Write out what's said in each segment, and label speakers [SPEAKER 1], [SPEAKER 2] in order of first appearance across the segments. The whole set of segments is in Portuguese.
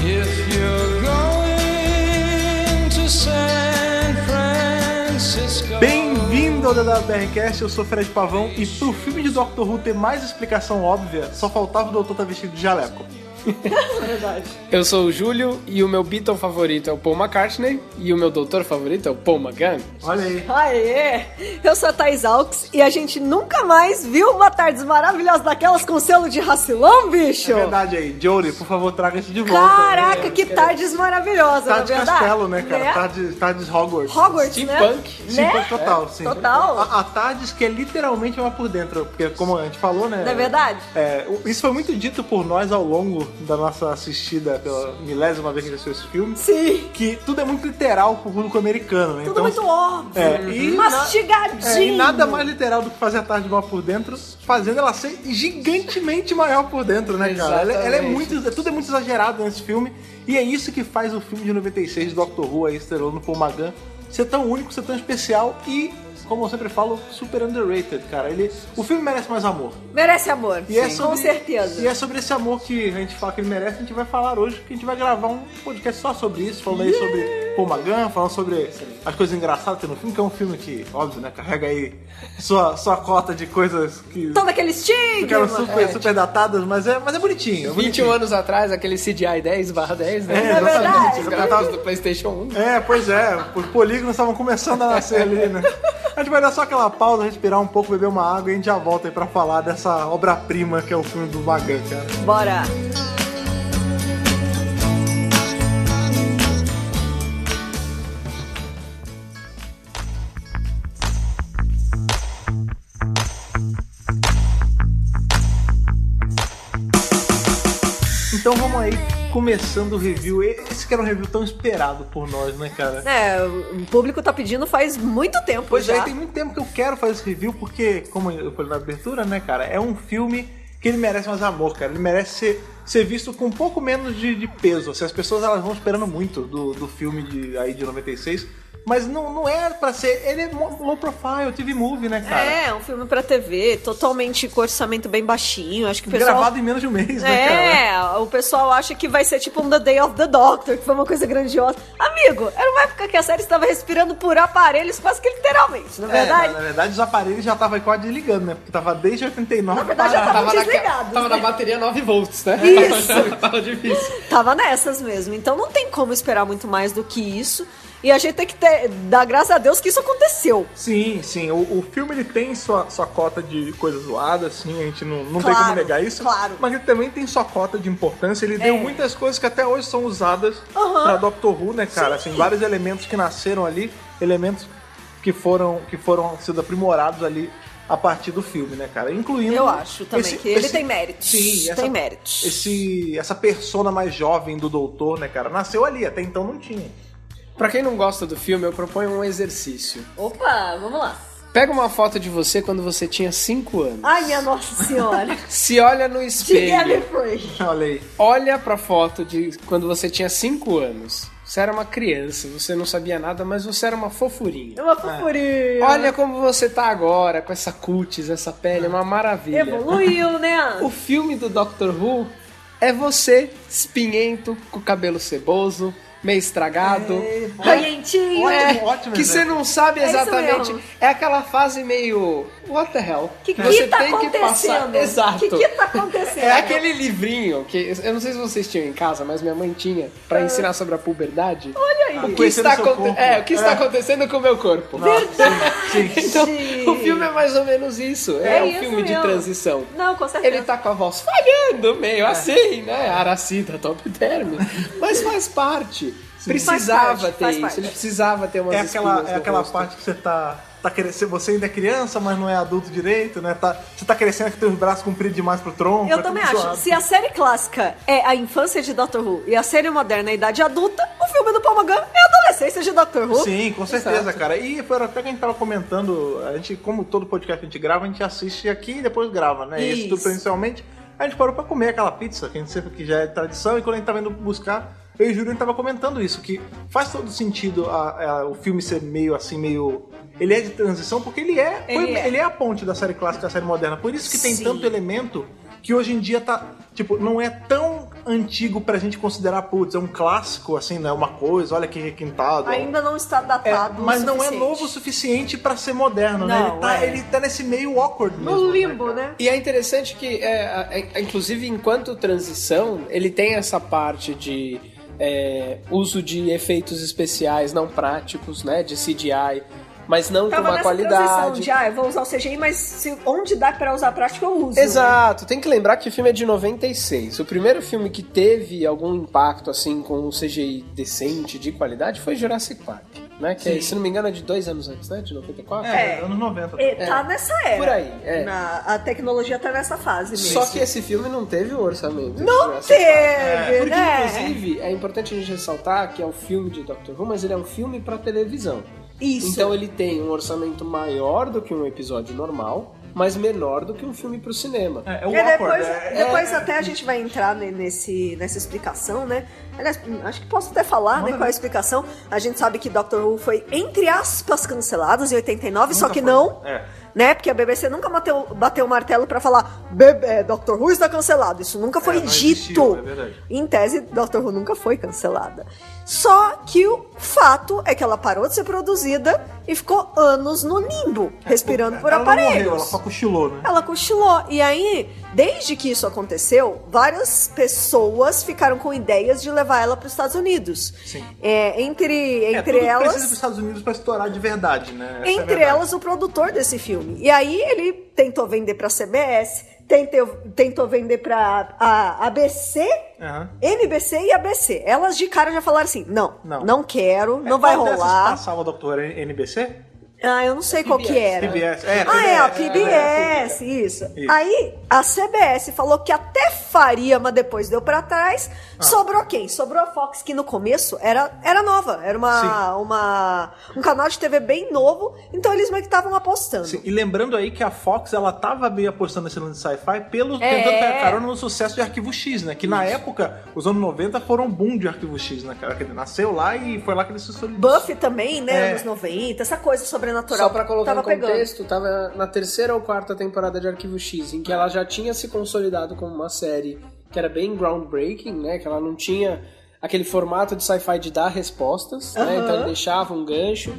[SPEAKER 1] If you're going to San Francisco.
[SPEAKER 2] Bem-vindo ao DWRcast, eu sou Fred Pavão e pro filme de Doctor Who ter mais explicação óbvia, só faltava o doutor estar vestido de jaleco.
[SPEAKER 3] Verdade.
[SPEAKER 4] Eu sou o Júlio e o meu Beatle favorito é o Paul McCartney e o meu doutor favorito é o Paul McGann.
[SPEAKER 2] Olha aí.
[SPEAKER 3] Aê! Eu sou a Thais Alves e a gente nunca mais viu uma tardes maravilhosa daquelas com selo de racilão, bicho!
[SPEAKER 2] É verdade É, aí. Jory, por favor, traga isso de volta.
[SPEAKER 3] Caraca, que tardes maravilhosas,
[SPEAKER 2] Tarde
[SPEAKER 3] não é verdade?
[SPEAKER 2] Castelo, né, cara? Tarde, tarde Hogwarts.
[SPEAKER 3] Hogwarts, né?
[SPEAKER 4] Steampunk.
[SPEAKER 2] Sim,
[SPEAKER 3] né?
[SPEAKER 2] foi total, sim.
[SPEAKER 3] Total.
[SPEAKER 2] A, a Tardes que é literalmente uma por dentro, porque como a gente falou, né?
[SPEAKER 3] Não é verdade?
[SPEAKER 2] É, o- isso foi muito dito por nós ao longo da nossa assistida pela milésima vez que a gente assistiu esse filme,
[SPEAKER 3] Sim!
[SPEAKER 2] que tudo é muito literal pro público americano, né?
[SPEAKER 3] Tudo
[SPEAKER 2] então,
[SPEAKER 3] muito óbvio. Uhum.
[SPEAKER 2] é, e na-
[SPEAKER 3] mastigadinho.
[SPEAKER 2] É, e nada mais literal do que fazer a tarde mal por dentro, fazendo ela ser gigantemente maior por dentro, né, cara? Ela, ela é muito. Tudo é muito exagerado nesse filme. E é isso que faz o filme de 96 do Doctor Who aí, estrelando Paul Magan, ser tão único, ser tão especial e. Como eu sempre falo, super underrated, cara. Ele, o filme merece mais amor.
[SPEAKER 3] Merece amor.
[SPEAKER 2] E é
[SPEAKER 3] Com
[SPEAKER 2] sobre-
[SPEAKER 3] certeza.
[SPEAKER 2] E é sobre esse amor que a gente fala que ele merece, a gente vai falar hoje, que a gente vai gravar um podcast só sobre isso, falando aí sobre Paul Magan, falando sobre as coisas engraçadas que tem no filme, que é um filme que, óbvio, né, carrega aí sua, sua cota de coisas que
[SPEAKER 3] Todo aquele estigma.
[SPEAKER 2] ficaram super, super datadas, mas é, mas é bonitinho. É,
[SPEAKER 4] 21
[SPEAKER 2] bonitinho.
[SPEAKER 4] anos atrás, aquele CGI 10 barra 10, né?
[SPEAKER 2] É, É
[SPEAKER 3] verdade. exatamente.
[SPEAKER 4] Os gráficos do Playstation 1.
[SPEAKER 2] é pois é, os polígonos estavam começando a nascer ali, né? A gente vai dar só aquela pausa, respirar um pouco, beber uma água e a gente já volta aí pra falar dessa obra-prima que é o filme do Magan, cara.
[SPEAKER 3] É, Bora.
[SPEAKER 2] Então vamos aí, começando o review. Esse que era um review tão esperado por nós, né, cara?
[SPEAKER 3] É, o público tá pedindo faz muito tempo
[SPEAKER 2] Pois
[SPEAKER 3] já.
[SPEAKER 2] é, tem muito tempo que eu quero fazer esse review, porque, como eu falei na abertura, né, cara, é um filme que ele merece mais amor, cara. Ele merece ser, ser visto com um pouco menos de, de peso. Assim, as pessoas elas vão esperando muito do, do filme de, aí de 96, mas não, não é pra ser. Ele é mo- low profile, TV movie, né, cara?
[SPEAKER 3] É, um filme pra TV, totalmente com orçamento bem baixinho. Acho que o pessoal.
[SPEAKER 2] Gravado em menos de um mês, né, cara?
[SPEAKER 3] é, o pessoal acha que vai ser tipo um The Day of the Doctor, que foi uma coisa grandiosa. Amigo, era uma época que a série estava respirando por aparelhos quase que literalmente, na
[SPEAKER 2] É,
[SPEAKER 3] verdade.
[SPEAKER 2] na, na verdade, os aparelhos já estavam quase desligando, né? Porque tava desde 89.
[SPEAKER 3] Na verdade, já
[SPEAKER 2] parado.
[SPEAKER 3] tava
[SPEAKER 4] na,
[SPEAKER 3] desligado,
[SPEAKER 4] tava
[SPEAKER 3] né?
[SPEAKER 4] na bateria 9 volts, né?
[SPEAKER 3] Isso.
[SPEAKER 4] tava difícil.
[SPEAKER 2] é.
[SPEAKER 3] Tava nessas mesmo, então não tem como esperar muito mais do que isso. E a gente tem que ter, dar graças a Deus que isso aconteceu.
[SPEAKER 2] Sim, sim. O, o filme ele tem sua, sua cota de coisa zoada, assim, a gente não, não tem
[SPEAKER 3] Claro,
[SPEAKER 2] como negar isso.
[SPEAKER 3] claro. É.
[SPEAKER 2] Mas ele também tem sua cota de importância. Ele deu muitas coisas que até hoje são usadas
[SPEAKER 3] Aham.
[SPEAKER 2] pra Doctor Who, né, cara? Assim, vários elementos que nasceram ali, elementos que foram, que foram sendo aprimorados ali a partir do filme, né, cara? Incluindo.
[SPEAKER 3] Eu acho também que ele tem méritos.
[SPEAKER 2] Sim, essa,
[SPEAKER 3] Tem méritos.
[SPEAKER 2] Esse, essa persona mais jovem do Doutor, né, cara? Nasceu ali, até então não tinha.
[SPEAKER 4] Pra quem não gosta do filme, eu proponho um exercício.
[SPEAKER 3] Opa, vamos lá.
[SPEAKER 4] Pega uma foto de você quando você tinha 5 anos.
[SPEAKER 3] Ai, minha é nossa senhora.
[SPEAKER 4] Se olha no
[SPEAKER 3] Diga-me,
[SPEAKER 4] espelho.
[SPEAKER 3] Frey.
[SPEAKER 2] Olha aí.
[SPEAKER 4] Olha pra foto de quando você tinha 5 anos. Você era uma criança, você não sabia nada, mas você era uma fofurinha.
[SPEAKER 2] É.
[SPEAKER 3] Uma fofurinha.
[SPEAKER 4] Olha como você tá agora, com essa cutis, essa pele, é uma maravilha.
[SPEAKER 3] Evoluiu, né?
[SPEAKER 4] O filme do Dr. Who é você, espinhento, com o cabelo ceboso, meio estragado.
[SPEAKER 3] É, Banhentinho.
[SPEAKER 2] Olha,
[SPEAKER 3] É.
[SPEAKER 2] Ótimo, ótimo
[SPEAKER 4] que você
[SPEAKER 2] exemplo.
[SPEAKER 4] não sabe
[SPEAKER 3] É isso
[SPEAKER 4] exatamente.
[SPEAKER 3] mesmo.
[SPEAKER 4] É, aquela fase meio. What the hell?
[SPEAKER 3] Que que
[SPEAKER 4] você
[SPEAKER 3] tá
[SPEAKER 4] tem que
[SPEAKER 3] acontecendo?
[SPEAKER 4] passar. Exato.
[SPEAKER 3] Que que tá acontecendo?
[SPEAKER 4] É aquele livrinho que eu não sei se vocês tinham em casa, mas minha mãe tinha pra ensinar sobre a puberdade. Olha
[SPEAKER 3] aí.
[SPEAKER 4] O que
[SPEAKER 2] Conhecendo
[SPEAKER 4] está
[SPEAKER 2] seu
[SPEAKER 4] aconte-
[SPEAKER 2] corpo.
[SPEAKER 4] é, o que está acontecendo com o meu corpo?
[SPEAKER 2] Sim.
[SPEAKER 4] Então, o filme é mais ou menos isso. É,
[SPEAKER 3] É
[SPEAKER 4] um
[SPEAKER 3] isso
[SPEAKER 4] filme de
[SPEAKER 3] mesmo.
[SPEAKER 4] transição.
[SPEAKER 3] Não, com certeza.
[SPEAKER 4] Ele tá com a voz falhando, meio assim, né? Aracida, top term. Mas faz parte. Precisava
[SPEAKER 3] Faz parte,
[SPEAKER 4] ter
[SPEAKER 3] faz
[SPEAKER 4] isso.
[SPEAKER 3] parte.
[SPEAKER 4] Ele precisava ter umas
[SPEAKER 2] É aquela,
[SPEAKER 4] espinhas
[SPEAKER 2] é
[SPEAKER 4] no
[SPEAKER 2] aquela
[SPEAKER 4] rosto.
[SPEAKER 2] parte que você tá, tá crescendo, você ainda é criança, mas não é adulto direito, né? Tá, você tá crescendo que tem os braços compridos demais pro tronco. é
[SPEAKER 3] Eu
[SPEAKER 4] tá
[SPEAKER 2] tudo
[SPEAKER 3] também acho.
[SPEAKER 2] zoado.
[SPEAKER 3] Se a série clássica é a infância de Doctor Who e a série moderna é a idade adulta, o filme do Paul Magan é a adolescência de Doctor Who.
[SPEAKER 2] Sim, com certeza, cara. E foi até que a gente tava comentando, a gente, como todo podcast que a gente grava, a gente assiste aqui e depois grava, né? Esse
[SPEAKER 3] Isso.
[SPEAKER 2] tudo principalmente. A gente parou pra comer aquela pizza, que a gente sempre que já é tradição, e quando a gente tava indo buscar, eu e o Júlio a gente tava comentando isso, que faz todo sentido a- a- o filme ser meio assim, meio. Ele é de transição, porque ele é. foi-
[SPEAKER 3] Ele é.
[SPEAKER 2] ele é a ponte da série clássica à série moderna. Por isso que tem
[SPEAKER 3] Sim.
[SPEAKER 2] tanto elemento que hoje em dia tá. Tipo, não é tão antigo pra gente considerar, putz, é um clássico, assim, né? Uma coisa, olha que requintado.
[SPEAKER 3] Ainda não está
[SPEAKER 2] É,
[SPEAKER 3] datado. o
[SPEAKER 2] mas não é
[SPEAKER 3] suficiente.
[SPEAKER 2] novo o suficiente pra ser moderno, né?
[SPEAKER 3] Não,
[SPEAKER 2] Ele tá,
[SPEAKER 3] é.
[SPEAKER 2] ele tá nesse meio awkward mesmo.
[SPEAKER 3] No limbo, né?
[SPEAKER 4] E é interessante que, é, a- é, inclusive, enquanto transição, ele tem essa parte de é, uso de efeitos especiais não práticos, né? De CGI, mas não
[SPEAKER 3] Tava
[SPEAKER 4] com uma
[SPEAKER 3] nessa transição
[SPEAKER 4] qualidade.
[SPEAKER 3] de, ah, eu vou usar o CGI, mas se- onde dá pra usar prática, eu uso. né?
[SPEAKER 4] Exato, tem que lembrar que o filme é de 96. O primeiro filme que teve algum impacto assim com um CGI decente, de qualidade, foi Jurassic Park, né? Que, se não me engano, é de dois anos antes, né? De 94?
[SPEAKER 2] É,
[SPEAKER 3] É.
[SPEAKER 2] anos 90.
[SPEAKER 3] E tá nessa era.
[SPEAKER 4] Por aí, é.
[SPEAKER 3] Na- a tecnologia tá nessa fase mesmo.
[SPEAKER 4] Só que esse filme não teve o orçamento.
[SPEAKER 3] Não
[SPEAKER 4] de Jurassic
[SPEAKER 3] teve,
[SPEAKER 4] Park.
[SPEAKER 2] É,
[SPEAKER 4] Porque,
[SPEAKER 3] né?
[SPEAKER 4] inclusive, é importante a gente ressaltar que é um filme de Doctor Who, mas ele é um filme pra televisão.
[SPEAKER 3] Isso.
[SPEAKER 4] Então ele tem um orçamento maior do que um episódio normal, mas menor do que um filme pro cinema.
[SPEAKER 2] É, é o awkward.
[SPEAKER 3] É, depois,
[SPEAKER 2] é-
[SPEAKER 3] depois até a gente vai entrar ne- nesse, nessa explicação, né? Aliás, hum, acho que posso até falar, né? Qual é a explicação? A gente sabe que Doctor Who foi, entre aspas, canceladas em 89, só
[SPEAKER 2] Nunca
[SPEAKER 3] que
[SPEAKER 2] foi.
[SPEAKER 3] não.
[SPEAKER 2] É.
[SPEAKER 3] Né? Porque a BBC nunca bateu, bateu o martelo pra falar "Bebê, é, Doctor Who está cancelado. Isso nunca foi
[SPEAKER 2] não
[SPEAKER 3] dito.
[SPEAKER 2] existiu, é verdade.
[SPEAKER 3] em tese, Doctor Who nunca foi cancelada. Só que o fato é que ela parou de ser produzida e ficou anos no limbo, respirando por
[SPEAKER 2] É, ela
[SPEAKER 3] aparelhos.
[SPEAKER 2] Não morreu, ela só cochilou, né?
[SPEAKER 3] Ela cochilou. E aí, desde que isso aconteceu, várias pessoas ficaram com ideias de levar ela para os Estados Unidos.
[SPEAKER 2] Sim.
[SPEAKER 3] É, entre
[SPEAKER 2] é,
[SPEAKER 3] entre
[SPEAKER 2] tudo que precisa dos
[SPEAKER 3] elas.
[SPEAKER 2] Estados Unidos pra estourar de verdade, né? Essa é a
[SPEAKER 3] Entre
[SPEAKER 2] verdade.
[SPEAKER 3] elas, o produtor desse filme. E aí ele tentou vender para CBS, tentou, tentou vender para a ABC,
[SPEAKER 2] Aham.
[SPEAKER 3] NBC e ABC. Elas de cara já falaram assim: não,
[SPEAKER 2] Não.
[SPEAKER 3] não, quero, não
[SPEAKER 2] É,
[SPEAKER 3] vai
[SPEAKER 2] qual dessas
[SPEAKER 3] rolar.
[SPEAKER 2] Passava o Dr. NBC?
[SPEAKER 3] Ah, eu não sei qual que era.
[SPEAKER 2] PBS, é,
[SPEAKER 3] ah, é, a
[SPEAKER 2] PBS,
[SPEAKER 3] PBS, isso.
[SPEAKER 2] Isso.
[SPEAKER 3] Aí a CBS falou que até faria, mas depois deu pra trás.
[SPEAKER 2] Ah.
[SPEAKER 3] Sobrou quem? Sobrou a Fox, que no começo era, era nova, era uma, uma, um canal de TV bem novo, então eles meio que estavam apostando.
[SPEAKER 2] Sim, E lembrando aí que a Fox, ela tava meio apostando nesse lance de sci-fi, pelo
[SPEAKER 3] É.
[SPEAKER 2] tentando pegar carona no sucesso de Arquivo X, né? Que na época, os anos 90 foram um boom de Arquivo X, né? cara? Que ele nasceu lá e foi lá que ele se solidou.
[SPEAKER 3] Buffy também, né?
[SPEAKER 2] É.
[SPEAKER 3] Anos 90, essa coisa sobrenatural.
[SPEAKER 4] Só pra colocar no
[SPEAKER 3] tava pegando.
[SPEAKER 4] contexto, tava na terceira ou quarta temporada de Arquivo X, em que ela já tinha se consolidado como uma série que era bem groundbreaking, né? Que ela não tinha aquele formato de sci-fi de dar respostas, né?
[SPEAKER 3] Aham.
[SPEAKER 4] Então ele deixava um gancho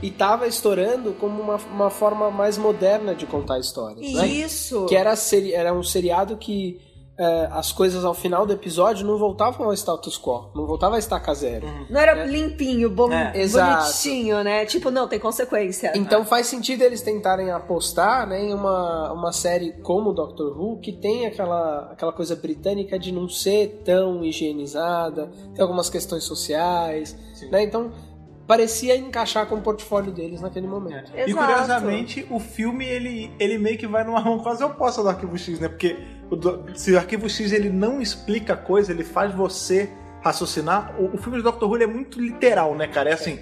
[SPEAKER 4] e tava estourando como uma, uma forma mais moderna de contar histórias, né?
[SPEAKER 3] Isso.
[SPEAKER 4] Que era, seri- era um seriado que eh, as coisas ao final do episódio não voltavam ao status quo, não voltava a estaca zero.
[SPEAKER 3] Não era limpinho, bom,
[SPEAKER 2] É.
[SPEAKER 4] Exato.
[SPEAKER 3] bonitinho, né? Tipo, não, tem consequência.
[SPEAKER 4] Então faz sentido eles tentarem apostar né, em uma, uma série como Doctor Who, que tem aquela, aquela coisa britânica de não ser tão higienizada, tem algumas questões sociais,
[SPEAKER 2] Sim.
[SPEAKER 4] né? Então parecia encaixar com o portfólio deles naquele momento.
[SPEAKER 2] E
[SPEAKER 3] Exato.
[SPEAKER 2] curiosamente, o filme ele, ele meio que vai numa mão quase oposta do Arquivo X, né? Porque o do- se o Arquivo X ele não explica coisa, ele faz você raciocinar. O, o filme do Dr. Who ele é muito literal, né, cara? É assim: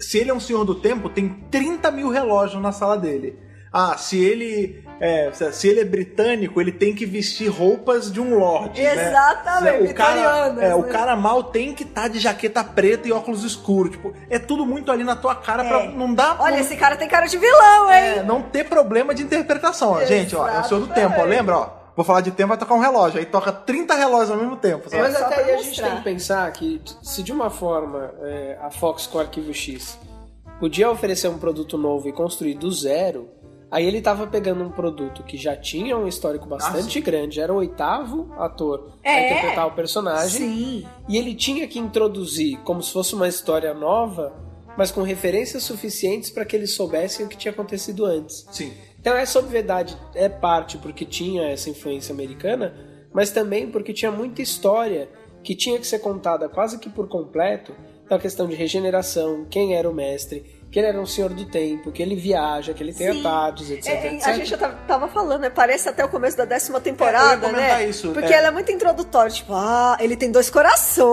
[SPEAKER 2] se ele é um senhor do tempo, tem 30 mil relógios na sala dele. Ah, se ele é, se se ele é britânico, ele tem que vestir roupas de um lorde. né?
[SPEAKER 3] Exatamente,
[SPEAKER 2] O cara,
[SPEAKER 3] vitorianas,
[SPEAKER 2] é, o
[SPEAKER 3] é né?
[SPEAKER 2] cara mal tem que estar de jaqueta preta e óculos escuros. Tipo, é tudo muito ali na tua cara
[SPEAKER 3] É.
[SPEAKER 2] pra não dar.
[SPEAKER 3] Olha,
[SPEAKER 2] não-
[SPEAKER 3] esse cara tem cara de vilão, hein?
[SPEAKER 2] é, não ter problema de interpretação. ó. Gente, ó, é o senhor do tempo, ó. Lembra, ó? Vou falar de tempo, vai tocar um relógio. Aí toca 30 relógios ao mesmo tempo, sabe?
[SPEAKER 4] Mas
[SPEAKER 3] É, só
[SPEAKER 4] até
[SPEAKER 3] pra
[SPEAKER 4] aí a gente
[SPEAKER 3] mostrar.
[SPEAKER 4] tem que pensar que se de uma forma é, a Fox com o Arquivo X podia oferecer um produto novo e construir do zero, aí ele tava pegando um produto que já tinha um histórico bastante grande, era o oitavo ator a
[SPEAKER 3] É.
[SPEAKER 4] interpretar o personagem,
[SPEAKER 3] Sim.
[SPEAKER 4] e ele tinha que introduzir como se fosse uma história nova, mas com referências suficientes para que eles soubessem o que tinha acontecido antes.
[SPEAKER 2] Sim.
[SPEAKER 4] Então essa obviedade é parte porque tinha essa influência americana, mas também porque tinha muita história que tinha que ser contada quase que por completo da questão de regeneração, quem era o mestre, que ele era um senhor do tempo, que ele viaja, que ele tem
[SPEAKER 3] Sim.
[SPEAKER 4] atalhos, etc,
[SPEAKER 3] É, é,
[SPEAKER 4] etc.
[SPEAKER 3] a gente já tava- tava falando, né? Parece até o começo da décima
[SPEAKER 2] É, eu
[SPEAKER 3] temporada,
[SPEAKER 2] ia comentar
[SPEAKER 3] né?
[SPEAKER 2] isso,
[SPEAKER 3] Porque
[SPEAKER 2] é.
[SPEAKER 3] ela é muito introdutória, tipo, ah, ele tem dois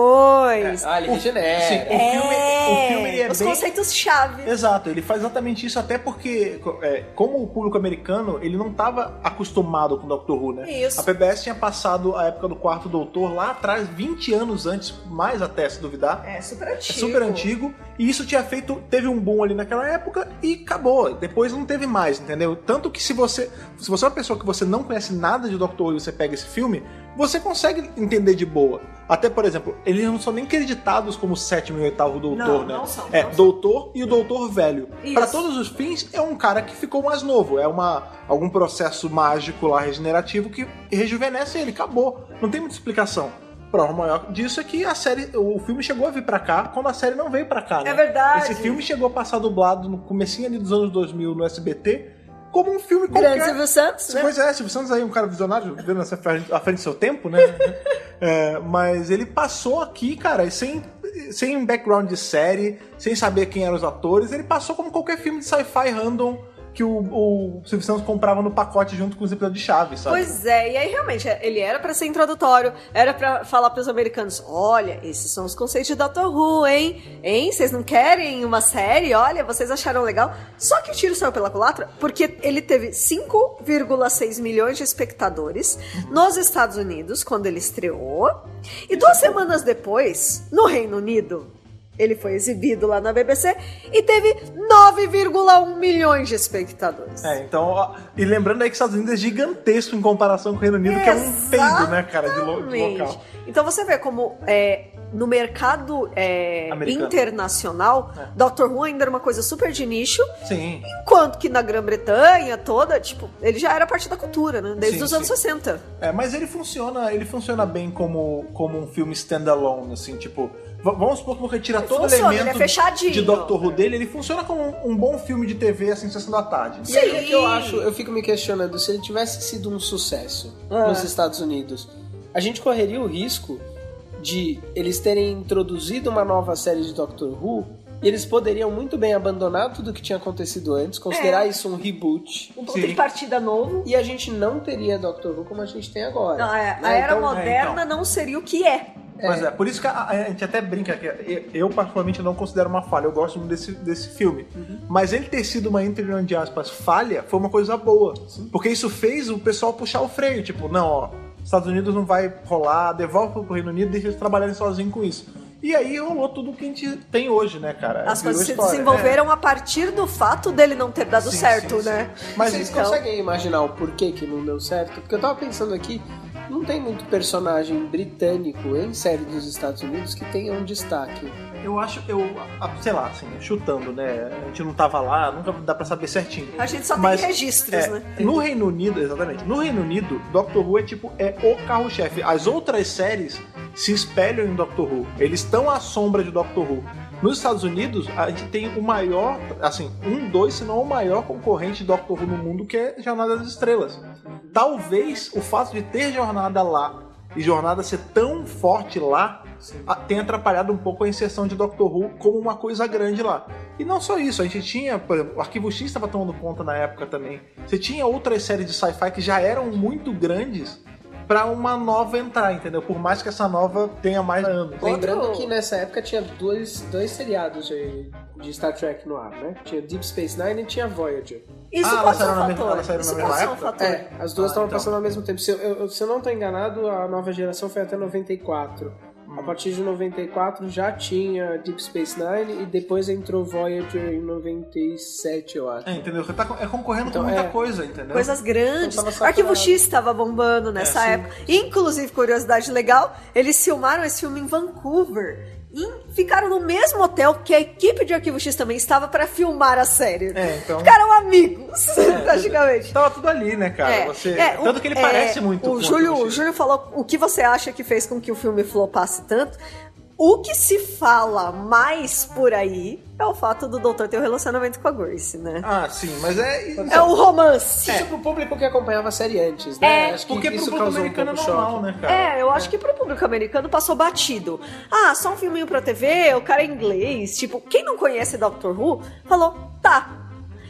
[SPEAKER 3] corações.
[SPEAKER 4] Ah, ele regenera.
[SPEAKER 2] Sim, o filme, o filme ele é
[SPEAKER 3] Os
[SPEAKER 2] bem...
[SPEAKER 3] conceitos-chave.
[SPEAKER 2] Exato, ele faz exatamente isso até porque, co- é, como o público americano, ele não estava acostumado com Doctor Who, né?
[SPEAKER 3] Isso.
[SPEAKER 2] A PBS tinha passado a época do Quarto Doutor lá atrás, 20 anos antes, mais até se duvidar.
[SPEAKER 3] É super
[SPEAKER 2] É
[SPEAKER 3] antigo.
[SPEAKER 2] super antigo. E isso tinha feito. Teve um boom ali ali naquela época e acabou. Depois não teve mais, entendeu? Tanto que se você, se você é uma pessoa que você não conhece nada de Doctor Who e você pega esse filme, você consegue entender de boa. Até, por exemplo, eles não são nem creditados como o sétimo e oitavo doutor,
[SPEAKER 5] Não,
[SPEAKER 2] né?
[SPEAKER 5] não são,
[SPEAKER 2] é,
[SPEAKER 5] não são.
[SPEAKER 2] doutor e o doutor velho.
[SPEAKER 5] Isso.
[SPEAKER 2] Pra todos os fins, é um cara que ficou mais novo. É uma, algum processo mágico lá, regenerativo, que rejuvenesce ele. Acabou. Não tem muita explicação. Prova maior disso é que a série, o filme chegou a vir pra cá quando a série não veio pra cá, né?
[SPEAKER 5] É verdade.
[SPEAKER 2] Esse filme chegou a passar dublado no comecinho ali dos anos 2000 no SBT como um filme qualquer.
[SPEAKER 5] Grande Silvio Santos, né?
[SPEAKER 2] Pois é, Silvio Santos aí, um cara visionário, vivendo nessa frente- à frente do seu tempo, né? É, mas ele passou aqui, cara, e sem, sem background de série, sem saber quem eram os atores, ele passou como qualquer filme de sci-fi random que o, o Silvio Santos comprava no pacote junto com os episódios de Chaves, sabe?
[SPEAKER 3] Pois é, e aí realmente, ele era pra ser introdutório, era pra falar pros americanos, olha, esses são os conceitos de Doctor Who, hein? Hein? Vocês não querem uma série? Olha, vocês acharam legal? Só que o tiro saiu pela culatra porque ele teve 5,6 milhões de espectadores nos Estados Unidos quando ele estreou, e duas semanas depois, no Reino Unido, ele foi exibido lá na BBC e teve 9,1 milhões de espectadores.
[SPEAKER 2] É, então, ó, e lembrando aí que os Estados Unidos é gigantesco em comparação com o Reino Unido, que é um peido, né, cara, de, lo- de
[SPEAKER 3] Exatamente.
[SPEAKER 2] local.
[SPEAKER 3] Então você vê como é, no mercado é,
[SPEAKER 2] Americano.
[SPEAKER 3] internacional,
[SPEAKER 2] É.
[SPEAKER 3] Doctor Who ainda era uma coisa super de nicho,
[SPEAKER 2] Sim.
[SPEAKER 3] enquanto que na Grã-Bretanha toda, tipo, ele já era parte da cultura, né? Desde
[SPEAKER 2] Sim,
[SPEAKER 3] os
[SPEAKER 2] sim.
[SPEAKER 3] anos 60.
[SPEAKER 2] É, mas ele funciona, ele funciona bem como, como um filme standalone, assim, tipo. v- Vamos supor que você tira Tá todo
[SPEAKER 3] Funciona,
[SPEAKER 2] elemento
[SPEAKER 3] ele é fechadinho.
[SPEAKER 2] de Doctor Who dele, ele funciona como um, um bom filme de TV, assim, sessão da tarde.
[SPEAKER 4] E aí é que eu
[SPEAKER 3] Sim.
[SPEAKER 4] acho, eu fico me questionando, se ele tivesse sido um sucesso
[SPEAKER 5] Ah.
[SPEAKER 4] nos Estados Unidos, a gente correria o risco de eles terem introduzido uma nova série de Doctor Who e eles poderiam muito bem abandonar tudo que tinha acontecido antes, considerar isso um reboot.
[SPEAKER 3] Um
[SPEAKER 2] ponto
[SPEAKER 3] ponto
[SPEAKER 2] Sim. de
[SPEAKER 3] de partida novo. Ah, é,
[SPEAKER 4] E a gente não teria Doctor Who como a gente tem agora.
[SPEAKER 2] É.
[SPEAKER 3] a
[SPEAKER 4] né?
[SPEAKER 3] era
[SPEAKER 4] Então,
[SPEAKER 3] moderna não seria o que é.
[SPEAKER 2] Mas é, por isso que a, a gente até brinca que eu, eu, particularmente não considero uma falha, eu gosto muito desse, desse filme.
[SPEAKER 3] Uhum.
[SPEAKER 2] Mas ele ter sido uma entre de aspas falha foi uma coisa boa. Porque isso fez o pessoal puxar o freio, tipo, não, ó, Estados Unidos não vai rolar, devolve pro Reino Unido, deixa eles trabalharem sozinhos com isso. E aí rolou tudo que a gente tem hoje, né, cara?
[SPEAKER 3] As
[SPEAKER 2] Virou
[SPEAKER 3] coisas se
[SPEAKER 2] história. é.
[SPEAKER 3] desenvolveram a partir do fato dele não ter dado
[SPEAKER 2] Sim,
[SPEAKER 3] certo,
[SPEAKER 2] sim,
[SPEAKER 3] né?
[SPEAKER 2] sim. É, Mas
[SPEAKER 4] Vocês
[SPEAKER 3] então-
[SPEAKER 4] conseguem imaginar o porquê que não deu certo? Porque eu tava pensando aqui, não tem muito personagem britânico em série dos Estados Unidos que tenha um destaque.
[SPEAKER 2] Eu acho, eu, a- sei lá, assim, chutando, né? A gente não tava lá, nunca dá pra saber certinho.
[SPEAKER 3] A gente só
[SPEAKER 2] Mas-
[SPEAKER 3] tem registros,
[SPEAKER 2] É,
[SPEAKER 3] né?
[SPEAKER 2] No Reino Unido, exatamente. No Reino Unido, Doctor Who é tipo é o carro-chefe. As outras séries se espelham em Doctor Who. Eles estão à sombra de Doctor Who. Nos Estados Unidos, a gente tem o maior, assim, um, dois, se não o maior concorrente de Doctor Who no mundo, que é Jornada das Estrelas. Talvez o fato de ter Jornada lá e Jornada ser tão forte lá a- tenha atrapalhado um pouco a inserção de Doctor Who como uma coisa grande lá. E não só isso, a gente tinha, por exemplo, o Arquivo X estava tomando conta na época também. Você tinha outras séries de sci-fi que já eram muito grandes pra uma nova entrar, entendeu? Por mais que essa nova tenha mais anos.
[SPEAKER 4] Lembrando que nessa época tinha dois, dois seriados de, de Star Trek no ar, né? Tinha Deep Space Nine e tinha Voyager.
[SPEAKER 3] Isso
[SPEAKER 2] Ah, elas
[SPEAKER 3] pode ser um
[SPEAKER 2] saíram na mesma-
[SPEAKER 3] fator.
[SPEAKER 2] elas saíram
[SPEAKER 3] Isso
[SPEAKER 2] na mesma
[SPEAKER 3] pode ser um
[SPEAKER 2] época?
[SPEAKER 3] fator.
[SPEAKER 4] É, as duas
[SPEAKER 2] Ah,
[SPEAKER 4] estavam
[SPEAKER 2] então.
[SPEAKER 4] passando ao mesmo tempo. Se eu, eu- se eu não estou enganado, a nova geração foi até 94.
[SPEAKER 2] Hum.
[SPEAKER 4] A partir de 94 já tinha Deep Space Nine e depois entrou Voyager em 97, eu acho.
[SPEAKER 2] É, entendeu? Você tá co- é concorrendo
[SPEAKER 4] Então,
[SPEAKER 2] com muita
[SPEAKER 4] é.
[SPEAKER 2] coisa, entendeu?
[SPEAKER 3] Coisas grandes.
[SPEAKER 4] Eu tava saturado.
[SPEAKER 3] Arquivo X estava bombando nessa
[SPEAKER 2] É,
[SPEAKER 3] época. Inclusive, curiosidade legal, eles filmaram esse filme em Vancouver. E ficaram no mesmo hotel que a equipe de Arquivo X também estava para filmar a série.
[SPEAKER 2] É, então-
[SPEAKER 3] Ficaram amigos, praticamente.
[SPEAKER 2] Tava tudo ali, né, cara?
[SPEAKER 3] É,
[SPEAKER 2] Você...
[SPEAKER 3] é,
[SPEAKER 2] Tanto
[SPEAKER 3] o-
[SPEAKER 2] que ele
[SPEAKER 3] é,
[SPEAKER 2] parece muito. com
[SPEAKER 3] O Júlio,
[SPEAKER 2] Arquivo
[SPEAKER 3] o
[SPEAKER 2] X.
[SPEAKER 3] Júlio falou o que você acha que fez com que o filme flopasse tanto. O que se fala mais por aí é o fato do doutor ter um relacionamento com a Grace, né?
[SPEAKER 2] Ah, sim, mas é.
[SPEAKER 3] É um romance.
[SPEAKER 4] Isso pro público que acompanhava a série antes, né?
[SPEAKER 3] É.
[SPEAKER 4] Acho que
[SPEAKER 2] Porque pro
[SPEAKER 4] isso
[SPEAKER 2] público
[SPEAKER 4] causou um pouco
[SPEAKER 2] americano é
[SPEAKER 4] de
[SPEAKER 2] normal,
[SPEAKER 4] choque.
[SPEAKER 2] né, cara?
[SPEAKER 3] É, eu acho que pro público americano passou batido. Ah, só um filminho pra TV, o cara é inglês. Tipo, quem não conhece Doctor Who falou, tá.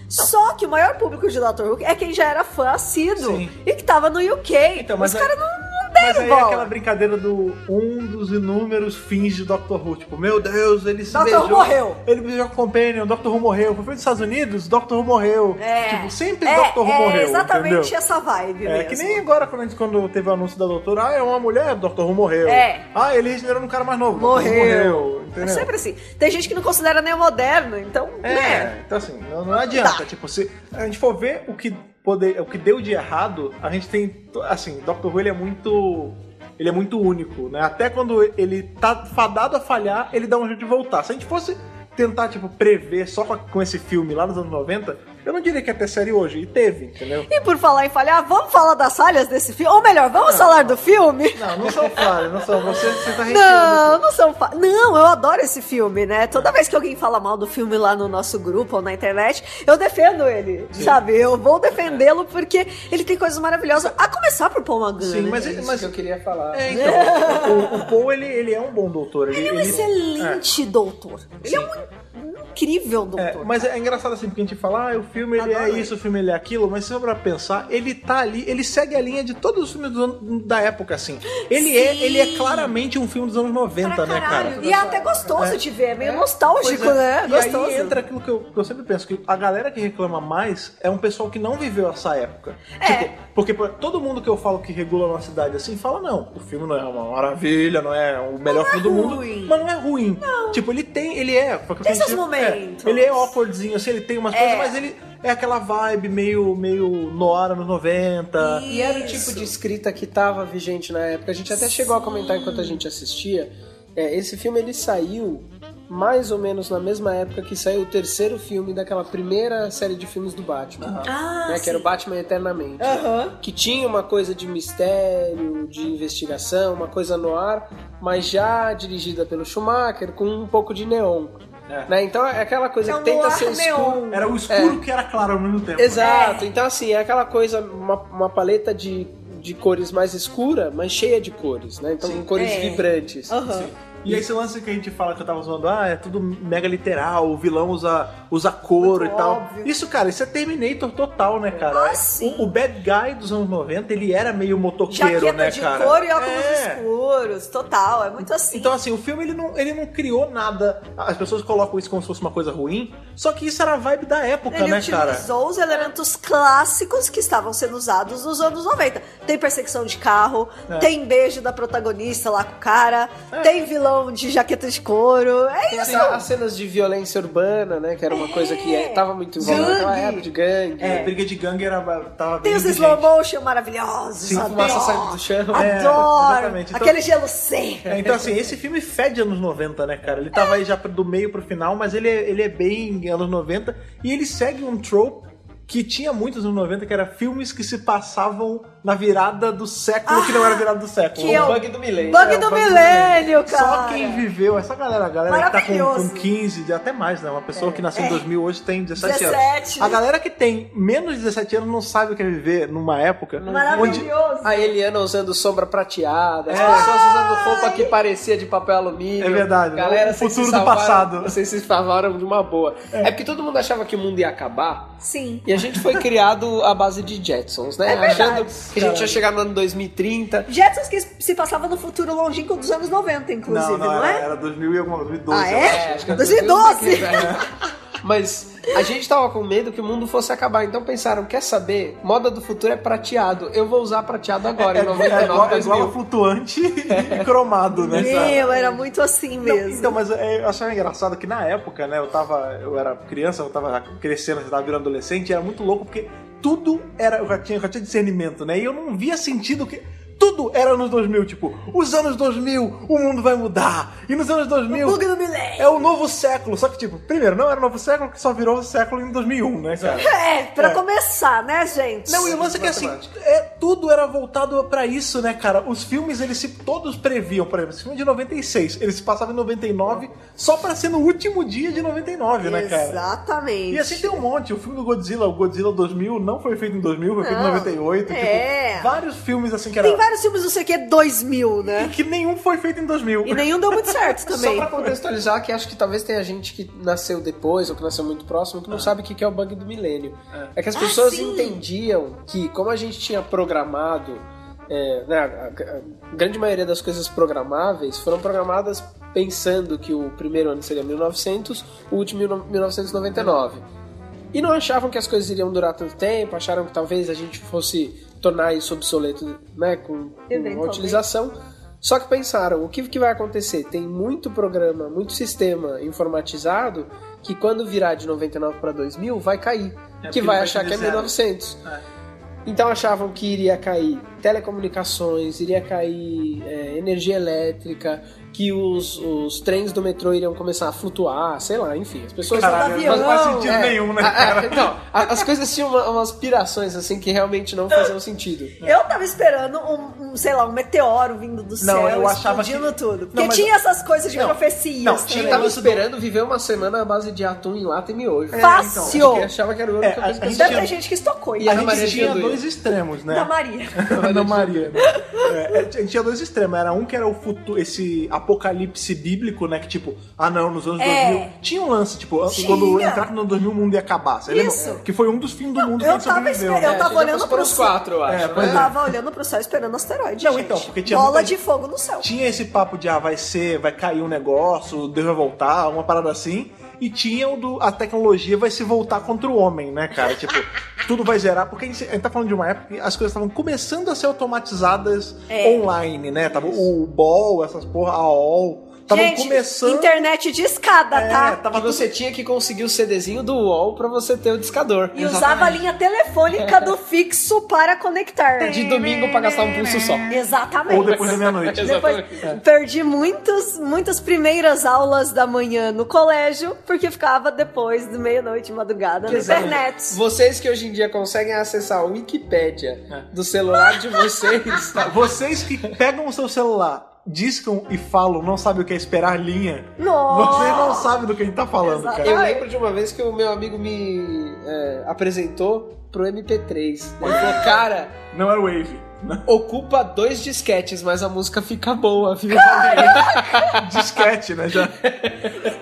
[SPEAKER 3] Só que o maior público de Doctor Who é quem já era fã assíduo
[SPEAKER 2] Sim.
[SPEAKER 3] e que tava no UK.
[SPEAKER 2] Então, mas é-
[SPEAKER 3] Os caras não, não
[SPEAKER 2] Mas aí é
[SPEAKER 3] bola.
[SPEAKER 2] aquela brincadeira do um dos inúmeros fins de Doctor Who. Tipo, meu Deus, ele se
[SPEAKER 3] Dr.
[SPEAKER 2] beijou.
[SPEAKER 3] Who morreu.
[SPEAKER 2] Ele beijou com o Companion, Doctor Who morreu. Foi feito nos Estados Unidos, Doctor Who morreu.
[SPEAKER 3] É.
[SPEAKER 2] Tipo, sempre
[SPEAKER 3] é,
[SPEAKER 2] Doctor Who
[SPEAKER 3] é
[SPEAKER 2] morreu,
[SPEAKER 3] exatamente
[SPEAKER 2] entendeu?
[SPEAKER 3] essa vibe
[SPEAKER 2] É,
[SPEAKER 3] mesmo.
[SPEAKER 2] que nem agora quando, a gente- quando teve o anúncio da doutora, ah, é uma mulher, Doctor Who morreu.
[SPEAKER 3] É.
[SPEAKER 2] Ah, ele regenerou num cara mais novo. Dr. Who
[SPEAKER 3] Morreu.
[SPEAKER 2] morreu
[SPEAKER 3] É
[SPEAKER 2] entendeu?
[SPEAKER 3] sempre assim. Tem gente que não considera nem moderno, então, né?
[SPEAKER 2] É, então assim, não, não adianta.
[SPEAKER 3] Tá.
[SPEAKER 2] Tipo, se a gente for ver o que, poder, o que deu de errado, a gente tem. to- Assim, Doctor Who ele é muito. Ele é muito único, né? Até quando ele tá fadado a falhar, ele dá um jeito de voltar. Se a gente fosse tentar, tipo, prever só com, com esse filme lá nos anos 90, eu não diria que ia ter série hoje. E teve, entendeu?
[SPEAKER 3] E por falar em falhar, vamos falar das falhas desse filme? Ou melhor, vamos falar do filme?
[SPEAKER 2] Não, não são falhas, não são. Você, você tá retendo.
[SPEAKER 3] Não, não são fa... Não, eu adoro esse filme, né? Toda vez que alguém fala mal do filme lá no nosso grupo ou na internet, eu defendo ele, sabe? Eu vou defendê-lo porque ele tem coisas maravilhosas. A começar por Paul Magan.
[SPEAKER 2] Sim,
[SPEAKER 3] né?
[SPEAKER 2] mas,
[SPEAKER 4] É isso
[SPEAKER 2] mas
[SPEAKER 4] que eu queria falar.
[SPEAKER 2] É, então, o, o Paul, ele, ele é um bom doutor. Ele,
[SPEAKER 3] Ele é um excelente doutor. Ele é um incrível
[SPEAKER 2] É,
[SPEAKER 3] doutor.
[SPEAKER 2] mas é engraçado assim, porque a gente fala, ah, o filme ele é
[SPEAKER 3] Adoro
[SPEAKER 2] isso, o filme ele é aquilo, mas se for pra pensar, ele tá ali, ele segue a linha de todos os filmes dos anos- da época, assim. Ele, é,
[SPEAKER 3] Sim.
[SPEAKER 2] ele é claramente um filme dos anos 90,
[SPEAKER 3] Pra
[SPEAKER 2] né,
[SPEAKER 3] caralho.
[SPEAKER 2] cara?
[SPEAKER 3] E é até gostoso de ver, é meio nostálgico,
[SPEAKER 2] Pois
[SPEAKER 3] né?
[SPEAKER 2] é.
[SPEAKER 3] Gostoso.
[SPEAKER 2] E aí entra aquilo que eu, que eu sempre penso, que a galera que reclama mais é um pessoal que não viveu essa época.
[SPEAKER 3] É.
[SPEAKER 2] Tipo, porque pô, todo mundo que eu falo que regula a nossa cidade assim, fala, não, o filme não é uma maravilha, não é o melhor filme do
[SPEAKER 3] ruim.
[SPEAKER 2] mundo, mas não é ruim. Tipo, ele tem, ele é... foi o que eu
[SPEAKER 3] Tem seus
[SPEAKER 2] senti- é,
[SPEAKER 3] momentos.
[SPEAKER 2] ele é awkwardzinho, assim, ele tem umas
[SPEAKER 3] É.
[SPEAKER 2] coisas, mas ele é aquela vibe meio, meio noir anos 90.
[SPEAKER 4] E era o tipo de escrita que estava vigente na época. A gente até chegou a comentar enquanto a gente assistia. É, esse filme ele saiu mais ou menos na mesma época que saiu o terceiro filme daquela primeira série de filmes do Batman,
[SPEAKER 3] Ah,
[SPEAKER 4] né, que era o
[SPEAKER 3] sim.
[SPEAKER 4] Batman Eternamente.
[SPEAKER 3] Aham.
[SPEAKER 4] Que tinha uma coisa de mistério, de investigação, uma coisa no ar, mas já dirigida pelo Schumacher com um pouco de neon.
[SPEAKER 2] É.
[SPEAKER 4] Né? Então é aquela coisa
[SPEAKER 3] É um
[SPEAKER 4] que tenta
[SPEAKER 3] noir
[SPEAKER 4] ser escuro,
[SPEAKER 3] neon.
[SPEAKER 2] Era o escuro
[SPEAKER 3] é.
[SPEAKER 2] que era claro ao mesmo tempo.
[SPEAKER 4] Exato, então assim, é aquela coisa, uma, uma paleta de, de cores mais escura, mas cheia de cores, né? Então,
[SPEAKER 2] Sim.
[SPEAKER 4] cores
[SPEAKER 3] É.
[SPEAKER 4] vibrantes.
[SPEAKER 3] Aham.
[SPEAKER 2] E esse lance que a gente fala que eu tava usando, ah, é tudo mega literal, o vilão usa, usa couro
[SPEAKER 3] Muito
[SPEAKER 2] e tal.
[SPEAKER 3] óbvio.
[SPEAKER 2] Isso, cara, isso é Terminator total, né, cara?
[SPEAKER 3] Ah, sim.
[SPEAKER 2] o, o bad guy dos anos 90, ele era meio motoqueiro,
[SPEAKER 3] Jaqueta
[SPEAKER 2] né,
[SPEAKER 3] de
[SPEAKER 2] cara?
[SPEAKER 3] couro e óculos
[SPEAKER 2] É.
[SPEAKER 3] escuros, total. É muito assim.
[SPEAKER 2] Então, assim, o filme ele não, ele não criou nada. As pessoas colocam isso como se fosse uma coisa ruim. Só que isso era a vibe da época,
[SPEAKER 3] ele
[SPEAKER 2] né, cara?
[SPEAKER 3] utilizou os elementos clássicos que estavam sendo usados nos anos 90. Tem perseguição de carro,
[SPEAKER 2] É.
[SPEAKER 3] tem beijo da protagonista lá com o cara, tem vilão de jaqueta de couro. É
[SPEAKER 4] Tem
[SPEAKER 3] isso.
[SPEAKER 4] até as cenas de violência urbana, né? Que era uma coisa que é- tava muito em voga
[SPEAKER 3] Gangue.
[SPEAKER 4] naquela época de gangue.
[SPEAKER 2] A É, briga de gangue era, tava bem
[SPEAKER 3] É. Tem os
[SPEAKER 2] vigente.
[SPEAKER 3] slow motion maravilhosos.
[SPEAKER 2] Sim,
[SPEAKER 3] adoro.
[SPEAKER 4] Fumaça saindo do chão.
[SPEAKER 2] É,
[SPEAKER 3] Adoro.
[SPEAKER 2] exatamente. Então-
[SPEAKER 3] Aquele gelo seco.
[SPEAKER 2] É, então, assim, esse filme fede anos 90, né, cara? Ele tava aí já do meio pro final, mas ele é, ele é bem anos 90 e ele segue um trope que tinha muitos anos 90, que era filmes que se passavam na virada do século, que não era virada do século.
[SPEAKER 3] Ah, que
[SPEAKER 4] O
[SPEAKER 3] eu-
[SPEAKER 4] né? bug do milênio.
[SPEAKER 3] Bug
[SPEAKER 2] É,
[SPEAKER 3] do
[SPEAKER 2] o bug do
[SPEAKER 3] milênio, cara.
[SPEAKER 2] Só quem viveu, essa galera, a galera que tá com,
[SPEAKER 3] Maravilhoso.
[SPEAKER 2] com 15, de- até mais, né? Uma pessoa que nasceu
[SPEAKER 3] É.
[SPEAKER 2] em 2000 hoje tem 17,
[SPEAKER 3] 17.
[SPEAKER 2] anos. A galera que tem menos de 17 anos não sabe o que é viver numa época onde
[SPEAKER 3] Maravilhoso.
[SPEAKER 4] A Eliana usando sombra prateada, as
[SPEAKER 2] É.
[SPEAKER 4] pessoas usando roupa que parecia de papel alumínio.
[SPEAKER 2] É verdade, né?
[SPEAKER 4] Galera,
[SPEAKER 2] O
[SPEAKER 4] vocês
[SPEAKER 2] futuro
[SPEAKER 4] se
[SPEAKER 2] do
[SPEAKER 4] salvaram-
[SPEAKER 2] passado.
[SPEAKER 4] Vocês se salvaram de uma boa. É. porque todo mundo achava que o mundo ia acabar.
[SPEAKER 3] Sim.
[SPEAKER 4] E a gente foi criado à base de Jetsons,
[SPEAKER 2] É
[SPEAKER 4] né? Achando que a gente ia chegar no ano 2030.
[SPEAKER 3] Jetsons que se passava no futuro longínquo dos anos 90, inclusive,
[SPEAKER 2] Não,
[SPEAKER 3] não,
[SPEAKER 2] não, era,
[SPEAKER 3] é?
[SPEAKER 2] era 2000 e alguma 2012.
[SPEAKER 3] Ah,
[SPEAKER 2] eu
[SPEAKER 3] é?
[SPEAKER 2] acho.
[SPEAKER 4] acho que era
[SPEAKER 3] 2012.
[SPEAKER 4] 2012, né? Mas a gente tava com medo que o mundo fosse acabar, então pensaram, quer saber? Moda do futuro é prateado. Eu vou usar prateado agora,
[SPEAKER 2] É,
[SPEAKER 4] em
[SPEAKER 2] é igual,
[SPEAKER 4] 99,
[SPEAKER 2] é igual a
[SPEAKER 4] 2000.
[SPEAKER 2] flutuante e cromado, né? cara?
[SPEAKER 3] Meu, era muito assim
[SPEAKER 2] Não,
[SPEAKER 3] mesmo.
[SPEAKER 2] então, mas é, eu achava engraçado que na época, né, eu tava. Eu era criança, eu tava crescendo, eu tava virando adolescente, e era muito louco, porque tudo era. Eu já tinha, eu já tinha discernimento, né? E eu não via sentido que. Tudo era anos 2000, tipo, os anos 2000, o mundo vai mudar. E nos anos 2000
[SPEAKER 3] Bug do milênio.
[SPEAKER 2] é o novo século. Só que, tipo, primeiro, não era o novo século, que só virou o século em 2001, né, cara?
[SPEAKER 3] É, pra
[SPEAKER 2] É.
[SPEAKER 3] começar, né, gente?
[SPEAKER 2] Não, e o lance é que assim, é, tudo era voltado pra isso, né, cara? Os filmes, eles se todos previam, por exemplo, esse filme é de 96, ele se passava em 99, só pra ser no último dia de 99, né, cara?
[SPEAKER 3] Exatamente.
[SPEAKER 2] E assim tem um monte, o filme do Godzilla, o Godzilla 2000 não foi feito em 2000, foi feito em
[SPEAKER 3] Não.
[SPEAKER 2] 98,
[SPEAKER 3] É.
[SPEAKER 2] tipo, vários filmes assim que era
[SPEAKER 3] Tem vários filmes, não sei o que, 2000,
[SPEAKER 2] e
[SPEAKER 3] né?
[SPEAKER 2] que nenhum foi feito em 2000.
[SPEAKER 3] E nenhum deu muito certo
[SPEAKER 4] Só
[SPEAKER 3] também.
[SPEAKER 4] pra contextualizar, que acho que talvez tenha gente que nasceu depois ou que nasceu muito próximo que não sabe o que que é o bug do milênio. É que as
[SPEAKER 3] Ah,
[SPEAKER 4] pessoas
[SPEAKER 3] sim.
[SPEAKER 4] entendiam que, como a gente tinha programado é, né, a, a grande maioria das coisas programáveis foram programadas pensando que o primeiro ano seria 1900, o último 1999. E não achavam que as coisas iriam durar tanto tempo, acharam que talvez a gente fosse tornar isso obsoleto né, com, com a
[SPEAKER 3] Eventualmente.
[SPEAKER 4] utilização. Só que pensaram, o que, que vai acontecer? Tem muito programa, muito sistema informatizado que quando virar de 99 para 2000 vai cair,
[SPEAKER 5] É, porque
[SPEAKER 4] que
[SPEAKER 5] não
[SPEAKER 4] vai
[SPEAKER 5] vai
[SPEAKER 4] achar que é
[SPEAKER 5] fazer zero.
[SPEAKER 4] 1900.
[SPEAKER 5] É.
[SPEAKER 4] Então achavam que iria cair telecomunicações, iria cair é, energia elétrica, que os, os trens do metrô iriam começar a flutuar, sei lá, enfim. As pessoas
[SPEAKER 3] Caralho,
[SPEAKER 4] Mas-
[SPEAKER 5] não faz
[SPEAKER 3] Não,
[SPEAKER 5] sentido
[SPEAKER 4] é.
[SPEAKER 5] nenhum, né,
[SPEAKER 4] Ah, ah,
[SPEAKER 5] cara?
[SPEAKER 4] Então, a- as coisas tinham uma- umas pirações assim que realmente não faziam sentido.
[SPEAKER 3] Eu tava esperando um, um, sei lá, um meteoro vindo do céu,
[SPEAKER 5] eu achava
[SPEAKER 3] explodindo
[SPEAKER 5] que-
[SPEAKER 3] tudo. Porque
[SPEAKER 5] Não, mas-
[SPEAKER 3] tinha essas coisas de
[SPEAKER 5] Não,
[SPEAKER 3] profecias.
[SPEAKER 5] não,
[SPEAKER 3] também.
[SPEAKER 5] tinha-
[SPEAKER 4] Eu tava esperando viver uma semana à base de atum em lata e
[SPEAKER 2] É,
[SPEAKER 4] miojo.
[SPEAKER 2] então,
[SPEAKER 3] Fácil.
[SPEAKER 4] Porque achava que era a única
[SPEAKER 5] É, a-
[SPEAKER 4] coisa que
[SPEAKER 5] a
[SPEAKER 4] eu
[SPEAKER 5] gente
[SPEAKER 3] Deve
[SPEAKER 5] tinha-
[SPEAKER 3] ter gente que estocou.
[SPEAKER 4] E a
[SPEAKER 2] A
[SPEAKER 4] Ana
[SPEAKER 2] gente
[SPEAKER 4] Maria
[SPEAKER 2] tinha
[SPEAKER 4] Amendoim.
[SPEAKER 2] dois extremos, né?
[SPEAKER 3] Da Maria.
[SPEAKER 2] Ana Maria. É, a gente tinha dois extremos. Era um que era o futuro, esse apocalipse bíblico, né? Que tipo, ah não, nos anos
[SPEAKER 3] É.
[SPEAKER 2] 2000. Tinha um lance, tipo, an-
[SPEAKER 3] Tinha.
[SPEAKER 2] quando entrar no ano 2000 o mundo ia acabar. Você
[SPEAKER 3] Isso.
[SPEAKER 2] lembra? Que foi um dos fins do mundo que a
[SPEAKER 3] eu
[SPEAKER 2] gente
[SPEAKER 3] tava
[SPEAKER 2] sobreviveu.
[SPEAKER 3] esper- eu
[SPEAKER 2] né?
[SPEAKER 3] tava olhando pro
[SPEAKER 4] É, os
[SPEAKER 3] céu.
[SPEAKER 4] quatro, eu acho.
[SPEAKER 2] É,
[SPEAKER 4] né?
[SPEAKER 2] pois
[SPEAKER 3] Eu tava olhando pro céu esperando asteroide.
[SPEAKER 2] Não,
[SPEAKER 3] gente.
[SPEAKER 2] então, porque tinha
[SPEAKER 3] Bola
[SPEAKER 2] muita-
[SPEAKER 3] de fogo no céu.
[SPEAKER 2] Tinha esse papo de ah, vai ser, vai cair um negócio, Deus vai voltar, uma parada assim. E tinha o do a tecnologia vai se voltar contra o homem, né, cara? Tipo, tudo vai zerar, porque a gente, a gente tá falando de uma época que as coisas estavam começando a ser automatizadas
[SPEAKER 3] É.
[SPEAKER 2] online, né? Tava o Ball, essas porra, a AOL, estavam
[SPEAKER 3] Gente,
[SPEAKER 2] começando.
[SPEAKER 3] internet de escada,
[SPEAKER 2] É,
[SPEAKER 3] tá?
[SPEAKER 2] tava
[SPEAKER 4] Que você tinha que conseguir o CDzinho do UOL pra você ter o discador.
[SPEAKER 3] E usava a linha telefônica do fixo para conectar.
[SPEAKER 4] De domingo pra gastar um pulso só.
[SPEAKER 3] Exatamente.
[SPEAKER 2] Ou depois da meia-noite.
[SPEAKER 3] Depois- perdi muitos, muitas primeiras aulas da manhã no colégio, porque ficava depois de meia-noite, madrugada, na
[SPEAKER 4] Exato.
[SPEAKER 3] internet.
[SPEAKER 4] Vocês que hoje em dia conseguem acessar a
[SPEAKER 2] É.
[SPEAKER 4] Wikipédia do celular de vocês, tá?
[SPEAKER 2] Vocês que pegam o seu celular, discam e falam, não sabem o que é esperar linha,
[SPEAKER 3] Nossa!
[SPEAKER 2] vocês não sabem do que a gente tá falando,
[SPEAKER 3] Oh. Exato.
[SPEAKER 2] cara.
[SPEAKER 4] Eu lembro de uma vez que o meu amigo me é, apresentou pro MP3. Ele falou, cara,
[SPEAKER 2] Não é Wave.
[SPEAKER 4] ocupa dois disquetes, mas a múca fica boa, viu?
[SPEAKER 2] Disquete, né? Já.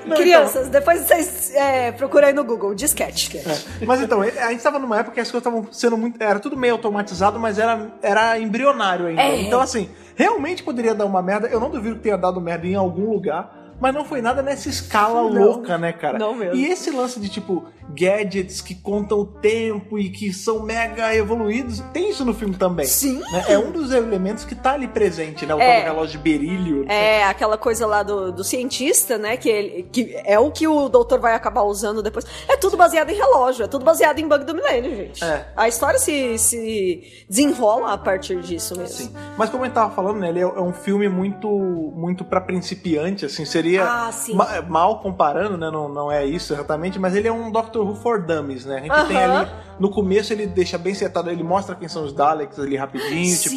[SPEAKER 2] então.
[SPEAKER 3] Crianças, depois vocês é, procuram aí no Google, disquete.
[SPEAKER 2] Mas então, a gente tava numa época que as coisas estavam sendo muito. Era tudo meio automatizado, mas era, era embrionário ainda.
[SPEAKER 3] É.
[SPEAKER 2] Então, assim, realmente poderia dar uma merda. Eu não duvido que tenha dado merda em algum lugar. Mas não foi nada nessa escala
[SPEAKER 3] Não.
[SPEAKER 2] louca, né, cara?
[SPEAKER 3] Não mesmo.
[SPEAKER 2] E esse lance de, tipo, gadgets que contam o tempo e que são mega evoluídos, tem isso no filme também.
[SPEAKER 3] Sim.
[SPEAKER 2] né? É um dos elementos que tá ali presente, né? O
[SPEAKER 3] É.
[SPEAKER 2] tal do relógio de né? berílio.
[SPEAKER 3] É, aquela coisa lá do, do cientista, né? Que, ele, que é o que o doutor vai acabar usando depois. É tudo baseado em relógio, é tudo baseado em bug do milênio, gente.
[SPEAKER 2] É.
[SPEAKER 3] A história se, se desenrola a partir disso mesmo.
[SPEAKER 2] Sim. Mas como eu tava falando, né, ele é, é um filme muito muito para principiante, assim, seria
[SPEAKER 3] Ah, sim.
[SPEAKER 2] ma- é, mal comparando, né, não, não é isso exatamente, mas ele é um Doctor Who for Dummies, né? A gente tem
[SPEAKER 3] Aham.
[SPEAKER 2] ali no começo ele deixa bem setado, ele mostra quem são os Daleks ali rapidinho,
[SPEAKER 3] Sim.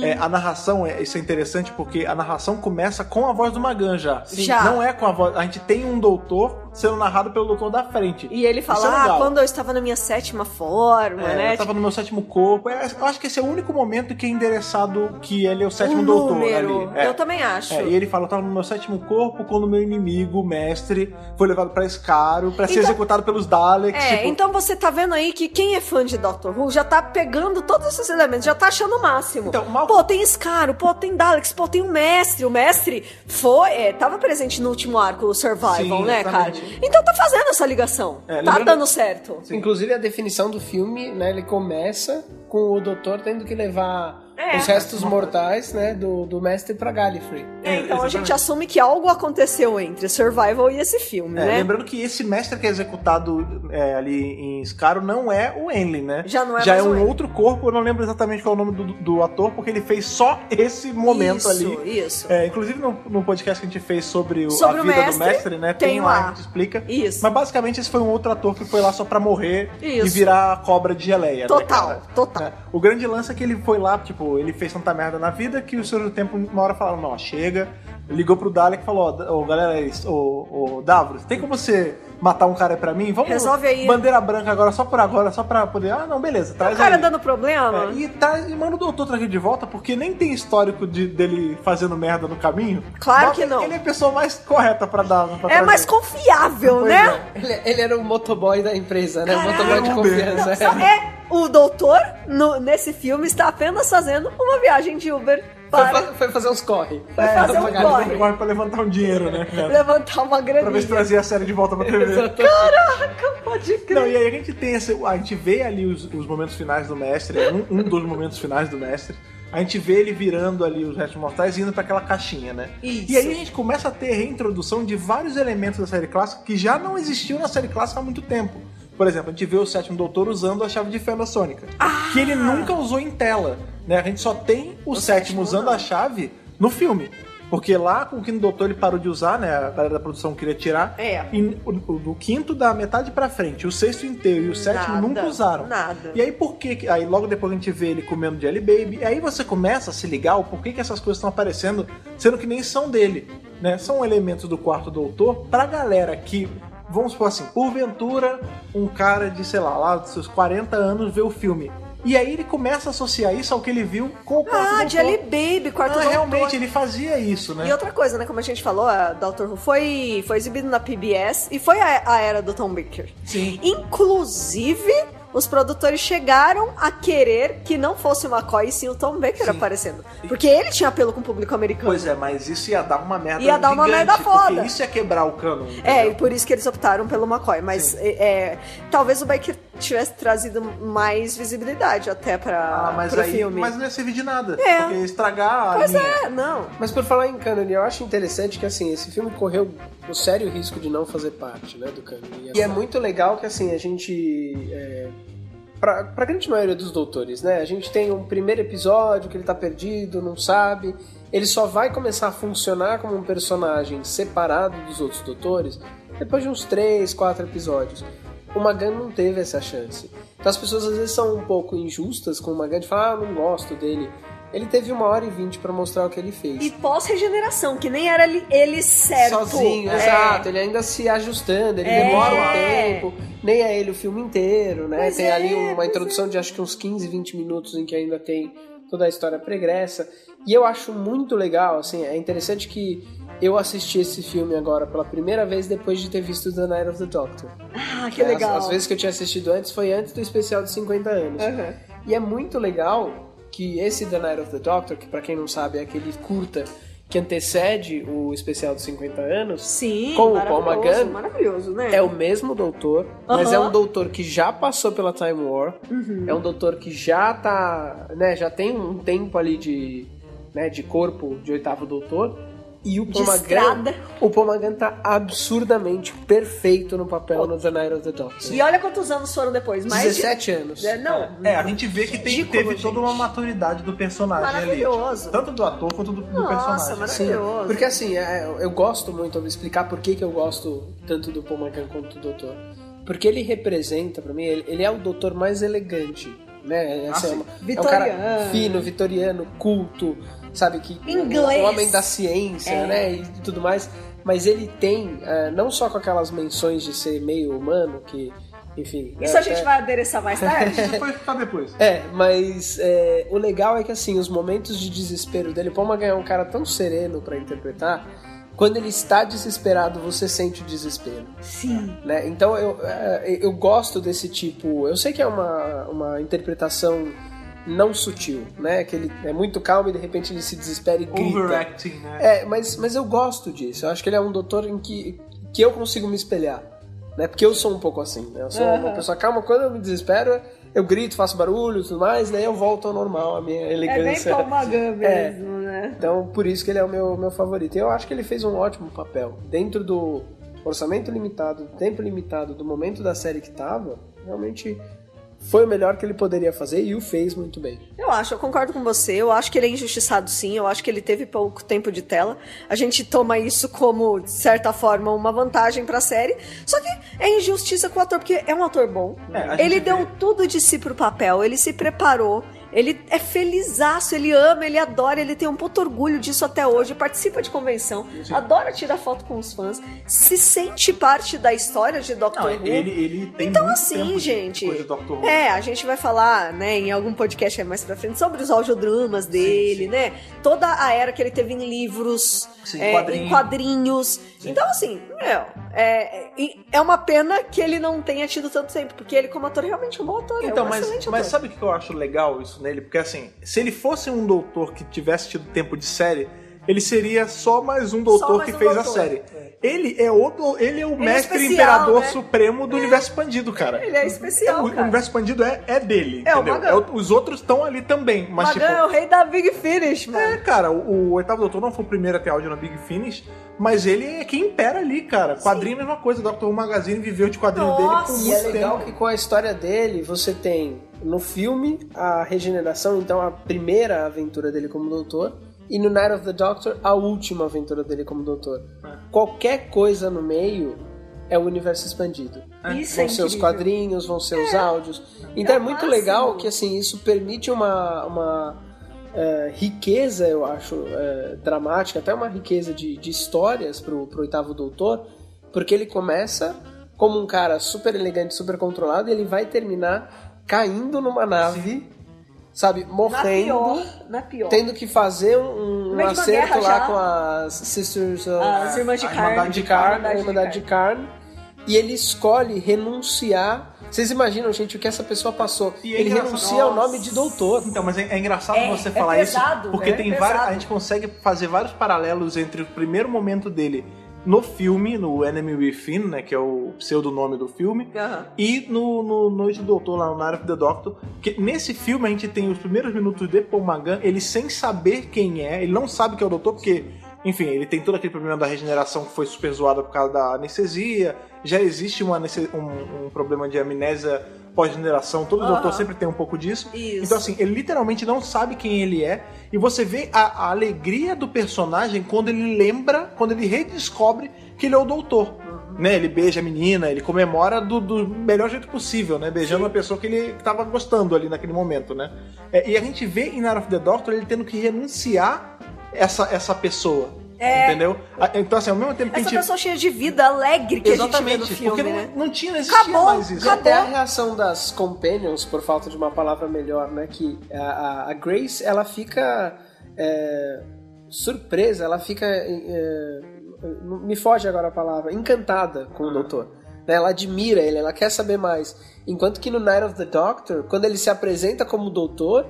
[SPEAKER 2] tipo, é, a narração, é, isso é interessante porque a narração começa com a voz do Magan já.
[SPEAKER 3] Sim. Já.
[SPEAKER 2] Não é com a voz, a gente tem um doutor sendo narrado pelo doutor da frente.
[SPEAKER 3] E ele
[SPEAKER 2] Isso é
[SPEAKER 3] fala,
[SPEAKER 2] legal.
[SPEAKER 3] ah, quando eu estava na minha sétima forma,
[SPEAKER 2] É,
[SPEAKER 3] né?
[SPEAKER 2] eu tava no meu sétimo corpo. É, eu acho que esse é o único momento que é endereçado que ele é o sétimo
[SPEAKER 3] um
[SPEAKER 2] doutor
[SPEAKER 3] número.
[SPEAKER 2] ali. É.
[SPEAKER 3] Eu também acho.
[SPEAKER 2] É, e ele fala, eu tava no meu sétimo corpo quando meu inimigo, o mestre, foi levado pra Escaro pra ser
[SPEAKER 3] Então-
[SPEAKER 2] executado pelos Daleks.
[SPEAKER 3] É,
[SPEAKER 2] tipo,
[SPEAKER 3] então você tá vendo aí que quem é fã de Doctor Who já tá pegando todos esses elementos, já tá achando o máximo.
[SPEAKER 2] Então, mal-
[SPEAKER 3] Pô, tem Scaro, pô, tem Daleks, pô, tem o Mestre. O Mestre foi, é, tava presente no último arco, o Survival,
[SPEAKER 2] Sim,
[SPEAKER 3] né,
[SPEAKER 2] exatamente.
[SPEAKER 3] cara? Então tá fazendo essa ligação.
[SPEAKER 2] É,
[SPEAKER 3] tá
[SPEAKER 2] lembrando-
[SPEAKER 3] dando certo.
[SPEAKER 4] Inclusive a definição do filme, né? Ele começa com o doutor tendo que levar
[SPEAKER 3] É.
[SPEAKER 4] os restos mortais, né, do, do mestre pra Gallifrey.
[SPEAKER 3] É, então a gente
[SPEAKER 2] exatamente.
[SPEAKER 3] assume que algo aconteceu entre Survival e esse filme,
[SPEAKER 2] É,
[SPEAKER 3] né?
[SPEAKER 2] Lembrando que esse mestre que é executado é, ali em Scaro não é o Enlin, né?
[SPEAKER 3] Já não é
[SPEAKER 2] Já
[SPEAKER 3] mais
[SPEAKER 2] é
[SPEAKER 3] o
[SPEAKER 2] um
[SPEAKER 3] Enlin.
[SPEAKER 2] outro corpo, eu não lembro exatamente qual é o nome do, do ator, porque ele fez só esse momento
[SPEAKER 3] isso,
[SPEAKER 2] ali.
[SPEAKER 3] Isso,
[SPEAKER 2] É, inclusive no, no podcast que a gente fez sobre, o-
[SPEAKER 3] Sobre
[SPEAKER 2] a
[SPEAKER 3] o
[SPEAKER 2] vida do
[SPEAKER 3] mestre,
[SPEAKER 2] mestre, né?
[SPEAKER 3] tem
[SPEAKER 2] Tem lá,
[SPEAKER 3] lá.
[SPEAKER 2] a gente explica.
[SPEAKER 3] isso.
[SPEAKER 2] É. Mas basicamente esse foi um outro ator que foi lá só pra morrer
[SPEAKER 3] Isso.
[SPEAKER 2] e virar a cobra de geleia. né,
[SPEAKER 3] Total,
[SPEAKER 2] cara?
[SPEAKER 3] total.
[SPEAKER 2] É. O grande lance é que ele foi lá, tipo, ele fez tanta merda na vida que os senhores do tempo, uma hora falaram, não, chega. Ligou pro Dalek e falou, ó, ô, galera, isso, ô, ô, Davros, tem como você matar um cara pra mim? Vamos
[SPEAKER 3] Resolve aí.
[SPEAKER 2] bandeira branca agora, só por agora, só pra poder... Ah, não, beleza,
[SPEAKER 3] o
[SPEAKER 2] traz
[SPEAKER 3] cara
[SPEAKER 2] aí.
[SPEAKER 3] dando problema.
[SPEAKER 2] É, e, tá, e manda o doutor trazer de volta, porque nem tem histórico de- dele fazendo merda no caminho.
[SPEAKER 3] Claro
[SPEAKER 2] Mas
[SPEAKER 3] que não.
[SPEAKER 2] Ele é a pessoa mais correta pra dar. Pra
[SPEAKER 3] É,
[SPEAKER 2] trazer.
[SPEAKER 3] mais confiável,
[SPEAKER 2] Pois
[SPEAKER 3] né?
[SPEAKER 2] é.
[SPEAKER 4] Ele, ele era o motoboy da empresa, né? O
[SPEAKER 3] Caralho,
[SPEAKER 4] motoboy de
[SPEAKER 2] Uber.
[SPEAKER 4] confiança.
[SPEAKER 3] Só- é, o doutor, no- nesse filme, está apenas fazendo uma viagem de Uber
[SPEAKER 4] Foi,
[SPEAKER 3] para
[SPEAKER 4] fa- foi fazer uns corre.
[SPEAKER 3] Foi
[SPEAKER 2] É,
[SPEAKER 3] fazer um
[SPEAKER 4] Pra-
[SPEAKER 3] corre.
[SPEAKER 2] Corre pra levantar um dinheiro, né, cara?
[SPEAKER 3] levantar uma
[SPEAKER 2] Pra ver se
[SPEAKER 3] graninha.
[SPEAKER 2] trazia a série de volta pra TV.
[SPEAKER 3] Caraca, pode
[SPEAKER 2] Não,
[SPEAKER 3] crer.
[SPEAKER 2] e aí a gente tem esse, a gente vê ali os, os momentos finais do mestre, um, um dos momentos finais do mestre. A gente vê ele virando ali os restos mortais e indo pra aquela caixinha, né?
[SPEAKER 3] Isso.
[SPEAKER 2] E aí a gente começa a ter reintrodução de vários elementos da série clássica que já não existiam na série clássica há muito tempo. Por exemplo, a gente vê o sétimo doutor usando a chave de fenda sônica, que ele nunca usou em tela, né? A gente só tem o, sétimo
[SPEAKER 3] sétimo
[SPEAKER 2] usando
[SPEAKER 3] não.
[SPEAKER 2] a chave no filme. Porque lá com o quinto doutor ele parou de usar, né? A galera da produção queria tirar.
[SPEAKER 3] É.
[SPEAKER 2] E o, o- do quinto da metade pra frente, o sexto inteiro e o sétimo
[SPEAKER 3] Nada,
[SPEAKER 2] nunca usaram.
[SPEAKER 3] nada.
[SPEAKER 2] E aí por que que aí logo depois a gente vê ele comendo Jelly Baby, e aí você começa a se ligar o porquê que essas coisas estão aparecendo, sendo que nem são dele, né? São elementos do quarto doutor pra galera que vamos supor assim, porventura um cara de, sei lá, lá dos seus 40 anos vê o filme. E aí ele começa a associar isso ao que ele viu com o quarto
[SPEAKER 3] Ah,
[SPEAKER 2] doutor.
[SPEAKER 3] Jelly Baby, quarto
[SPEAKER 2] ah,
[SPEAKER 3] doutor.
[SPEAKER 2] realmente ele fazia isso, né?
[SPEAKER 3] E outra coisa, né? Como a gente falou, a Doctor Who foi, foi exibido na PBS e foi a, a era do Tom Baker.
[SPEAKER 2] Sim.
[SPEAKER 3] Inclusive, os produtores chegaram a querer que não fosse o McCoy e sim o Tom Baker aparecendo. Porque ele tinha apelo com o público americano.
[SPEAKER 2] Pois é, mas isso ia dar uma merda
[SPEAKER 3] Ia dar uma
[SPEAKER 2] gigante,
[SPEAKER 3] merda foda.
[SPEAKER 2] Porque isso ia quebrar o cano.
[SPEAKER 3] É, e por isso que eles optaram pelo McCoy. Mas é, é, talvez o Baker tivesse trazido mais visibilidade até pra,
[SPEAKER 2] Ah, mas
[SPEAKER 3] pro
[SPEAKER 2] aí
[SPEAKER 3] filme.
[SPEAKER 2] mas não ia servir de nada.
[SPEAKER 3] É.
[SPEAKER 2] Porque ia estragar a
[SPEAKER 3] Pois
[SPEAKER 2] linha.
[SPEAKER 3] é, não.
[SPEAKER 4] Mas por falar em cânone, eu acho interessante que assim, esse filme correu o sério risco de não fazer parte né, do cânone. E é muito legal que assim, a gente. É, pra, pra grande maioria dos doutores, né? A gente tem um primeiro episódio que ele tá perdido, não sabe. Ele só vai começar a funcionar como um personagem separado dos outros doutores depois de uns 3, 4 episódios. O Magan não teve essa chance. Então as pessoas às vezes são um pouco injustas com o Magan de falar, ah, não gosto dele. Ele teve uma hora e vinte pra mostrar o que ele fez
[SPEAKER 3] E pós-regeneração, que nem era ele, ele certo.
[SPEAKER 4] sozinho,
[SPEAKER 3] É.
[SPEAKER 4] exato. Ele ainda se ajustando, ele
[SPEAKER 3] É.
[SPEAKER 4] demora um tempo. Nem é ele o filme inteiro, né?
[SPEAKER 3] Pois
[SPEAKER 4] tem
[SPEAKER 3] é,
[SPEAKER 4] ali uma
[SPEAKER 3] pois
[SPEAKER 4] introdução de acho que uns 15, 20 minutos em que ainda tem toda a história pregressa. E eu acho muito legal, assim, é interessante que eu assisti esse filme agora pela primeira vez depois de ter visto The Night of the Doctor. É,
[SPEAKER 3] Ah, que
[SPEAKER 4] As-
[SPEAKER 3] legal.
[SPEAKER 4] As, vezes que eu tinha assistido antes foi antes do especial de 50 anos.
[SPEAKER 3] Aham.
[SPEAKER 4] E é muito legal que esse The Night of the Doctor, que pra quem não sabe é aquele curta que antecede o especial dos 50 anos,
[SPEAKER 3] Sim,
[SPEAKER 4] Com o Paul
[SPEAKER 3] maravilhoso,
[SPEAKER 4] McGann.
[SPEAKER 3] maravilhoso, né?
[SPEAKER 4] é o mesmo doutor, mas é
[SPEAKER 3] Aham. Uhum.
[SPEAKER 4] um doutor que já passou pela Time War, é um doutor que já tá, né, já tem um tempo ali de, né, de corpo de oitavo doutor. E o Paul
[SPEAKER 3] estrada.
[SPEAKER 4] McGann, o Paul McGann tá absurdamente perfeito no papel no The Night of the Doctor.
[SPEAKER 3] E olha quantos anos foram depois, mais
[SPEAKER 4] 17 anos.
[SPEAKER 3] de... É, Não,
[SPEAKER 2] É, a gente vê que tem,
[SPEAKER 3] Ridículo,
[SPEAKER 2] teve
[SPEAKER 3] gente.
[SPEAKER 2] toda uma maturidade do personagem ali. tipo,
[SPEAKER 3] Maravilhoso.
[SPEAKER 2] Tanto do ator quanto do, do
[SPEAKER 3] Nossa,
[SPEAKER 2] personagem.
[SPEAKER 3] maravilhoso.
[SPEAKER 4] Sim,
[SPEAKER 3] Maravilhoso.
[SPEAKER 4] porque assim, é, eu eu gosto muito, eu vou explicar por que, que eu gosto tanto do Paul McCann quanto do Doutor. Porque ele representa, pra mim, ele, ele é o doutor mais elegante, né? Assim,
[SPEAKER 2] sim.
[SPEAKER 4] é, uma- é um cara
[SPEAKER 3] Vitoriano.
[SPEAKER 4] fino, vitoriano, culto, sabe? que
[SPEAKER 3] Inglês.
[SPEAKER 4] Um homem da ciência,
[SPEAKER 3] É.
[SPEAKER 4] né? E tudo mais. Mas ele tem, é, não só com aquelas menções de ser meio humano, que, enfim...
[SPEAKER 3] isso
[SPEAKER 4] né,
[SPEAKER 3] é a gente
[SPEAKER 4] até-
[SPEAKER 3] vai adereçar mais tarde.
[SPEAKER 2] Isso foi ficar depois.
[SPEAKER 4] é, mas é, o legal é que assim, os momentos de desespero dele, o Paul McGann é um cara tão sereno pra interpretar, quando ele está desesperado, você sente o desespero.
[SPEAKER 3] Sim.
[SPEAKER 4] Né? Então eu, é, eu gosto desse tipo. Eu sei que é uma, uma interpretação não sutil, né? Que ele é muito calmo e de repente ele se desespera e grita.
[SPEAKER 2] Overacting, né?
[SPEAKER 4] É, mas, mas eu gosto disso. Eu acho que ele é um doutor em que, que eu consigo me espelhar. Né? Porque eu sou um pouco assim. Né? Eu sou uma
[SPEAKER 3] Aham.
[SPEAKER 4] pessoa calma. Quando eu me desespero, eu grito, faço barulho e tudo mais. Daí eu volto ao normal, a minha
[SPEAKER 3] É bem
[SPEAKER 4] elegância.
[SPEAKER 3] Paul McGann
[SPEAKER 4] É.
[SPEAKER 3] mesmo, né?
[SPEAKER 4] então, por isso que ele é o meu, meu favorito. E eu acho que ele fez um ótimo papel. Dentro do orçamento limitado, do tempo limitado, do momento da série que tava, realmente foi o melhor que ele poderia fazer e o fez muito bem.
[SPEAKER 3] Eu acho, eu concordo com você. Eu acho que ele é injustiçado, sim. Eu acho que ele teve pouco tempo de tela. A gente toma isso como, de certa forma, uma vantagem pra série. Só que é injustiça com o ator, porque é um ator bom.
[SPEAKER 2] É, a gente
[SPEAKER 3] ele
[SPEAKER 2] vê-
[SPEAKER 3] deu tudo de si pro papel, ele se preparou. Ele é felizaço, ele ama, ele adora, ele tem um puto orgulho disso até hoje, participa de convenção, adora tirar foto com os fãs, se sente parte da história de Doctor
[SPEAKER 2] Não,
[SPEAKER 3] Who.
[SPEAKER 2] ele, ele tem
[SPEAKER 3] Então,
[SPEAKER 2] muito
[SPEAKER 3] assim,
[SPEAKER 2] tempo de
[SPEAKER 3] gente,
[SPEAKER 2] Coisa do Dr. Who.
[SPEAKER 3] É, a gente vai falar, né, em algum podcast aí mais pra frente, sobre os audiodramas dele, né? Toda a era que ele teve em livros,
[SPEAKER 2] Sim,
[SPEAKER 3] é,
[SPEAKER 2] quadrinho.
[SPEAKER 3] em quadrinhos. Então, assim, meu, é, é uma pena que ele não tenha tido tanto tempo, porque ele, como ator, realmente é um bom ator. é
[SPEAKER 2] Então,
[SPEAKER 3] um
[SPEAKER 2] mas,
[SPEAKER 3] excelente
[SPEAKER 2] mas
[SPEAKER 3] ator.
[SPEAKER 2] sabe o que eu acho legal isso nele? Porque assim, se ele fosse um doutor que tivesse tido tempo de série, ele seria só mais um doutor
[SPEAKER 3] mais
[SPEAKER 2] que
[SPEAKER 3] um
[SPEAKER 2] fez a
[SPEAKER 3] doutor.
[SPEAKER 2] série. Ele é o, do- ele é o
[SPEAKER 3] é
[SPEAKER 2] mestre
[SPEAKER 3] especial,
[SPEAKER 2] imperador
[SPEAKER 3] né?
[SPEAKER 2] supremo do universo expandido, cara.
[SPEAKER 3] Ele é especial,
[SPEAKER 2] o, o
[SPEAKER 3] cara.
[SPEAKER 2] universo expandido é, é dele,
[SPEAKER 3] É, o
[SPEAKER 2] entendeu?
[SPEAKER 3] Magan.
[SPEAKER 2] o- os outros estão ali também, mas
[SPEAKER 3] Magan
[SPEAKER 2] tipo...
[SPEAKER 3] é o rei da Big Finish,
[SPEAKER 2] É,
[SPEAKER 3] mano.
[SPEAKER 2] cara, o, o Oitavo Doutor não foi o primeiro a ter áudio na Big Finish, mas ele é quem impera ali, cara. Quadrinho é a mesma coisa, o Dr. Who Magazine viveu de quadrinho dele por
[SPEAKER 3] Nossa,
[SPEAKER 4] E é
[SPEAKER 2] muito
[SPEAKER 4] legal
[SPEAKER 2] tempo.
[SPEAKER 4] que com a história dele, você tem no filme a regeneração, então a primeira aventura dele como doutor, e no Night of the Doctor a última aventura dele como doutor. Qualquer coisa no meio é o universo expandido.
[SPEAKER 3] Isso é
[SPEAKER 4] vão ser os
[SPEAKER 3] incrível.
[SPEAKER 4] quadrinhos, vão ser os áudios. Então
[SPEAKER 3] É
[SPEAKER 4] é,
[SPEAKER 3] o
[SPEAKER 4] muito
[SPEAKER 3] máximo.
[SPEAKER 4] legal que assim isso permite uma, uma eh, riqueza, eu acho, eh, dramática, até uma riqueza de, de histórias pro, pro oitavo doutor, porque ele começa como um cara super elegante, super controlado, e ele vai terminar caindo numa nave, sabe,
[SPEAKER 3] Na
[SPEAKER 4] morrendo,
[SPEAKER 3] pior, na pior.
[SPEAKER 4] tendo que fazer um,
[SPEAKER 3] No
[SPEAKER 4] um
[SPEAKER 3] meio de uma
[SPEAKER 4] acerto
[SPEAKER 3] guerra
[SPEAKER 4] lá
[SPEAKER 3] já.
[SPEAKER 4] com as Sisters of
[SPEAKER 3] As irmãs de
[SPEAKER 2] a
[SPEAKER 3] carne.
[SPEAKER 2] Irmandade
[SPEAKER 4] de
[SPEAKER 3] Carne,
[SPEAKER 4] carne, a Irmandade de carne, e ele escolhe renunciar. Vocês imaginam, gente, o que essa pessoa passou?
[SPEAKER 2] E é
[SPEAKER 4] ele
[SPEAKER 2] engraçado.
[SPEAKER 4] renuncia ao nome de doutor.
[SPEAKER 2] Então, mas é, é engraçado
[SPEAKER 3] É,
[SPEAKER 2] você
[SPEAKER 3] é
[SPEAKER 2] falar
[SPEAKER 3] pesado,
[SPEAKER 2] isso, porque
[SPEAKER 3] é
[SPEAKER 2] tem
[SPEAKER 3] pesado.
[SPEAKER 2] várias, a gente consegue fazer vários paralelos entre o primeiro momento dele no filme, no Enemy Within, né, que é o pseudonome do filme,
[SPEAKER 3] Aham.
[SPEAKER 2] e no, no Noite do Doutor, lá no Night of the Doctor, que nesse filme a gente tem os primeiros minutos de Paul Magan, ele sem saber quem é, ele não sabe que é o doutor, porque, enfim, ele tem todo aquele problema da regeneração que foi super zoada por causa da anestesia, já existe uma, aneste- um, um problema de amnésia pós-generação, todo
[SPEAKER 3] Aham.
[SPEAKER 2] doutor sempre tem um pouco disso.
[SPEAKER 3] Isso.
[SPEAKER 2] Então, assim, ele literalmente não sabe quem ele é. E você vê a, a alegria do personagem quando ele lembra, quando ele redescobre que ele é o doutor.
[SPEAKER 3] Uhum.
[SPEAKER 2] Né, ele beija a menina, ele comemora do, do melhor jeito possível, né? Beijando uma pessoa que ele estava gostando ali naquele momento, né? É, e a gente vê em Night of the Doctor ele tendo que renunciar essa, essa pessoa.
[SPEAKER 3] É.
[SPEAKER 2] Entendeu? A- Então, assim, ao mesmo tempo que a
[SPEAKER 3] Essa
[SPEAKER 2] gente.
[SPEAKER 3] pessoa cheia de vida, alegre que a
[SPEAKER 2] Exatamente,
[SPEAKER 3] gente vê no
[SPEAKER 2] porque
[SPEAKER 3] filme, né?
[SPEAKER 2] não, não tinha, não existia
[SPEAKER 3] Acabou,
[SPEAKER 2] mais isso.
[SPEAKER 4] E até a
[SPEAKER 3] acabou.
[SPEAKER 4] reação das companions, por falta de uma palavra melhor, né? Que a, a- a Grace, ela fica é, surpresa, ela fica. é, me foge agora a palavra, encantada com
[SPEAKER 3] Uhum.
[SPEAKER 4] o doutor. né, Ela admira ele, ela quer saber mais. Enquanto que no Night of the Doctor, quando ele se apresenta como doutor,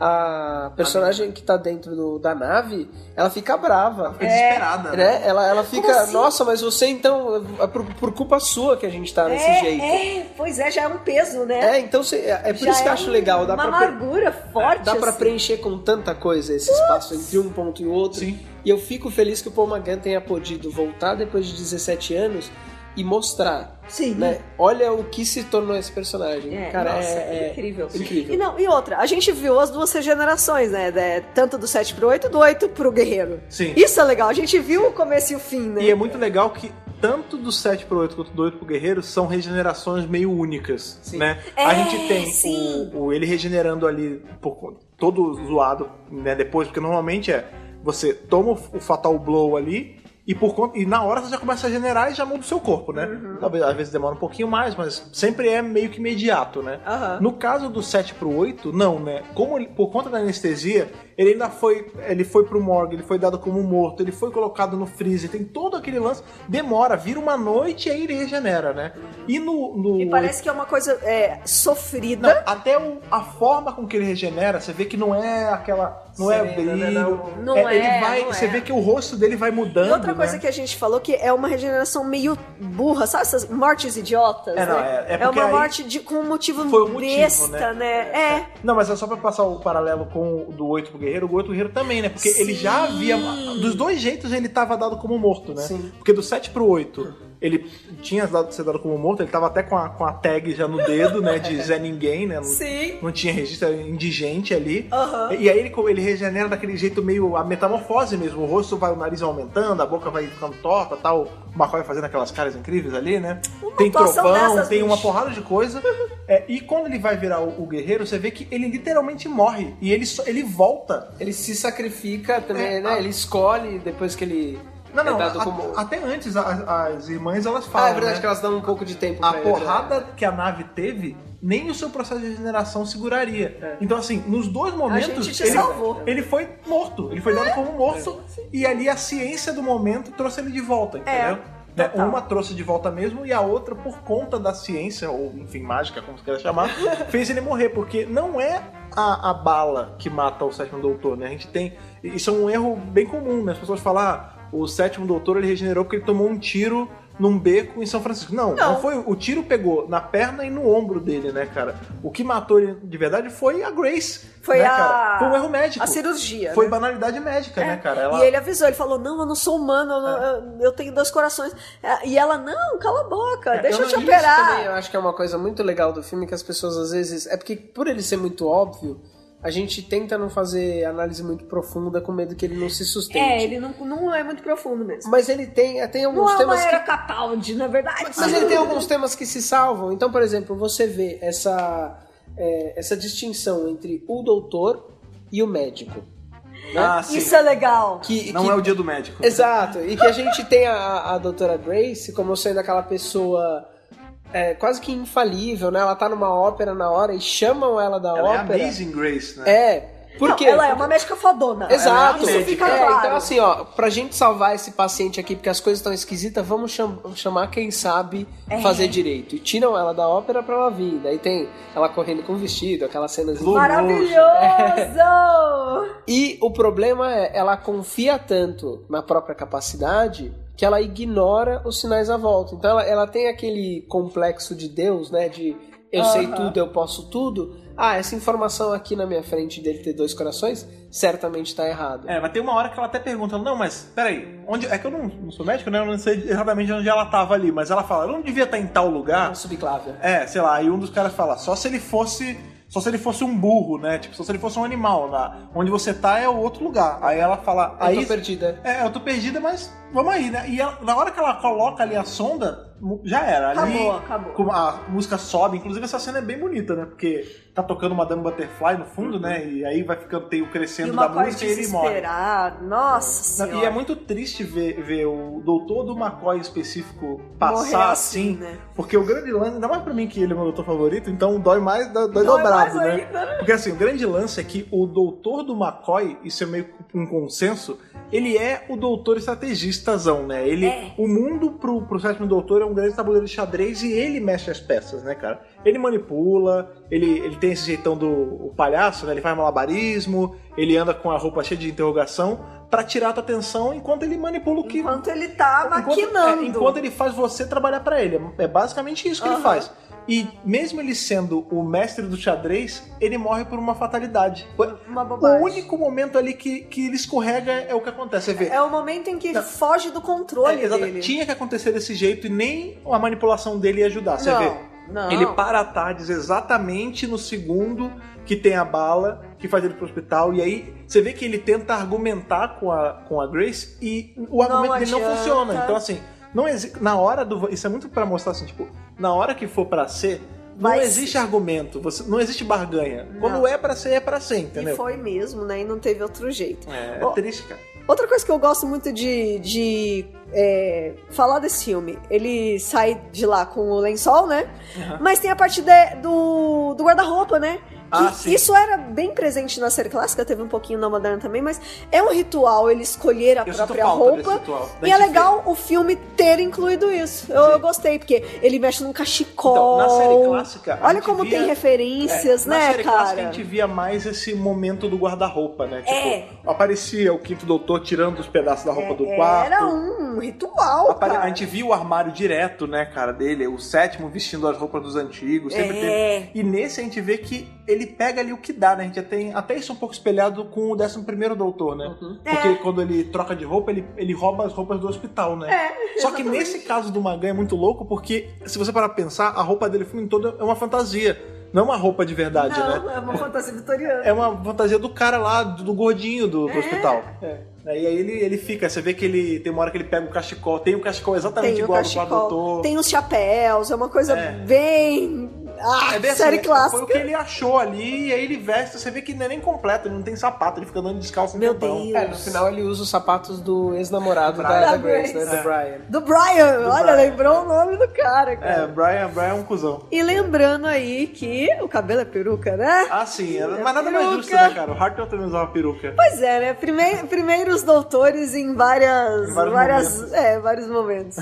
[SPEAKER 4] a personagem que tá dentro do- da nave, ela fica brava.
[SPEAKER 2] Fica desesperada, né?
[SPEAKER 3] É.
[SPEAKER 4] Né? Ela, ela fica,
[SPEAKER 3] assim?
[SPEAKER 4] nossa, mas você então, é por, por culpa sua que a gente tá desse
[SPEAKER 3] é,
[SPEAKER 4] jeito.
[SPEAKER 3] é, pois é, já é um peso, né?
[SPEAKER 4] É, então cê- é é por
[SPEAKER 3] Já
[SPEAKER 4] isso que eu
[SPEAKER 3] é
[SPEAKER 4] acho
[SPEAKER 3] um-
[SPEAKER 4] legal. Dá
[SPEAKER 3] uma
[SPEAKER 4] pra, pre-
[SPEAKER 3] amargura forte.
[SPEAKER 4] dá pra
[SPEAKER 3] assim.
[SPEAKER 4] preencher com tanta coisa esse espaço entre um ponto e outro.
[SPEAKER 2] Sim.
[SPEAKER 4] E eu fico feliz que o Paul Magan tenha podido voltar depois de 17 anos e mostrar.
[SPEAKER 3] Sim.
[SPEAKER 4] Né? Olha o que se tornou esse personagem.
[SPEAKER 3] Uhum. É,
[SPEAKER 4] Cara,
[SPEAKER 3] nossa,
[SPEAKER 4] é, é
[SPEAKER 3] incrível.
[SPEAKER 4] incrível.
[SPEAKER 3] E, não, e outra, a gente viu as duas regenerações, né? da- tanto do 7 pro 8, do 8 pro guerreiro.
[SPEAKER 2] Sim.
[SPEAKER 3] Isso é legal, a gente viu o começo e o fim, né?
[SPEAKER 2] E é muito legal que tanto do 7 pro 8 quanto do 8 pro guerreiro são regenerações meio únicas,
[SPEAKER 4] Sim.
[SPEAKER 2] né?
[SPEAKER 3] É,
[SPEAKER 2] a gente tem
[SPEAKER 3] sim.
[SPEAKER 2] o, o- ele regenerando ali por con- todo zoado, né, depois, porque normalmente é você toma o, o fatal blow ali e por conta e na hora você já começa a generar e já muda o seu corpo, né?
[SPEAKER 3] Uhum.
[SPEAKER 2] Talvez às vezes demora um pouquinho mais, mas sempre é meio que imediato, né?
[SPEAKER 3] Aham.
[SPEAKER 2] No caso do 7 pro 8, não, né? Como ele- por conta da anestesia, ele ainda foi. Ele foi pro morgue, ele foi dado como morto, ele foi colocado no freezer, tem todo aquele lance. Demora, vira uma noite e aí ele regenera, né? E no. no
[SPEAKER 3] E parece que é uma coisa é,
[SPEAKER 2] não,
[SPEAKER 3] sofrida.
[SPEAKER 2] até o- a forma com que ele regenera, você vê que não é aquela. Não é
[SPEAKER 4] Serena,
[SPEAKER 2] brilho.
[SPEAKER 4] né? Não-
[SPEAKER 3] Não é,
[SPEAKER 2] ele vai,
[SPEAKER 3] não
[SPEAKER 2] Você
[SPEAKER 3] é.
[SPEAKER 2] vê que o rosto dele vai mudando.
[SPEAKER 3] E outra coisa
[SPEAKER 2] né?
[SPEAKER 3] que a gente falou que é uma regeneração meio burra, sabe essas mortes idiotas?
[SPEAKER 2] É, não,
[SPEAKER 3] né?
[SPEAKER 2] é- é porque
[SPEAKER 3] uma
[SPEAKER 2] aí
[SPEAKER 3] morte de- com um motivo
[SPEAKER 2] foi o motivo,
[SPEAKER 3] besta, né? É.
[SPEAKER 2] Não, mas é só pra passar o paralelo com o do 8 pro Guerreiro, o 8 Guerreiro também, né? Porque ele já havia. Dos dois jeitos ele tava dado como morto, né?
[SPEAKER 4] Sim.
[SPEAKER 2] Porque do 7 pro 8. Ele tinha dado- sido dado como morto, ele tava até com a, com a tag já no dedo, né? De Zé Ninguém, né? Não,
[SPEAKER 3] Sim.
[SPEAKER 2] não tinha registro, era indigente ali.
[SPEAKER 3] Aham.
[SPEAKER 2] E aí ele, co- ele regenera daquele jeito meio a metamorfose mesmo. O rosto vai, o nariz aumentando, a boca vai ficando torta tal. O McCoy fazendo aquelas caras incríveis ali, né?
[SPEAKER 3] Uma
[SPEAKER 2] tem
[SPEAKER 3] atuação
[SPEAKER 2] trovão,
[SPEAKER 3] dessas,
[SPEAKER 2] tem uma
[SPEAKER 3] bicho.
[SPEAKER 2] porrada de coisa. É, e quando ele vai virar o, o guerreiro, você vê que ele literalmente morre. E ele, só- ele volta
[SPEAKER 4] Ele se sacrifica também,
[SPEAKER 2] É,
[SPEAKER 4] né?
[SPEAKER 2] a-
[SPEAKER 4] Ele escolhe depois que ele
[SPEAKER 2] Não,
[SPEAKER 4] é
[SPEAKER 2] não,
[SPEAKER 4] dado
[SPEAKER 2] a-
[SPEAKER 4] como.
[SPEAKER 2] até antes a- as irmãs elas falam.
[SPEAKER 4] ah, é verdade
[SPEAKER 2] né?
[SPEAKER 4] que elas dão um pouco de tempo
[SPEAKER 2] A
[SPEAKER 4] pra ele. né?
[SPEAKER 2] porrada que a nave teve, nem o seu processo de regeneração seguraria.
[SPEAKER 4] É.
[SPEAKER 2] Então, assim, nos dois momentos.
[SPEAKER 3] gente te
[SPEAKER 2] ele,
[SPEAKER 3] salvou.
[SPEAKER 2] ele foi morto. Ele foi dado como morto. E ali a ciência do momento trouxe ele de volta,
[SPEAKER 3] É,
[SPEAKER 2] entendeu? Né,
[SPEAKER 3] total.
[SPEAKER 2] Uma trouxe de volta mesmo e a outra, por conta da ciência, ou enfim, mágica, como você queira chamar, fez ele morrer, porque não é a, a bala que mata o sétimo doutor, né? A gente tem. Isso é um erro bem comum, né? As pessoas falam, ah, o sétimo doutor ele regenerou porque ele tomou um tiro num beco em São Francisco. Não, não,
[SPEAKER 3] Não.
[SPEAKER 2] foi. O tiro pegou na perna e no ombro dele, né, cara? O que matou ele de verdade foi a Grace.
[SPEAKER 3] Foi
[SPEAKER 2] né,
[SPEAKER 3] a-
[SPEAKER 2] cara? Foi um erro médico.
[SPEAKER 3] A cirurgia.
[SPEAKER 2] Foi
[SPEAKER 3] né?
[SPEAKER 2] banalidade médica, né, cara? Ela- É.
[SPEAKER 3] E ele avisou, ele falou, não, eu não sou humano, eu, não- eu- eu tenho dois corações. É, E ela, não, cala a boca,
[SPEAKER 2] É,
[SPEAKER 3] deixa
[SPEAKER 2] eu
[SPEAKER 3] eu, te
[SPEAKER 2] não-
[SPEAKER 4] Isso também eu
[SPEAKER 3] operar.
[SPEAKER 4] acho que é uma coisa muito legal do filme que as pessoas às vezes. É porque, por ele ser muito óbvio, a gente tenta não fazer análise muito profunda com medo que ele não se sustente.
[SPEAKER 3] É, ele não, não é muito profundo mesmo.
[SPEAKER 4] Mas ele tem,
[SPEAKER 2] Ah,
[SPEAKER 4] tem
[SPEAKER 3] Não
[SPEAKER 4] alguns
[SPEAKER 3] é uma
[SPEAKER 4] temas
[SPEAKER 3] era
[SPEAKER 4] que.
[SPEAKER 3] Capaldi, na verdade.
[SPEAKER 4] Mas ele tem alguns temas que se salvam. Então, por exemplo, você vê essa, é, essa distinção entre o doutor e o médico. né?
[SPEAKER 2] Ah, sim.
[SPEAKER 3] Isso é legal.
[SPEAKER 4] que,
[SPEAKER 2] Não
[SPEAKER 4] que-
[SPEAKER 2] é o dia do médico.
[SPEAKER 4] Exato. E que a gente tem a, a doutora Grace como sendo aquela pessoa é, quase que infalível, né? Ela tá numa ópera na hora e chamam ela da
[SPEAKER 2] Ela
[SPEAKER 4] ópera.
[SPEAKER 2] é Amazing Grace, né?
[SPEAKER 4] É. Por
[SPEAKER 3] Não,
[SPEAKER 4] quê?
[SPEAKER 3] ela é uma médica fodona.
[SPEAKER 4] Exato.
[SPEAKER 3] Isso
[SPEAKER 2] médica.
[SPEAKER 3] fica
[SPEAKER 4] É,
[SPEAKER 3] claro.
[SPEAKER 4] Então, assim, ó, pra gente salvar esse paciente aqui, porque as coisas estão esquisitas, vamos cham- chamar quem sabe
[SPEAKER 3] É.
[SPEAKER 4] fazer direito. E tiram ela da ópera pra ela vir. Daí tem ela correndo com o vestido, aquelas cenas
[SPEAKER 2] Lu- É.
[SPEAKER 3] Maravilhoso!
[SPEAKER 4] E o problema é, ela confia tanto na própria capacidade que ela ignora os sinais à volta. Então ela, ela tem aquele complexo de Deus, né? De eu sei
[SPEAKER 3] Aham.
[SPEAKER 4] tudo, eu posso tudo. Ah, essa informação aqui na minha frente dele ter dois corações certamente tá errado.
[SPEAKER 2] É, mas tem uma hora que ela até pergunta, não, mas peraí, onde. É que eu não, não sou médico, né? Eu não sei exatamente onde ela tava ali, mas ela fala, eu não devia estar em tal lugar.
[SPEAKER 4] Uma subclávia.
[SPEAKER 2] É, sei lá, aí um dos caras fala, só se ele fosse. Só se ele fosse um burro, né? Tipo, só se ele fosse um animal. Né? Onde você tá é o outro lugar. Aí ela fala.
[SPEAKER 4] Aí
[SPEAKER 2] Aí,
[SPEAKER 4] tô perdida.
[SPEAKER 2] é, eu tô perdida, mas vamos aí, né? E ela- na hora que ela coloca ali a sonda, mu- já era. Ali,
[SPEAKER 3] Acabou, acabou.
[SPEAKER 2] como a música sobe, inclusive essa cena é bem bonita, né? Porque tá tocando Madame Butterfly no fundo, né? E aí vai ficando tem o
[SPEAKER 3] E
[SPEAKER 2] crescendo da
[SPEAKER 3] uma coisa
[SPEAKER 2] música e ele morre.
[SPEAKER 3] desesperada. Nossa
[SPEAKER 2] Não,
[SPEAKER 3] senhora.
[SPEAKER 2] e é muito triste ver, ver o doutor do McCoy específico
[SPEAKER 3] Morrer
[SPEAKER 2] passar
[SPEAKER 3] assim,
[SPEAKER 2] assim,
[SPEAKER 3] né?
[SPEAKER 2] porque o grande lance, ainda mais pra mim que ele é meu doutor favorito, então dói mais, dói, dói
[SPEAKER 3] Dói
[SPEAKER 2] dobrado,
[SPEAKER 3] é mais
[SPEAKER 2] né?
[SPEAKER 3] ainda, né?
[SPEAKER 2] Porque assim, o grande lance é que o doutor do McCoy, isso é meio que um consenso, ele é o doutor estrategistazão, né? Ele,
[SPEAKER 3] É.
[SPEAKER 2] O mundo pro, pro sétimo doutor é um grande tabuleiro de xadrez e ele mexe as peças, né, cara? Ele manipula, ele, ele tem esse jeitão do o palhaço, né? Ele faz malabarismo, ele anda com a roupa cheia de interrogação pra tirar a tua atenção enquanto ele manipula o que
[SPEAKER 3] Enquanto ele tá
[SPEAKER 2] Enquanto-
[SPEAKER 3] maquinando.
[SPEAKER 2] é, enquanto ele faz você trabalhar pra ele. É basicamente isso que ele
[SPEAKER 3] Aham.
[SPEAKER 2] faz. E mesmo ele sendo o mestre do xadrez, ele morre por uma fatalidade.
[SPEAKER 3] Uma
[SPEAKER 2] O
[SPEAKER 3] bobagem.
[SPEAKER 2] único momento ali que, que ele escorrega é o que acontece. Você vê.
[SPEAKER 3] É o momento em que
[SPEAKER 2] Não.
[SPEAKER 3] foge do controle
[SPEAKER 2] É, exato.
[SPEAKER 3] dele.
[SPEAKER 2] Tinha que acontecer desse jeito e nem a manipulação dele ia ajudar. Você
[SPEAKER 3] não,
[SPEAKER 2] vê.
[SPEAKER 3] não.
[SPEAKER 2] Ele para a tardes exatamente no segundo que tem a bala, que faz ele pro hospital, e aí você vê que ele tenta argumentar com a, com a Grace e o argumento dele não
[SPEAKER 3] adianta.
[SPEAKER 2] funciona. Então, assim, não exi- na hora do. Isso é muito pra mostrar assim, tipo, na hora que for pra ser, não
[SPEAKER 3] Vai
[SPEAKER 2] existe argumento, você, não existe barganha.
[SPEAKER 3] Não.
[SPEAKER 2] Quando é pra ser, é pra ser,
[SPEAKER 3] E
[SPEAKER 2] entendeu?
[SPEAKER 3] foi mesmo, né? E não teve outro jeito.
[SPEAKER 2] É, é
[SPEAKER 3] Bom,
[SPEAKER 2] triste, cara.
[SPEAKER 3] Outra coisa que eu gosto muito de, de é, falar desse filme, ele sai de lá com o lençol, né? Mas tem a parte de- do, do guarda-roupa, né?
[SPEAKER 2] Ah,
[SPEAKER 3] Que
[SPEAKER 2] sim.
[SPEAKER 3] isso era bem presente na série clássica, teve um pouquinho na moderna também, mas é um ritual ele escolher a
[SPEAKER 2] Eu sinto
[SPEAKER 3] própria
[SPEAKER 2] falta desse
[SPEAKER 3] roupa.
[SPEAKER 2] ritual. Da
[SPEAKER 3] E é
[SPEAKER 2] gente
[SPEAKER 3] legal o filme ter incluído isso. Eu, eu gostei, porque ele mexe num
[SPEAKER 2] Então,
[SPEAKER 3] cachecol.
[SPEAKER 2] na série clássica. a
[SPEAKER 3] Olha
[SPEAKER 2] gente
[SPEAKER 3] como
[SPEAKER 2] via-
[SPEAKER 3] tem referências,
[SPEAKER 2] É,
[SPEAKER 3] né,
[SPEAKER 2] na série
[SPEAKER 3] cara?
[SPEAKER 2] clássica a gente via mais esse momento do guarda-roupa, né? Tipo,
[SPEAKER 3] É.
[SPEAKER 2] aparecia o quinto doutor tirando os pedaços da roupa do
[SPEAKER 3] É,
[SPEAKER 2] quarto.
[SPEAKER 3] Era um ritual.
[SPEAKER 2] Apare-
[SPEAKER 3] cara.
[SPEAKER 2] A gente via o armário direto, né, cara, dele, o sétimo vestindo as roupas dos antigos, sempre
[SPEAKER 3] É.
[SPEAKER 2] teve. E nesse a gente vê que ele pega ali o que dá, né? A gente já tem até isso um pouco espelhado com o 11 Doutor, né? Porque
[SPEAKER 3] É.
[SPEAKER 2] quando ele troca de roupa, ele, ele rouba as roupas do hospital, né?
[SPEAKER 3] É,
[SPEAKER 2] Só que
[SPEAKER 3] exatamente.
[SPEAKER 2] nesse caso do Magan é muito louco, porque se você parar pra pensar, a roupa dele o filme todo é uma fantasia, não é uma roupa de verdade,
[SPEAKER 3] Não,
[SPEAKER 2] né?
[SPEAKER 3] é uma fantasia vitoriana.
[SPEAKER 2] É uma fantasia do cara lá, do, do gordinho do, do hospital. É. E aí ele, ele fica, você vê que ele tem uma hora que ele pega o cachecol, tem o cachecol exatamente
[SPEAKER 3] Tem o
[SPEAKER 2] igual ao do Quarto
[SPEAKER 3] cachecol,
[SPEAKER 2] doutor.
[SPEAKER 3] tem os chapéus, é uma coisa
[SPEAKER 2] É.
[SPEAKER 3] bem... Ah,
[SPEAKER 2] É bem assim,
[SPEAKER 3] série
[SPEAKER 2] né?
[SPEAKER 3] clássica.
[SPEAKER 2] Foi o que ele achou ali, e aí ele veste, você vê que não é nem completo, ele não tem sapato, ele fica andando descalço um
[SPEAKER 3] Meu
[SPEAKER 2] tempão.
[SPEAKER 3] Deus.
[SPEAKER 4] É, no final ele usa os sapatos do ex-namorado da,
[SPEAKER 2] Brian. É.
[SPEAKER 4] da Grace, né?
[SPEAKER 3] Da
[SPEAKER 4] Do Brian.
[SPEAKER 3] Do Brian, olha,
[SPEAKER 2] Brian.
[SPEAKER 3] lembrou o nome do cara, cara.
[SPEAKER 2] É, Brian, Brian é um cuzão.
[SPEAKER 3] E lembrando aí que o cabelo é peruca, né?
[SPEAKER 2] Ah, sim, é- mas nada mais
[SPEAKER 3] Peruca.
[SPEAKER 2] justo, né, cara? O Hartnell também usava peruca.
[SPEAKER 3] Pois é, né? Primeiro, primeiros doutores em várias.
[SPEAKER 2] Em vários
[SPEAKER 3] vários várias momentos. É, vários momentos.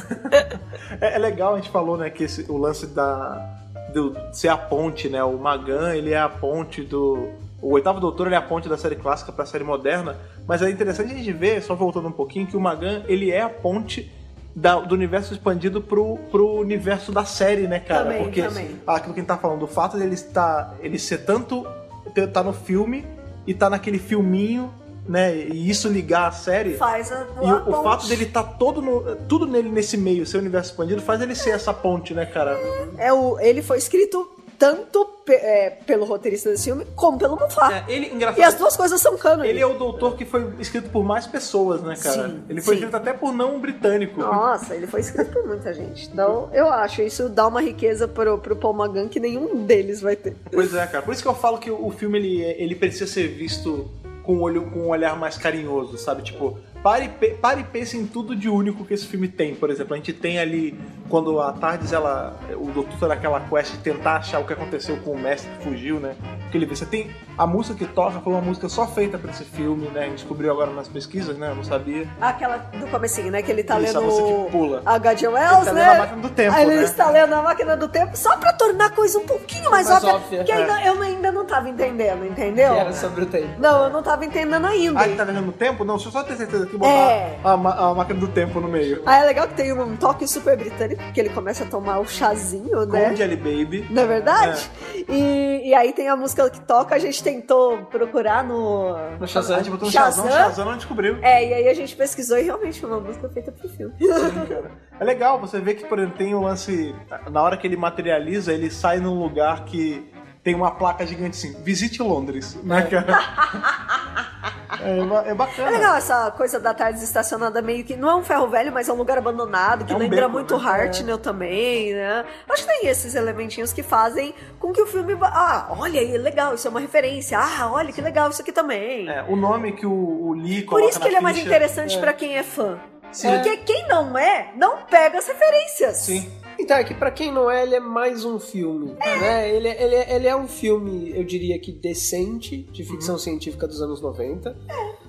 [SPEAKER 2] É, é legal, a gente falou, né, que esse- o lance da. Do, ser a ponte, né? O Magan, ele é a ponte do. O oitavo doutor ele é a ponte da série clássica pra série moderna, mas é interessante a gente ver, só voltando um pouquinho, que o Magan ele é a ponte da- do universo expandido pro, pro universo da série, né, cara?
[SPEAKER 3] Também,
[SPEAKER 2] Porque
[SPEAKER 3] também.
[SPEAKER 2] aquilo que a gente tá falando, o fato dele estar. ele ser tanto. ter- tá no filme e tá naquele filminho, né? E isso ligar a série.
[SPEAKER 3] Faz a.
[SPEAKER 2] E
[SPEAKER 3] a
[SPEAKER 2] o, o
[SPEAKER 3] ponte.
[SPEAKER 2] fato dele estar todo no, tudo nele nesse meio, ser o universo expandido, faz ele ser essa ponte, né, cara?
[SPEAKER 3] É o, ele foi escrito tanto pe- é, pelo roteirista desse filme como pelo Mufá.
[SPEAKER 2] É, ele,
[SPEAKER 3] e as
[SPEAKER 2] engraçado,
[SPEAKER 3] duas coisas são cânone.
[SPEAKER 2] ele é o doutor que foi escrito por mais pessoas, né, cara?
[SPEAKER 3] Sim,
[SPEAKER 2] ele foi
[SPEAKER 3] sim. Ah,
[SPEAKER 2] escrito até por não britânico.
[SPEAKER 3] Nossa, ele foi escrito por muita gente. Então, eu acho, isso dá uma riqueza pro, pro Paul Magan que nenhum deles vai ter.
[SPEAKER 2] Pois é, cara. Por isso que eu falo que o filme ele, ele precisa ser visto com, um olho, com um olhar mais carinhoso, sabe? Tipo, pare, e pe- pare e pense em tudo de único que esse filme tem. Por exemplo, a gente tem ali, quando a Tardes, ela, o doutor tá naquela quest de tentar achar o que aconteceu com o mestre que fugiu, né? Porque ele vê, você tem a música que toca, foi uma música só feita pra esse filme, né? A gente descobriu agora nas pesquisas, né? Eu não sabia.
[SPEAKER 3] Aquela do comecinho, né? Que ele tá
[SPEAKER 2] Isso, a moça
[SPEAKER 3] lendo
[SPEAKER 2] que pula.
[SPEAKER 3] a H.G.
[SPEAKER 2] Ele
[SPEAKER 3] Wells,
[SPEAKER 2] tá
[SPEAKER 3] né?
[SPEAKER 2] lendo a máquina do tempo,
[SPEAKER 3] Aí ele
[SPEAKER 2] né?
[SPEAKER 3] está lendo a máquina do tempo só pra tornar a coisa um pouquinho mais,
[SPEAKER 4] Mais
[SPEAKER 3] óbvia,
[SPEAKER 4] óbvia,
[SPEAKER 3] que
[SPEAKER 4] é.
[SPEAKER 3] ainda, eu ainda não tava entendendo,
[SPEAKER 2] É.
[SPEAKER 3] entendeu?
[SPEAKER 4] Que era sobre o tempo.
[SPEAKER 3] Não, eu não tava entendendo ainda.
[SPEAKER 2] Ah, ele tá vendo o tempo? Não, deixa eu só ter certeza que botar
[SPEAKER 3] É.
[SPEAKER 2] a, ma- a máquina do tempo no meio.
[SPEAKER 3] Aí é legal que tem um toque super britânico, que ele começa a tomar o chazinho,
[SPEAKER 2] Com É.
[SPEAKER 3] né?
[SPEAKER 2] o Jelly Baby.
[SPEAKER 3] Não é verdade? E, e aí tem a música que toca, a gente tentou procurar no.
[SPEAKER 4] No
[SPEAKER 2] A
[SPEAKER 4] Shazam.
[SPEAKER 2] gente botou um no Shazam,
[SPEAKER 3] Shazam?
[SPEAKER 2] Shazam não descobriu.
[SPEAKER 3] É, e aí a gente pesquisou e realmente foi uma música feita pro filme.
[SPEAKER 2] Sim, cara. É legal, você vê que, por exemplo, tem o lance. Na hora que ele materializa, ele sai num lugar que tem uma placa gigante assim: visite Londres, né, cara? É, ba- é bacana.
[SPEAKER 3] É legal essa coisa da tarde estacionada meio que. Não é um ferro velho, mas é um lugar abandonado, que
[SPEAKER 2] É um
[SPEAKER 3] lembra
[SPEAKER 2] beco,
[SPEAKER 3] muito
[SPEAKER 2] né?
[SPEAKER 3] Hartnell também, né? Acho que tem esses elementinhos que fazem com que o filme. ba- Ah, olha aí, legal, isso é uma referência. Ah, olha que legal isso aqui também.
[SPEAKER 2] É, o nome que o, o Lee
[SPEAKER 3] Por
[SPEAKER 2] coloca
[SPEAKER 3] isso que
[SPEAKER 2] na
[SPEAKER 3] ele é mais
[SPEAKER 2] ficha-
[SPEAKER 3] interessante pra quem é fã.
[SPEAKER 2] Sim.
[SPEAKER 3] Porque quem não é, não pega as referências.
[SPEAKER 2] Sim.
[SPEAKER 4] Então, é que pra quem não é, ele é mais um filme, né? Ele, é- ele, é- ele é um filme, eu diria que decente,
[SPEAKER 3] Uhum.
[SPEAKER 4] de ficção científica dos anos 90.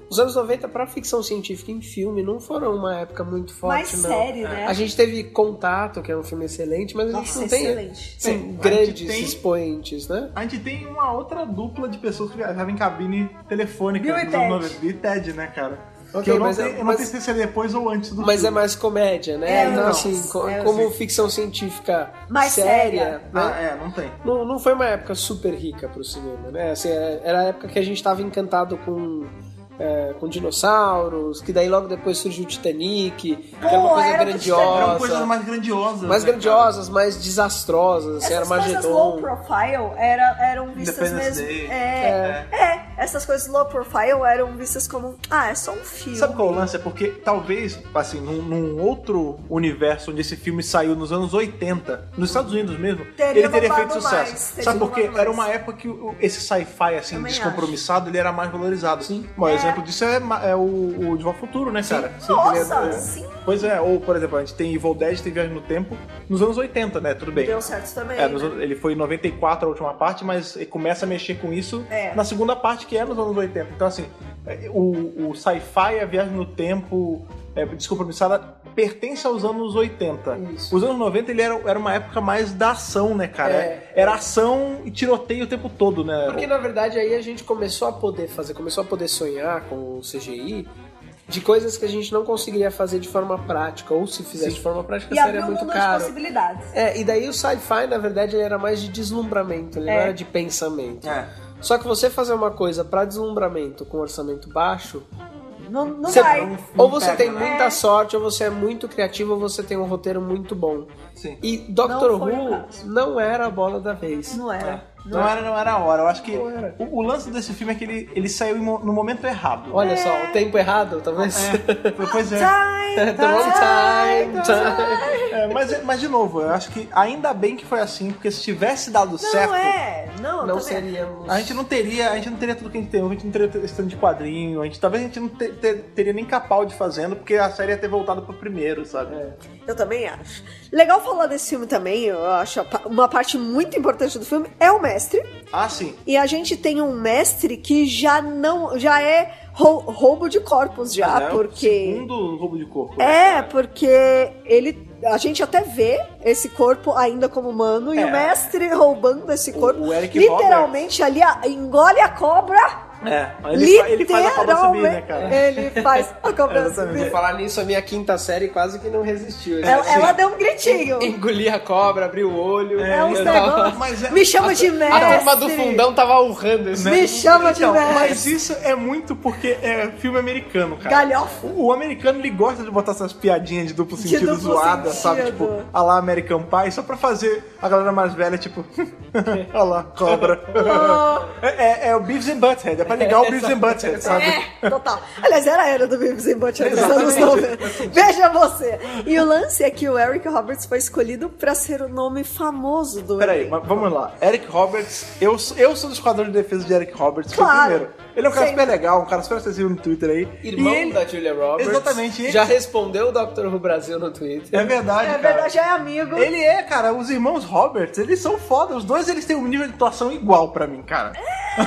[SPEAKER 4] Os anos 90 pra ficção científica em filme não foram uma época muito forte,
[SPEAKER 3] Mais
[SPEAKER 4] não. É.
[SPEAKER 2] É.
[SPEAKER 3] sério, né?
[SPEAKER 4] A gente teve Contato, que é um filme excelente, mas a gente
[SPEAKER 3] Nossa,
[SPEAKER 4] não tem
[SPEAKER 3] excelente.
[SPEAKER 4] assim,
[SPEAKER 2] Tem, a gente
[SPEAKER 4] grandes
[SPEAKER 2] tem-
[SPEAKER 4] expoentes, né?
[SPEAKER 2] A gente tem uma outra dupla de pessoas que viajavam em cabine telefônica.
[SPEAKER 3] Bill e
[SPEAKER 2] nos
[SPEAKER 3] Ted.
[SPEAKER 2] anos 90. Bill e Ted, né, cara?
[SPEAKER 4] Ok,
[SPEAKER 2] que eu não,
[SPEAKER 4] mas
[SPEAKER 2] sei,
[SPEAKER 4] é-
[SPEAKER 2] eu não
[SPEAKER 4] mas-
[SPEAKER 2] sei se é depois ou antes do
[SPEAKER 4] Mas é
[SPEAKER 2] filme.
[SPEAKER 4] mais comédia, né?
[SPEAKER 3] Uhum. É,
[SPEAKER 4] então,
[SPEAKER 3] não.
[SPEAKER 4] assim, co-
[SPEAKER 3] É,
[SPEAKER 4] como
[SPEAKER 2] assim.
[SPEAKER 4] ficção científica
[SPEAKER 3] Mais
[SPEAKER 4] séria,
[SPEAKER 3] séria.
[SPEAKER 4] né?
[SPEAKER 2] Ah, é, não tem.
[SPEAKER 4] Não, não foi uma época super rica pro cinema, né? Assim, é- era a época que a gente estava encantado com, é, com dinossauros, que daí logo depois surgiu o Titanic, que era uma
[SPEAKER 3] Pô,
[SPEAKER 4] coisa
[SPEAKER 3] era do
[SPEAKER 2] Eram
[SPEAKER 4] grandiosa.
[SPEAKER 2] coisas mais grandiosas.
[SPEAKER 4] mais
[SPEAKER 2] né, cara?
[SPEAKER 4] grandiosas, mais desastrosas, assim, era
[SPEAKER 3] Essas coisas low
[SPEAKER 4] Armagedon.
[SPEAKER 3] profile era, eram vistas
[SPEAKER 2] Independence
[SPEAKER 3] mesmo.
[SPEAKER 2] Day.
[SPEAKER 3] É, é. essas coisas low profile eram vistas como. Ah, é só um filme.
[SPEAKER 2] Sabe qual é o lance? É porque talvez, assim, num, num outro universo onde esse filme saiu nos anos 80, nos Estados Unidos mesmo,
[SPEAKER 3] Teria
[SPEAKER 2] ele teria
[SPEAKER 3] bombado
[SPEAKER 2] feito
[SPEAKER 3] mais,
[SPEAKER 2] sucesso.
[SPEAKER 3] teria
[SPEAKER 2] Sabe por quê?
[SPEAKER 3] bombado
[SPEAKER 2] Era
[SPEAKER 3] mais.
[SPEAKER 2] uma época que o- esse sci-fi, assim,
[SPEAKER 3] Também
[SPEAKER 2] descompromissado, ele era mais valorizado.
[SPEAKER 4] Sim.
[SPEAKER 2] O maior exemplo disso é, ma- é o, o De Volta ao Futuro, né, cara?
[SPEAKER 3] Nossa,
[SPEAKER 2] É, é.
[SPEAKER 3] sim.
[SPEAKER 2] Pois é, ou, por exemplo, a gente tem Evil Dead, tem Viagem no Tempo, nos anos 80, né? Tudo bem.
[SPEAKER 3] Deu certo também.
[SPEAKER 2] É,
[SPEAKER 3] né?
[SPEAKER 2] nos anos- ele foi em 94 a última parte, mas ele começa a mexer com isso
[SPEAKER 3] É.
[SPEAKER 2] na segunda parte, que é nos anos 80. Então, assim, é, o, o sci-fi, a viagem no tempo, é, descompromissada, pertence aos anos 80.
[SPEAKER 4] Isso.
[SPEAKER 2] Os anos 90 ele era, era uma época mais da ação, né, cara?
[SPEAKER 4] É.
[SPEAKER 2] Era ação e tiroteio o tempo todo, né?
[SPEAKER 4] Porque na verdade aí a gente começou a poder fazer, começou a poder sonhar com o CGI de coisas que a gente não conseguiria fazer de forma prática, ou se fizesse de forma prática
[SPEAKER 3] E
[SPEAKER 4] seria
[SPEAKER 2] é
[SPEAKER 3] abriu um
[SPEAKER 4] muito
[SPEAKER 3] mundo de
[SPEAKER 4] caro.
[SPEAKER 3] possibilidades.
[SPEAKER 4] É, e daí o sci-fi, na verdade, ele era mais de deslumbramento, ele
[SPEAKER 3] É.
[SPEAKER 4] não era de pensamento.
[SPEAKER 2] É.
[SPEAKER 4] Só que você fazer uma coisa pra deslumbramento com orçamento baixo,
[SPEAKER 3] Não, não
[SPEAKER 4] Você-
[SPEAKER 3] vai.
[SPEAKER 2] não-
[SPEAKER 4] ou você
[SPEAKER 2] pega,
[SPEAKER 4] tem
[SPEAKER 2] né?
[SPEAKER 4] muita
[SPEAKER 3] É.
[SPEAKER 4] sorte, ou você é muito criativo, ou você tem um roteiro muito bom.
[SPEAKER 2] Sim.
[SPEAKER 4] E Doctor
[SPEAKER 3] Não foi o
[SPEAKER 4] Who
[SPEAKER 3] caso.
[SPEAKER 4] não era a bola da vez. É.
[SPEAKER 3] Não era.
[SPEAKER 2] Não, era, não era a hora. Eu acho que
[SPEAKER 4] Não era.
[SPEAKER 2] o, o lance desse filme é que ele, ele saiu em mo- no momento errado.
[SPEAKER 4] Olha só, o tempo errado, talvez.
[SPEAKER 2] É, pois é.
[SPEAKER 3] Time.
[SPEAKER 4] The wrong
[SPEAKER 3] Tá
[SPEAKER 4] time, time.
[SPEAKER 2] É, mas, mas de novo, eu acho que ainda bem que foi assim, porque se tivesse dado
[SPEAKER 3] Não
[SPEAKER 2] certo,
[SPEAKER 3] é. Não,
[SPEAKER 4] Não
[SPEAKER 3] tá vendo?
[SPEAKER 4] seríamos.
[SPEAKER 2] a gente não teria, a gente não teria tudo que a gente tem, a gente não teria esse tanto de quadrinho, a gente talvez a gente não te- te- teria nem Capaldi fazendo, porque a série ia ter voltado pro primeiro, sabe?
[SPEAKER 4] É.
[SPEAKER 3] Eu também acho. Legal falar desse filme também, eu acho a pa- uma parte muito importante do filme é o mestre.
[SPEAKER 2] Ah, sim.
[SPEAKER 3] E a gente tem um mestre que já não. já é rou- roubo de corpos já,
[SPEAKER 2] Mas é o
[SPEAKER 3] Ah, porque.
[SPEAKER 2] Segundo roubo de corpo. né,
[SPEAKER 3] É, porque ele. A gente até vê esse corpo ainda como humano e
[SPEAKER 2] É.
[SPEAKER 3] o mestre roubando esse corpo.
[SPEAKER 2] o Eric
[SPEAKER 3] literalmente ali a- engole a cobra.
[SPEAKER 2] É, ele, fa- ele faz a cobra subir, né, cara?
[SPEAKER 3] literalmente, Ele faz a cobra
[SPEAKER 4] Vou
[SPEAKER 3] subir.
[SPEAKER 4] falar nisso, a minha quinta série quase que não resistiu.
[SPEAKER 3] Ela, ela deu um gritinho.
[SPEAKER 4] Engoli a cobra, abri o olho.
[SPEAKER 3] É uns
[SPEAKER 4] eu tava-
[SPEAKER 3] negócios.
[SPEAKER 2] Mas é-
[SPEAKER 3] Me chama de
[SPEAKER 4] A
[SPEAKER 3] mestre.
[SPEAKER 4] turma do fundão tava urrando isso.
[SPEAKER 3] Me chama de
[SPEAKER 2] Então,
[SPEAKER 3] mestre.
[SPEAKER 2] mas isso é muito porque é filme americano, cara.
[SPEAKER 3] Galhofa.
[SPEAKER 2] O americano ele gosta de botar essas piadinhas de duplo
[SPEAKER 3] De
[SPEAKER 2] sentido
[SPEAKER 3] duplo
[SPEAKER 2] zoada,
[SPEAKER 3] sentido.
[SPEAKER 2] sabe? Tipo, a lá American Pie, só pra fazer a galera mais velha, tipo, a lá, cobra. é, é- é o Beavis and Butthead, é pra ligar o Beavis and Butthead, sabe?
[SPEAKER 3] É, total. Aliás, era a era do Beavis and Butthead dos anos
[SPEAKER 2] Exatamente.
[SPEAKER 3] 90. Veja você. E o lance é que o Eric Roberts foi escolhido pra ser o nome famoso do
[SPEAKER 2] Peraí,
[SPEAKER 3] elenco.
[SPEAKER 2] mas vamos lá. Eric Roberts, eu, sou- eu sou do Esquadrão de Defesa de Eric Roberts, foi o
[SPEAKER 3] Claro.
[SPEAKER 2] primeiro. Ele é um cara
[SPEAKER 3] Sempre.
[SPEAKER 2] super legal, um cara super acessível no Twitter aí.
[SPEAKER 4] Irmão
[SPEAKER 2] e ele,
[SPEAKER 4] da Julia Roberts.
[SPEAKER 2] Exatamente, ele-
[SPEAKER 4] Já respondeu o Dr. Who Brasil no Twitter.
[SPEAKER 2] É verdade,
[SPEAKER 3] É
[SPEAKER 2] cara.
[SPEAKER 3] verdade, já é amigo.
[SPEAKER 2] Ele é, cara, os irmãos Roberts, eles são foda. Os dois eles têm um nível de atuação igual pra mim, cara.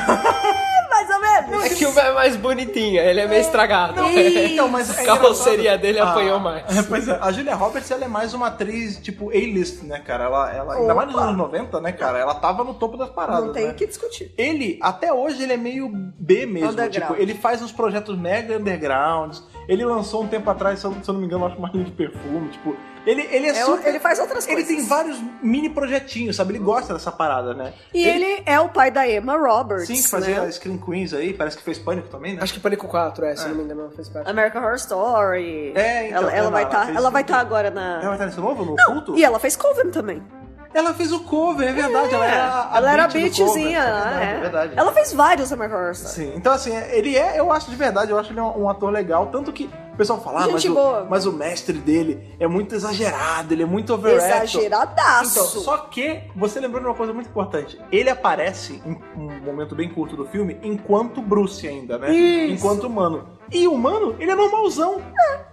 [SPEAKER 3] É mais ou menos.
[SPEAKER 4] É que o é mais bonitinho, ele é meio estragado.
[SPEAKER 2] Então, mas
[SPEAKER 4] A
[SPEAKER 2] é
[SPEAKER 4] carroceria
[SPEAKER 3] assim,
[SPEAKER 2] engraçado.
[SPEAKER 4] dele
[SPEAKER 2] Ah,
[SPEAKER 4] apanhou mais.
[SPEAKER 2] é, pois é, a Julia Roberts ela é mais uma atriz tipo A-list, né, cara? Ela, ela ainda
[SPEAKER 3] Opa.
[SPEAKER 2] mais nos anos 90, né, cara? Ela tava no topo das paradas.
[SPEAKER 3] Não tem
[SPEAKER 2] né?
[SPEAKER 3] o que discutir.
[SPEAKER 2] Ele, até hoje, ele é meio B mesmo.
[SPEAKER 3] Underground.
[SPEAKER 2] Tipo, ele faz uns projetos mega undergrounds. Ele lançou um tempo atrás, se eu, se eu não me engano, acho uma linha de perfume. Tipo, ele, ele é,
[SPEAKER 3] É,
[SPEAKER 2] super.
[SPEAKER 3] ele faz outras
[SPEAKER 2] Ele
[SPEAKER 3] coisas.
[SPEAKER 2] tem vários mini projetinhos, sabe? Ele gosta dessa parada, né?
[SPEAKER 3] E ele... é o pai da Emma Roberts.
[SPEAKER 2] Sim, que fazia
[SPEAKER 3] né?
[SPEAKER 2] Screen Queens aí, parece que fez Pânico também, né?
[SPEAKER 4] Acho que Pânico 4, é, se não me engano, ela fez parte.
[SPEAKER 3] American Horror Story.
[SPEAKER 2] É, então,
[SPEAKER 3] ela, ela
[SPEAKER 2] não,
[SPEAKER 3] vai
[SPEAKER 2] ela
[SPEAKER 3] tá,
[SPEAKER 2] fez
[SPEAKER 3] ela vai
[SPEAKER 2] tudo.
[SPEAKER 3] estar agora
[SPEAKER 2] Ela
[SPEAKER 3] na.
[SPEAKER 2] vai estar nesse novo, no culto?
[SPEAKER 3] E ela fez Coven também.
[SPEAKER 2] Ela fez o cover, é verdade. Ela era a
[SPEAKER 3] ela era a
[SPEAKER 2] bitch do cover,
[SPEAKER 3] bitchzinha,
[SPEAKER 2] é verdade,
[SPEAKER 3] né?
[SPEAKER 2] é verdade.
[SPEAKER 3] Ela fez vários American Horror Story.
[SPEAKER 2] Sim, então assim, ele é, eu acho de verdade, eu acho ele um, um ator legal, tanto que o pessoal fala, ah, mas,
[SPEAKER 3] Gente boa.
[SPEAKER 2] o, mas o mestre dele é muito exagerado, ele é muito overactor.
[SPEAKER 3] Exageradaço.
[SPEAKER 2] Então, só que você lembrou de uma coisa muito importante. Ele aparece em um momento bem curto do filme enquanto Bruce ainda, né?
[SPEAKER 3] Isso. É.
[SPEAKER 2] Enquanto humano. E humano, ele é normalzão.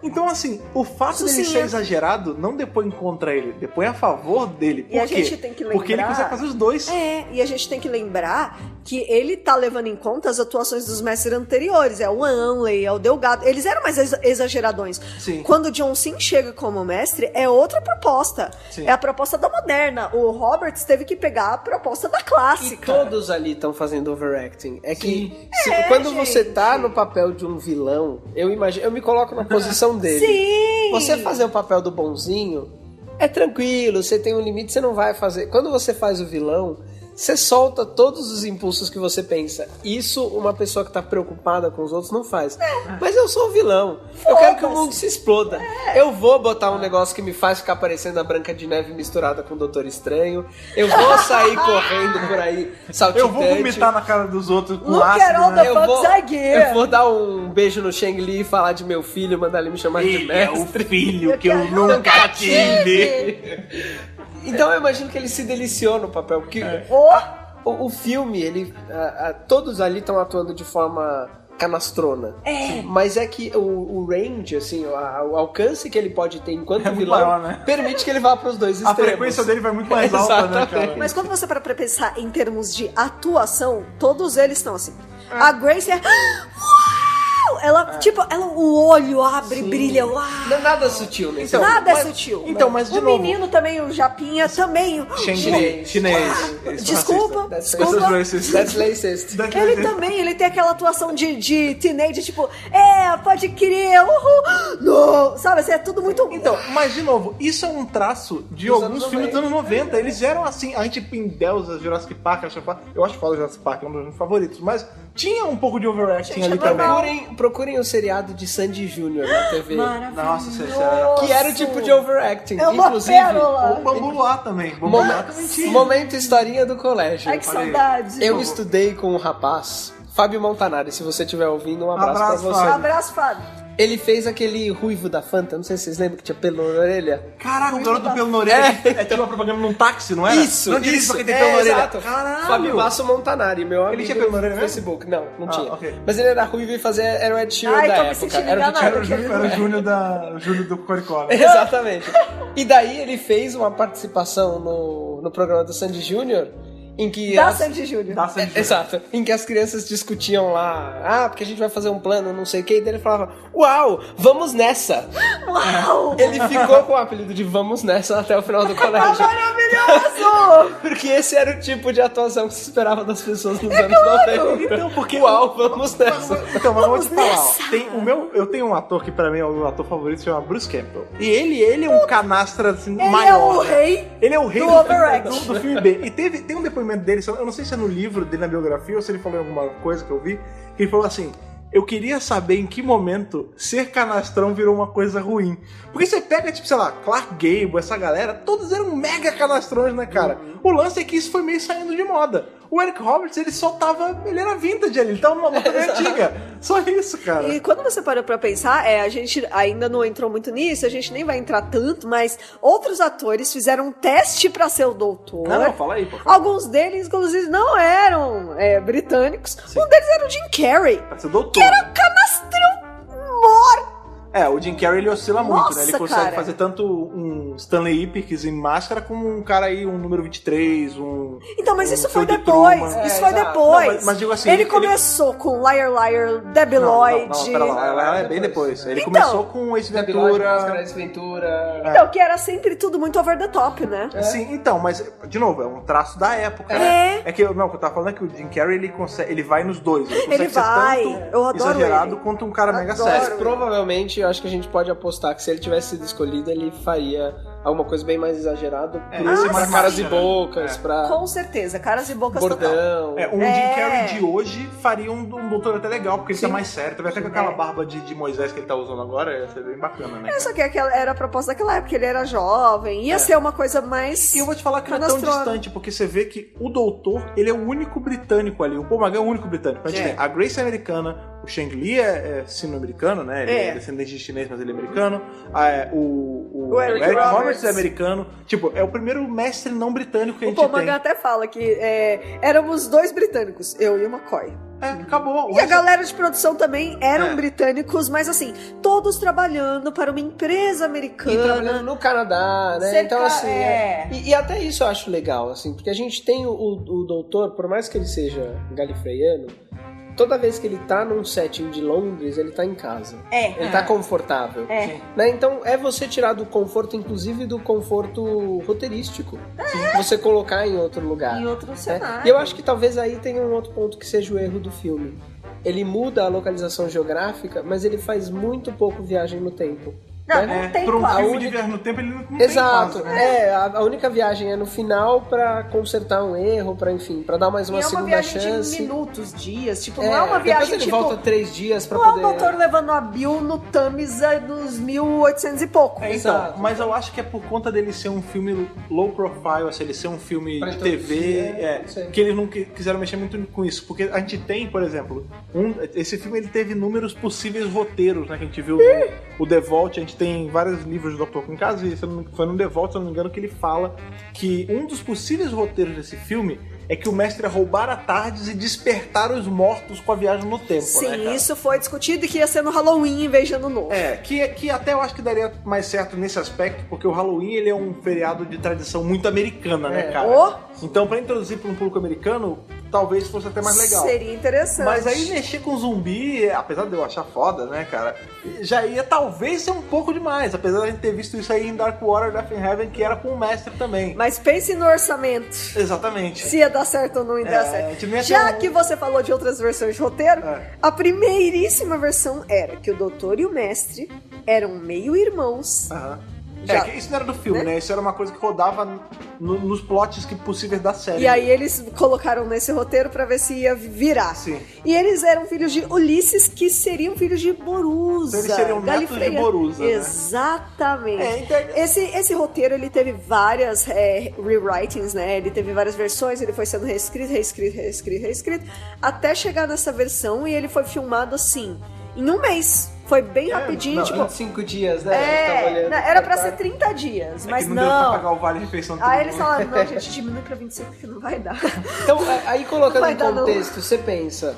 [SPEAKER 2] Então, assim, o fato
[SPEAKER 3] Isso
[SPEAKER 2] dele
[SPEAKER 3] sim,
[SPEAKER 2] ser
[SPEAKER 3] é.
[SPEAKER 2] exagerado não depõe contra ele, depõe a favor dele. Por
[SPEAKER 3] E a
[SPEAKER 2] quê?
[SPEAKER 3] gente tem que lembrar.
[SPEAKER 2] Porque ele consegue fazer os dois.
[SPEAKER 3] É, e a gente tem que lembrar que ele tá levando em conta as atuações dos mestres anteriores. É o Anley, é o Delgado. Eles eram mais ex- exageradões.
[SPEAKER 2] Sim.
[SPEAKER 3] Quando o John Sim chega como mestre, é outra proposta.
[SPEAKER 2] Sim.
[SPEAKER 3] É a proposta da moderna. O Roberts teve que pegar a proposta da
[SPEAKER 4] E
[SPEAKER 3] clássica.
[SPEAKER 4] todos ali estão fazendo overacting. É que
[SPEAKER 2] Sim.
[SPEAKER 4] se-
[SPEAKER 3] É,
[SPEAKER 4] quando você
[SPEAKER 3] gente.
[SPEAKER 4] tá no papel de um vilão, eu imagino, eu me coloco na posição dele.
[SPEAKER 3] Sim!
[SPEAKER 4] Você fazer o papel do bonzinho é tranquilo, você tem um limite, você não vai fazer. Quando você faz o vilão, você solta todos os impulsos que você pensa. Isso uma pessoa que tá preocupada com os outros não faz. Mas eu sou o vilão. Eu quero que o
[SPEAKER 3] Foda-se.
[SPEAKER 4] mundo se exploda. Eu vou botar um negócio que me faz ficar parecendo a Branca de Neve misturada com o Doutor Estranho. Eu vou sair correndo por aí,
[SPEAKER 2] Eu
[SPEAKER 4] saltitante.
[SPEAKER 2] vou vomitar na cara dos outros com
[SPEAKER 3] Look at all
[SPEAKER 2] ácido, né?
[SPEAKER 3] the
[SPEAKER 4] Eu
[SPEAKER 3] Fuck
[SPEAKER 4] vou,
[SPEAKER 3] Zagueiro.
[SPEAKER 4] eu vou dar um beijo no Shang-Li e falar de meu filho, mandar ele me chamar de
[SPEAKER 2] Ele é
[SPEAKER 4] mestre.
[SPEAKER 2] o filho que
[SPEAKER 3] Eu
[SPEAKER 2] eu nunca tive.
[SPEAKER 4] Então eu imagino que ele se deliciou no papel, porque
[SPEAKER 3] É. O-
[SPEAKER 4] o, o filme, ele. a- a- todos ali estão atuando de forma canastrona.
[SPEAKER 3] É.
[SPEAKER 4] Mas é que o, o range, assim, a- o alcance que ele pode ter enquanto
[SPEAKER 2] É muito
[SPEAKER 4] vilão
[SPEAKER 2] maior, né?
[SPEAKER 4] permite que ele vá pros dois
[SPEAKER 2] A
[SPEAKER 4] extremos.
[SPEAKER 2] frequência dele vai muito mais alta, né, cara?
[SPEAKER 4] Exatamente.
[SPEAKER 3] Mas quando você para pra pensar em termos de atuação, todos eles estão assim. A Grace é. "Ah, Uau! ela, tipo, ela, o olho abre, brilha, uau.
[SPEAKER 4] Não, nada sutil nesse
[SPEAKER 2] Então,
[SPEAKER 3] Nada
[SPEAKER 2] mas-
[SPEAKER 3] é sutil.
[SPEAKER 2] então, mas de
[SPEAKER 3] o
[SPEAKER 2] novo-
[SPEAKER 3] menino também, o Japinha também. o-
[SPEAKER 2] Chinês. Chinês. Isso,
[SPEAKER 3] Desculpa,
[SPEAKER 4] racista.
[SPEAKER 3] desculpa.
[SPEAKER 2] racist.
[SPEAKER 4] That's racist.
[SPEAKER 2] né?
[SPEAKER 3] Ele também, ele tem aquela atuação de, de teenage, tipo, é, pode crer, uhul, não, sabe, assim, é tudo muito...
[SPEAKER 2] Então, mas de novo, isso é um traço de
[SPEAKER 4] Dos
[SPEAKER 2] alguns
[SPEAKER 4] anos
[SPEAKER 2] filmes dos anos 90. Eles eram assim, a gente endeusa Jurassic Park, acho que- eu acho que falo Jurassic Park, é um dos meus favoritos, mas tinha um pouco de overacting
[SPEAKER 3] Gente,
[SPEAKER 2] ali
[SPEAKER 3] é normal.
[SPEAKER 2] também.
[SPEAKER 4] Procurem, procurem o seriado de Sandy Júnior na TV.
[SPEAKER 2] Nossa senhora.
[SPEAKER 4] Que era o tipo de overacting.
[SPEAKER 3] É uma
[SPEAKER 4] Inclusive,
[SPEAKER 3] pérola.
[SPEAKER 2] O Bambu Lá também. Bambu Lá também
[SPEAKER 4] Momento,
[SPEAKER 2] tinha.
[SPEAKER 4] momento historinha do colégio.
[SPEAKER 3] Ai, É que
[SPEAKER 2] Olha aí.
[SPEAKER 3] saudade.
[SPEAKER 4] Eu estudei com um rapaz, Fábio Montanari, se você estiver ouvindo, um abraço,
[SPEAKER 2] Abraço,
[SPEAKER 4] pra você.
[SPEAKER 3] Um abraço, Fábio.
[SPEAKER 4] Ele fez aquele ruivo da Fanta, não sei se vocês lembram que tinha pelo na orelha.
[SPEAKER 2] Caraca, o um garoto do pelo na orelha. É, tinha uma propaganda num táxi, não era?
[SPEAKER 4] Isso,
[SPEAKER 2] não dirige
[SPEAKER 4] isso,
[SPEAKER 2] pra quem tem
[SPEAKER 4] é,
[SPEAKER 2] pelo na orelha.
[SPEAKER 4] exato.
[SPEAKER 2] Caralho.
[SPEAKER 4] Fábio Basso Montanari, meu amigo
[SPEAKER 2] tinha pelo na orelha
[SPEAKER 4] no
[SPEAKER 2] mesmo?
[SPEAKER 4] Facebook. Não, não
[SPEAKER 2] Ah,
[SPEAKER 4] tinha.
[SPEAKER 2] ok. Ah,
[SPEAKER 4] Mas ele era ruivo e fazia, era o Ed Sheeran
[SPEAKER 3] Ai,
[SPEAKER 4] da
[SPEAKER 3] tô me
[SPEAKER 4] época.
[SPEAKER 3] sentindo
[SPEAKER 4] Era o Ed
[SPEAKER 3] enganada.
[SPEAKER 2] Era o Júlio, era o Júlio da, o Júlio do Coricó, né?
[SPEAKER 4] Exatamente. E daí ele fez uma participação no, no programa do Sandy Júnior em que.
[SPEAKER 3] Dá,
[SPEAKER 4] as-
[SPEAKER 3] Sandy Júnior.
[SPEAKER 2] Da Sandy Júnior.
[SPEAKER 4] É, Exato. Em que as crianças discutiam lá, ah, porque a gente vai fazer um plano, não sei o que, e daí ele falava, uau, vamos nessa!
[SPEAKER 3] Uau!
[SPEAKER 4] Ele ficou com o apelido de Vamos Nessa até o final do colégio.
[SPEAKER 3] Maravilhoso!
[SPEAKER 4] Porque esse era o tipo de atuação que se esperava das pessoas nos anos 90.
[SPEAKER 2] Então, porque-
[SPEAKER 4] Uau, vamos nessa!
[SPEAKER 2] Então, mas eu vou te
[SPEAKER 3] Vamos
[SPEAKER 2] falar.
[SPEAKER 3] nessa.
[SPEAKER 2] ó, Tem o meu, eu tenho um ator que pra mim é o meu ator favorito, se chama Bruce Campbell. E ele, ele é um canastra assim,
[SPEAKER 3] Ele
[SPEAKER 2] maior.
[SPEAKER 3] é o
[SPEAKER 2] né?
[SPEAKER 3] rei.
[SPEAKER 2] Ele é o rei
[SPEAKER 3] do
[SPEAKER 2] do,
[SPEAKER 3] overacting.
[SPEAKER 2] do- do filme B. E teve, tem um depoimento dele, só- eu não sei se é no livro dele, na biografia, ou se ele falou em alguma coisa que eu vi, que ele falou assim. Eu queria saber em que momento ser canastrão virou uma coisa ruim. Porque você pega, tipo, sei lá, Clark Gable, essa galera, todos eram mega canastrões, né, cara?
[SPEAKER 3] Uhum.
[SPEAKER 2] O lance é que isso foi meio saindo de moda. O Eric Roberts, ele só tava. Ele era vintage ali, ele tava numa moda meio antiga. Só isso, cara.
[SPEAKER 3] E quando você para pra pensar, é, a gente ainda não entrou muito nisso, a gente nem vai entrar tanto, mas outros atores fizeram um teste pra ser o doutor.
[SPEAKER 2] Não, não, fala aí, pô.
[SPEAKER 3] Alguns deles, inclusive, não eram é, britânicos. Um deles era o Jim Carrey,
[SPEAKER 2] Pra ser doutor.
[SPEAKER 3] que era canastrão morto.
[SPEAKER 2] É, o Jim Carrey ele oscila muito,
[SPEAKER 3] Nossa,
[SPEAKER 2] né? Ele consegue
[SPEAKER 3] cara.
[SPEAKER 2] fazer tanto um Stanley Ipkiss em máscara como um cara aí, um número 23, um.
[SPEAKER 3] Então, mas
[SPEAKER 2] um
[SPEAKER 3] isso foi
[SPEAKER 2] Phil de
[SPEAKER 3] depois.
[SPEAKER 2] Truman.
[SPEAKER 3] isso
[SPEAKER 4] É,
[SPEAKER 3] foi
[SPEAKER 4] exato.
[SPEAKER 3] depois.
[SPEAKER 2] Não, mas- mas digo assim,
[SPEAKER 3] ele
[SPEAKER 2] ele-
[SPEAKER 3] começou com Liar Liar, Debbie
[SPEAKER 2] Não,
[SPEAKER 3] Lloyd.
[SPEAKER 2] Não, não, pera lá, ela- ela é bem depois. Ele
[SPEAKER 3] Então.
[SPEAKER 2] começou com Ace
[SPEAKER 4] né?
[SPEAKER 2] Ventura.
[SPEAKER 4] Ventura.
[SPEAKER 3] Então, que era sempre tudo muito over the top, né?
[SPEAKER 2] Sim, então, mas, de novo, é um traço da época,
[SPEAKER 3] É.
[SPEAKER 2] né? É que eu- não, o que eu tava falando é que o Jim Carrey ele, consegue, ele vai nos dois. Ele, consegue ser
[SPEAKER 3] vai,
[SPEAKER 2] é tanto
[SPEAKER 3] eu adoro
[SPEAKER 2] exagerado
[SPEAKER 3] ele.
[SPEAKER 2] quanto um cara mega
[SPEAKER 3] Adoro.
[SPEAKER 4] Mas
[SPEAKER 2] sério.
[SPEAKER 4] provavelmente eu acho que a gente pode apostar que se ele tivesse sido escolhido, ele faria alguma coisa bem mais exagerada
[SPEAKER 2] É,
[SPEAKER 4] pro-
[SPEAKER 2] ia ser
[SPEAKER 4] pra
[SPEAKER 2] mais
[SPEAKER 4] caras e
[SPEAKER 2] máscara, né?
[SPEAKER 4] bocas,
[SPEAKER 2] É.
[SPEAKER 4] pra
[SPEAKER 3] Com certeza, caras e bocas total.
[SPEAKER 4] bordão.
[SPEAKER 2] É, um
[SPEAKER 3] É.
[SPEAKER 2] Jim Carrey de hoje faria um, um doutor até legal, porque ele tá mais sério. Talvez até com aquela
[SPEAKER 3] É.
[SPEAKER 2] barba de, de Moisés que ele tá usando agora, ia ser bem bacana, né?
[SPEAKER 3] É,
[SPEAKER 2] cara?
[SPEAKER 3] só que aquela, era a proposta daquela época, ele era jovem,
[SPEAKER 4] É.
[SPEAKER 3] ia ser uma coisa mais.
[SPEAKER 2] E eu vou te falar que não é tão
[SPEAKER 3] Canastrona.
[SPEAKER 2] distante, porque você vê que o doutor, ele é o único britânico ali. O Paul Magan é o único britânico. A gente
[SPEAKER 4] É.
[SPEAKER 2] tem a Grace é americana, o Shang Li é, é sino-americano, né? Ele é.
[SPEAKER 3] É.
[SPEAKER 2] descendente de chinês, mas ele é americano. Ah, é, o, o,
[SPEAKER 3] O Eric Roberts.
[SPEAKER 2] é americano. Tipo, é o primeiro mestre não britânico que a
[SPEAKER 3] O
[SPEAKER 2] gente
[SPEAKER 3] Paul
[SPEAKER 2] tem.
[SPEAKER 3] Magan até fala que é, éramos dois britânicos, eu e o McCoy.
[SPEAKER 2] É, acabou. O
[SPEAKER 3] E a
[SPEAKER 2] resto-
[SPEAKER 3] galera de produção também eram
[SPEAKER 2] É.
[SPEAKER 3] britânicos, mas assim, todos trabalhando para uma empresa
[SPEAKER 4] E
[SPEAKER 3] americana.
[SPEAKER 4] trabalhando no Canadá, né?
[SPEAKER 3] Cerca-
[SPEAKER 4] então, assim.
[SPEAKER 3] é.
[SPEAKER 4] E, e até isso eu acho legal, assim, porque a gente tem o, o- o doutor, por mais que ele seja galifreiano, toda vez que ele tá num setting de Londres, ele tá em casa.
[SPEAKER 3] É.
[SPEAKER 4] Ele tá confortável.
[SPEAKER 3] É.
[SPEAKER 4] Né? Então é você tirar do conforto, inclusive do conforto roteirístico. Você colocar em outro lugar.
[SPEAKER 3] É. Em outro
[SPEAKER 4] né?
[SPEAKER 3] cenário.
[SPEAKER 4] E eu acho que talvez aí tenha um outro ponto que seja o erro do filme. Ele muda a localização geográfica, mas ele faz muito pouco viagem no tempo.
[SPEAKER 3] Não,
[SPEAKER 4] né?
[SPEAKER 3] não
[SPEAKER 2] É,
[SPEAKER 3] tem
[SPEAKER 2] pra um
[SPEAKER 3] quase.
[SPEAKER 2] filme
[SPEAKER 4] A
[SPEAKER 2] de
[SPEAKER 4] única-
[SPEAKER 2] verão no tempo, ele não, não
[SPEAKER 4] Exato.
[SPEAKER 2] tem quase, né?
[SPEAKER 4] É, a, a única viagem é no final pra consertar um erro, pra enfim, pra dar mais uma
[SPEAKER 3] e é uma
[SPEAKER 4] segunda
[SPEAKER 3] viagem
[SPEAKER 4] chance.
[SPEAKER 3] de minutos, dias. Tipo,
[SPEAKER 4] É,
[SPEAKER 3] não é uma viagem
[SPEAKER 4] depois ele
[SPEAKER 3] tipo.
[SPEAKER 4] volta três dias pra
[SPEAKER 3] não é o
[SPEAKER 4] poder. né?"
[SPEAKER 3] doutor levando a Bill no Tamisa nos 1800 e pouco.
[SPEAKER 2] É, então,
[SPEAKER 4] Exato.
[SPEAKER 2] mas eu acho que é por conta dele ser um filme low profile, assim, ele ser um filme
[SPEAKER 4] Pra
[SPEAKER 2] de TV,
[SPEAKER 4] introduzir, é,
[SPEAKER 2] é,
[SPEAKER 4] não sei.
[SPEAKER 2] que eles não qui- quiseram mexer muito com isso, porque a gente tem, por exemplo, um- esse filme ele teve inúmeros possíveis roteiros, né, que a gente viu no, o The Vault, a gente tem vários livros do Dr. Who em casa, e se eu não- foi no The Vault, se eu não me engano, que ele fala que um dos possíveis roteiros desse filme é que o mestre ia roubar a tardes e despertar os mortos com a viagem no tempo,
[SPEAKER 3] Sim,
[SPEAKER 2] né, cara?
[SPEAKER 3] isso foi discutido e que ia ser no Halloween em vez de ano novo.
[SPEAKER 2] É, que, que até eu acho que daria mais certo nesse aspecto, porque o Halloween ele é um feriado de tradição muito americana, né,
[SPEAKER 4] É.
[SPEAKER 2] cara?
[SPEAKER 3] Ô,
[SPEAKER 2] Então, pra introduzir pra um público americano, talvez fosse até mais legal.
[SPEAKER 3] Seria interessante.
[SPEAKER 2] Mas aí né? mexer com zumbi, apesar de eu achar foda, né, cara? Já ia talvez ser um pouco demais, apesar de a gente ter visto isso aí em Dark Water Death in Heaven, que era com o mestre também.
[SPEAKER 3] Mas pense no orçamento.
[SPEAKER 2] Exatamente.
[SPEAKER 3] Se ia dar certo ou não ia dar
[SPEAKER 2] É, a gente não ia
[SPEAKER 3] certo.
[SPEAKER 2] ter
[SPEAKER 3] Já
[SPEAKER 2] um-
[SPEAKER 3] que você falou de outras versões de roteiro,
[SPEAKER 2] É.
[SPEAKER 3] a primeiríssima versão era que o doutor e o mestre eram meio-irmãos.
[SPEAKER 2] Aham. É,
[SPEAKER 3] Já-
[SPEAKER 2] que isso não era do filme,
[SPEAKER 3] né?
[SPEAKER 2] né? Isso era uma coisa que rodava no- nos plots que possíveis da série.
[SPEAKER 3] E aí eles colocaram nesse roteiro pra ver se ia virar.
[SPEAKER 2] Sim.
[SPEAKER 3] E eles eram filhos de Ulisses, que seriam filhos de Borusa.
[SPEAKER 2] Então eles seriam netos de
[SPEAKER 3] Galifrey.
[SPEAKER 2] Borusa, né?
[SPEAKER 3] Exatamente.
[SPEAKER 2] É, então-
[SPEAKER 3] esse, esse roteiro, ele teve várias é, rewritings, né? Ele teve várias versões, ele foi sendo reescrito, reescrito, reescrito, reescrito, até chegar nessa versão e ele foi filmado assim, em um mês. Foi bem
[SPEAKER 2] É,
[SPEAKER 3] rapidinho,
[SPEAKER 4] Não,
[SPEAKER 3] tipo...
[SPEAKER 4] 25 dias, né? Eu tava
[SPEAKER 3] É,
[SPEAKER 4] olhando
[SPEAKER 3] era pra
[SPEAKER 4] pra
[SPEAKER 3] ser 30 dias,
[SPEAKER 2] É
[SPEAKER 3] mas
[SPEAKER 2] que não, deu pra pagar o vale refeição
[SPEAKER 3] Aí eles falaram, não, gente, diminui pra 25 que não vai dar.
[SPEAKER 4] Então, a- aí colocando
[SPEAKER 3] Vai
[SPEAKER 4] em
[SPEAKER 3] dar não.
[SPEAKER 4] contexto, você pensa,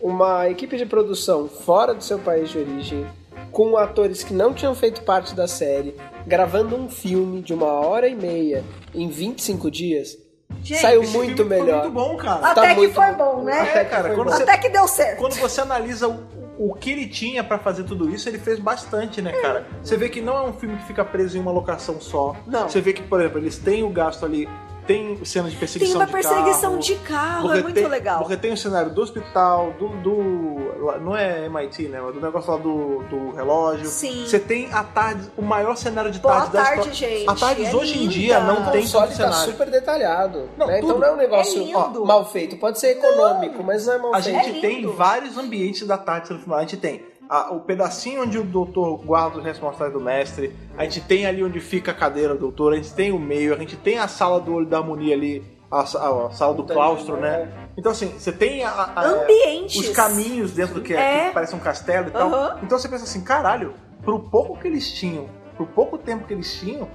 [SPEAKER 4] uma equipe de produção fora do seu país de origem, com atores que não tinham feito parte da série, gravando um filme de uma hora e meia em 25 dias,
[SPEAKER 3] Gente,
[SPEAKER 4] saiu
[SPEAKER 2] Esse
[SPEAKER 4] muito
[SPEAKER 2] filme ficou
[SPEAKER 4] melhor.
[SPEAKER 2] muito Ah, bom, cara.
[SPEAKER 3] Até que
[SPEAKER 4] Tá muito
[SPEAKER 3] foi bom, né?
[SPEAKER 4] Até
[SPEAKER 2] É,
[SPEAKER 4] que
[SPEAKER 2] cara,
[SPEAKER 4] foi
[SPEAKER 2] quando
[SPEAKER 4] bom.
[SPEAKER 2] você-
[SPEAKER 3] Até que deu certo.
[SPEAKER 2] Quando você analisa o, o que ele tinha pra fazer tudo isso, ele fez bastante, né, cara? Você vê que não é um filme que fica preso em uma locação só.
[SPEAKER 3] Não.
[SPEAKER 2] Você vê que, por exemplo, eles têm o gasto ali, tem cenas de
[SPEAKER 3] Tem
[SPEAKER 2] perseguição
[SPEAKER 3] uma
[SPEAKER 2] de
[SPEAKER 3] perseguição
[SPEAKER 2] carro,
[SPEAKER 3] de carro,
[SPEAKER 2] Porque
[SPEAKER 3] é muito
[SPEAKER 2] tem-
[SPEAKER 3] legal.
[SPEAKER 2] Porque tem o cenário do hospital, do. do- lá- não é MIT, né? Mas do negócio lá do, do relógio.
[SPEAKER 3] Sim.
[SPEAKER 2] Você tem a tarde, o maior cenário de
[SPEAKER 3] Boa
[SPEAKER 2] tarde da
[SPEAKER 3] tarde,
[SPEAKER 2] história.
[SPEAKER 3] gente.
[SPEAKER 2] A tardes
[SPEAKER 3] É
[SPEAKER 2] hoje em
[SPEAKER 3] linda.
[SPEAKER 2] dia não
[SPEAKER 4] O
[SPEAKER 2] tem
[SPEAKER 4] console
[SPEAKER 2] tanto
[SPEAKER 4] tá
[SPEAKER 2] cenário.
[SPEAKER 4] super detalhado.
[SPEAKER 2] Não,
[SPEAKER 4] né? Então
[SPEAKER 2] tudo.
[SPEAKER 4] não é um negócio
[SPEAKER 3] É lindo.
[SPEAKER 4] ó, mal feito. Pode ser econômico, mas não é mal
[SPEAKER 2] A
[SPEAKER 4] feito.
[SPEAKER 2] gente
[SPEAKER 3] É
[SPEAKER 2] tem
[SPEAKER 3] lindo.
[SPEAKER 2] vários ambientes da tarde no final. A gente tem a- o pedacinho onde o doutor guarda os responsáveis do mestre. A gente tem ali onde fica a cadeira do doutor. A gente tem o meio. A gente tem a sala do olho da harmonia ali. A, sa- a sala
[SPEAKER 4] um
[SPEAKER 2] do claustro, né? Então, assim, você tem a, a- a-
[SPEAKER 3] Ambientes.
[SPEAKER 2] os caminhos dentro do que, é,
[SPEAKER 3] É.
[SPEAKER 2] que parece um castelo e tal.
[SPEAKER 3] Aham.
[SPEAKER 2] Então você pensa assim, caralho, pro pouco que eles tinham, pro pouco tempo que eles tinham,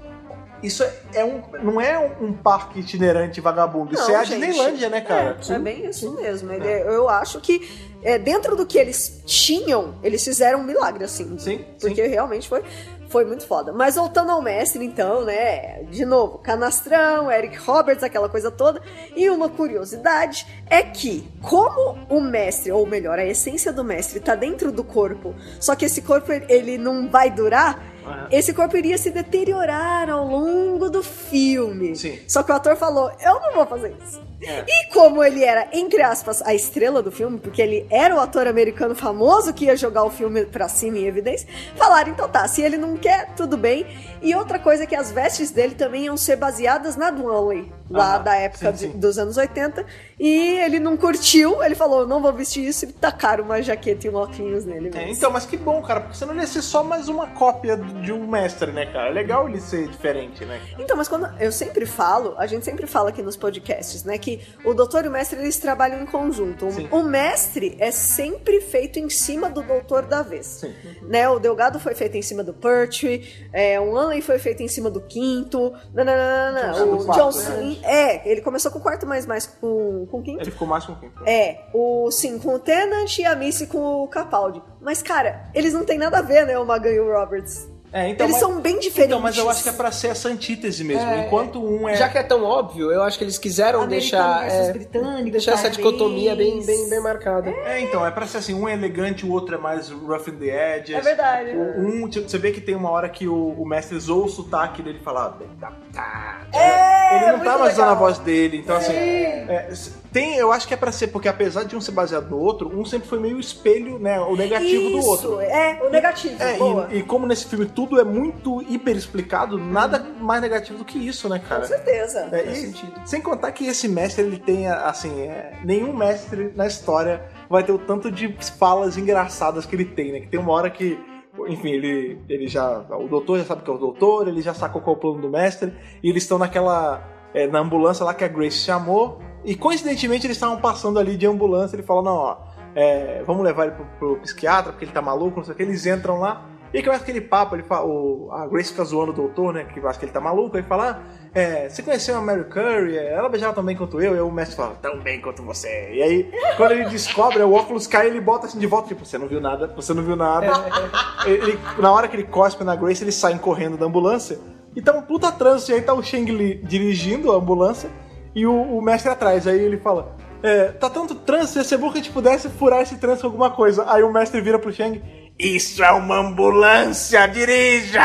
[SPEAKER 2] isso é, é um, não é um, um parque itinerante vagabundo. isso
[SPEAKER 3] Não,
[SPEAKER 2] é a
[SPEAKER 3] gente.
[SPEAKER 2] Disneylândia, né, cara?
[SPEAKER 3] É, é bem isso mesmo. Ele- é, Eu acho que é, dentro do que eles tinham, eles fizeram um milagre, assim.
[SPEAKER 2] Sim, sim.
[SPEAKER 3] Porque realmente foi, foi muito foda. Mas voltando ao mestre, então, né? De novo, Canastrão, Eric Roberts, aquela coisa toda. E uma curiosidade é que, como o mestre, ou melhor, a essência do mestre, tá dentro do corpo, só que esse corpo ele não vai durar. Esse corpo iria se deteriorar ao longo do filme.
[SPEAKER 2] Sim.
[SPEAKER 3] Só que o ator falou: eu não vou fazer isso.
[SPEAKER 2] É.
[SPEAKER 3] E como ele era, entre aspas, a estrela do filme, porque ele era o ator americano famoso que ia jogar o filme pra cima em evidência, falaram: então tá, se ele não quer, tudo bem. E outra coisa é que as vestes dele também iam ser baseadas na Dwanley, lá
[SPEAKER 2] Aham,
[SPEAKER 3] da época
[SPEAKER 2] sim,
[SPEAKER 3] de-
[SPEAKER 2] sim.
[SPEAKER 3] dos anos 80. E ele não curtiu, ele falou: não vou vestir isso, e tacaram uma jaqueta e um óculos nele.
[SPEAKER 2] É,
[SPEAKER 3] mesmo.
[SPEAKER 2] então, mas que bom, cara, porque senão ele ia ser só mais uma cópia de um mestre, né, cara? É legal ele ser diferente, né? cara?
[SPEAKER 3] Então, mas quando eu sempre falo, a gente sempre fala aqui nos podcasts, né, que o doutor e o mestre eles trabalham em conjunto. O-
[SPEAKER 2] Sim.
[SPEAKER 3] O mestre é sempre feito em cima do doutor da vez.
[SPEAKER 2] Sim.
[SPEAKER 3] Né, o Delgado foi feito em cima do Pertwee, é, o Unley foi feito em cima do quinto, nananana,
[SPEAKER 2] Johnson
[SPEAKER 3] o
[SPEAKER 2] do quarto,
[SPEAKER 3] John
[SPEAKER 2] né?
[SPEAKER 3] Sim- é, ele começou com o quarto, mas mais com, com o quinto.
[SPEAKER 2] Ele ficou mais com quem?
[SPEAKER 3] É, o sim com o Tennant e a Missy com o Capaldi. Mas, cara, eles não têm nada a ver, né, o Magan e o Roberts.
[SPEAKER 2] É,
[SPEAKER 3] eles
[SPEAKER 2] mas-
[SPEAKER 3] são bem diferentes.
[SPEAKER 2] Então, mas eu acho que é pra ser essa antítese mesmo.
[SPEAKER 4] É,
[SPEAKER 2] Enquanto um é.
[SPEAKER 4] Já que é tão óbvio, eu acho que eles quiseram
[SPEAKER 3] Americano
[SPEAKER 4] deixar,
[SPEAKER 3] versus
[SPEAKER 4] é,
[SPEAKER 3] britânico,
[SPEAKER 4] deixar essa
[SPEAKER 3] talvez.
[SPEAKER 4] dicotomia bem, bem, bem marcada.
[SPEAKER 2] É, então, é pra ser assim, um é elegante, o outro é mais rough in the edges.
[SPEAKER 3] É verdade.
[SPEAKER 2] O- Um, tipo, você vê que tem uma hora que o, o mestre zoou o sotaque dele e fala. "Ah, tá, tá". ele não
[SPEAKER 3] É, muito
[SPEAKER 2] tá mais usando a
[SPEAKER 3] legal.
[SPEAKER 2] voz dele, então assim. é, s- tem, eu acho que é pra ser, porque apesar de um ser baseado no outro, um sempre foi meio espelho, né? O negativo
[SPEAKER 3] Isso,
[SPEAKER 2] do outro.
[SPEAKER 3] É, o negativo.
[SPEAKER 2] É,
[SPEAKER 3] boa.
[SPEAKER 2] e, e como nesse filme tudo é muito hiper explicado, nada mais negativo do que isso, né,
[SPEAKER 3] Com
[SPEAKER 2] cara?
[SPEAKER 3] certeza.
[SPEAKER 2] É,
[SPEAKER 4] Faz
[SPEAKER 2] e-
[SPEAKER 4] sentido.
[SPEAKER 2] sem contar que esse mestre, ele tem, assim, é, nenhum mestre na história vai ter o tanto de falas engraçadas que ele tem, né? Que tem uma hora que, enfim, ele, ele já. O doutor já sabe que é o doutor, ele já sacou qual é o plano do mestre, e eles estão naquela. é, na ambulância lá que a Grace chamou, e coincidentemente eles estavam passando ali de ambulância, ele fala: não, ó, é, vamos levar ele pro, pro psiquiatra, porque ele tá maluco, não sei o que, eles entram lá. E começa aquele papo, ele fala, o, a Grace fica zoando o doutor, né? Que acha que ele tá maluco, aí fala, ah, é, você conheceu a Mary Curry? É, Ela beijava tão bem quanto eu, e aí o mestre fala, tão bem quanto você. E aí, quando ele descobre, é, o óculos cai ele bota assim de volta, tipo, você não viu nada, você não viu nada. Ele- na hora que ele cospe na Grace, eles saem correndo da ambulância. E tá um puta trânsito, e aí tá o Shang Li dirigindo a ambulância e o, o mestre atrás. Aí ele fala: é, tá tanto trânsito, ia ser bom que a gente pudesse furar esse trânsito com alguma coisa. Aí o mestre vira pro Chang, isso é uma ambulância, dirija!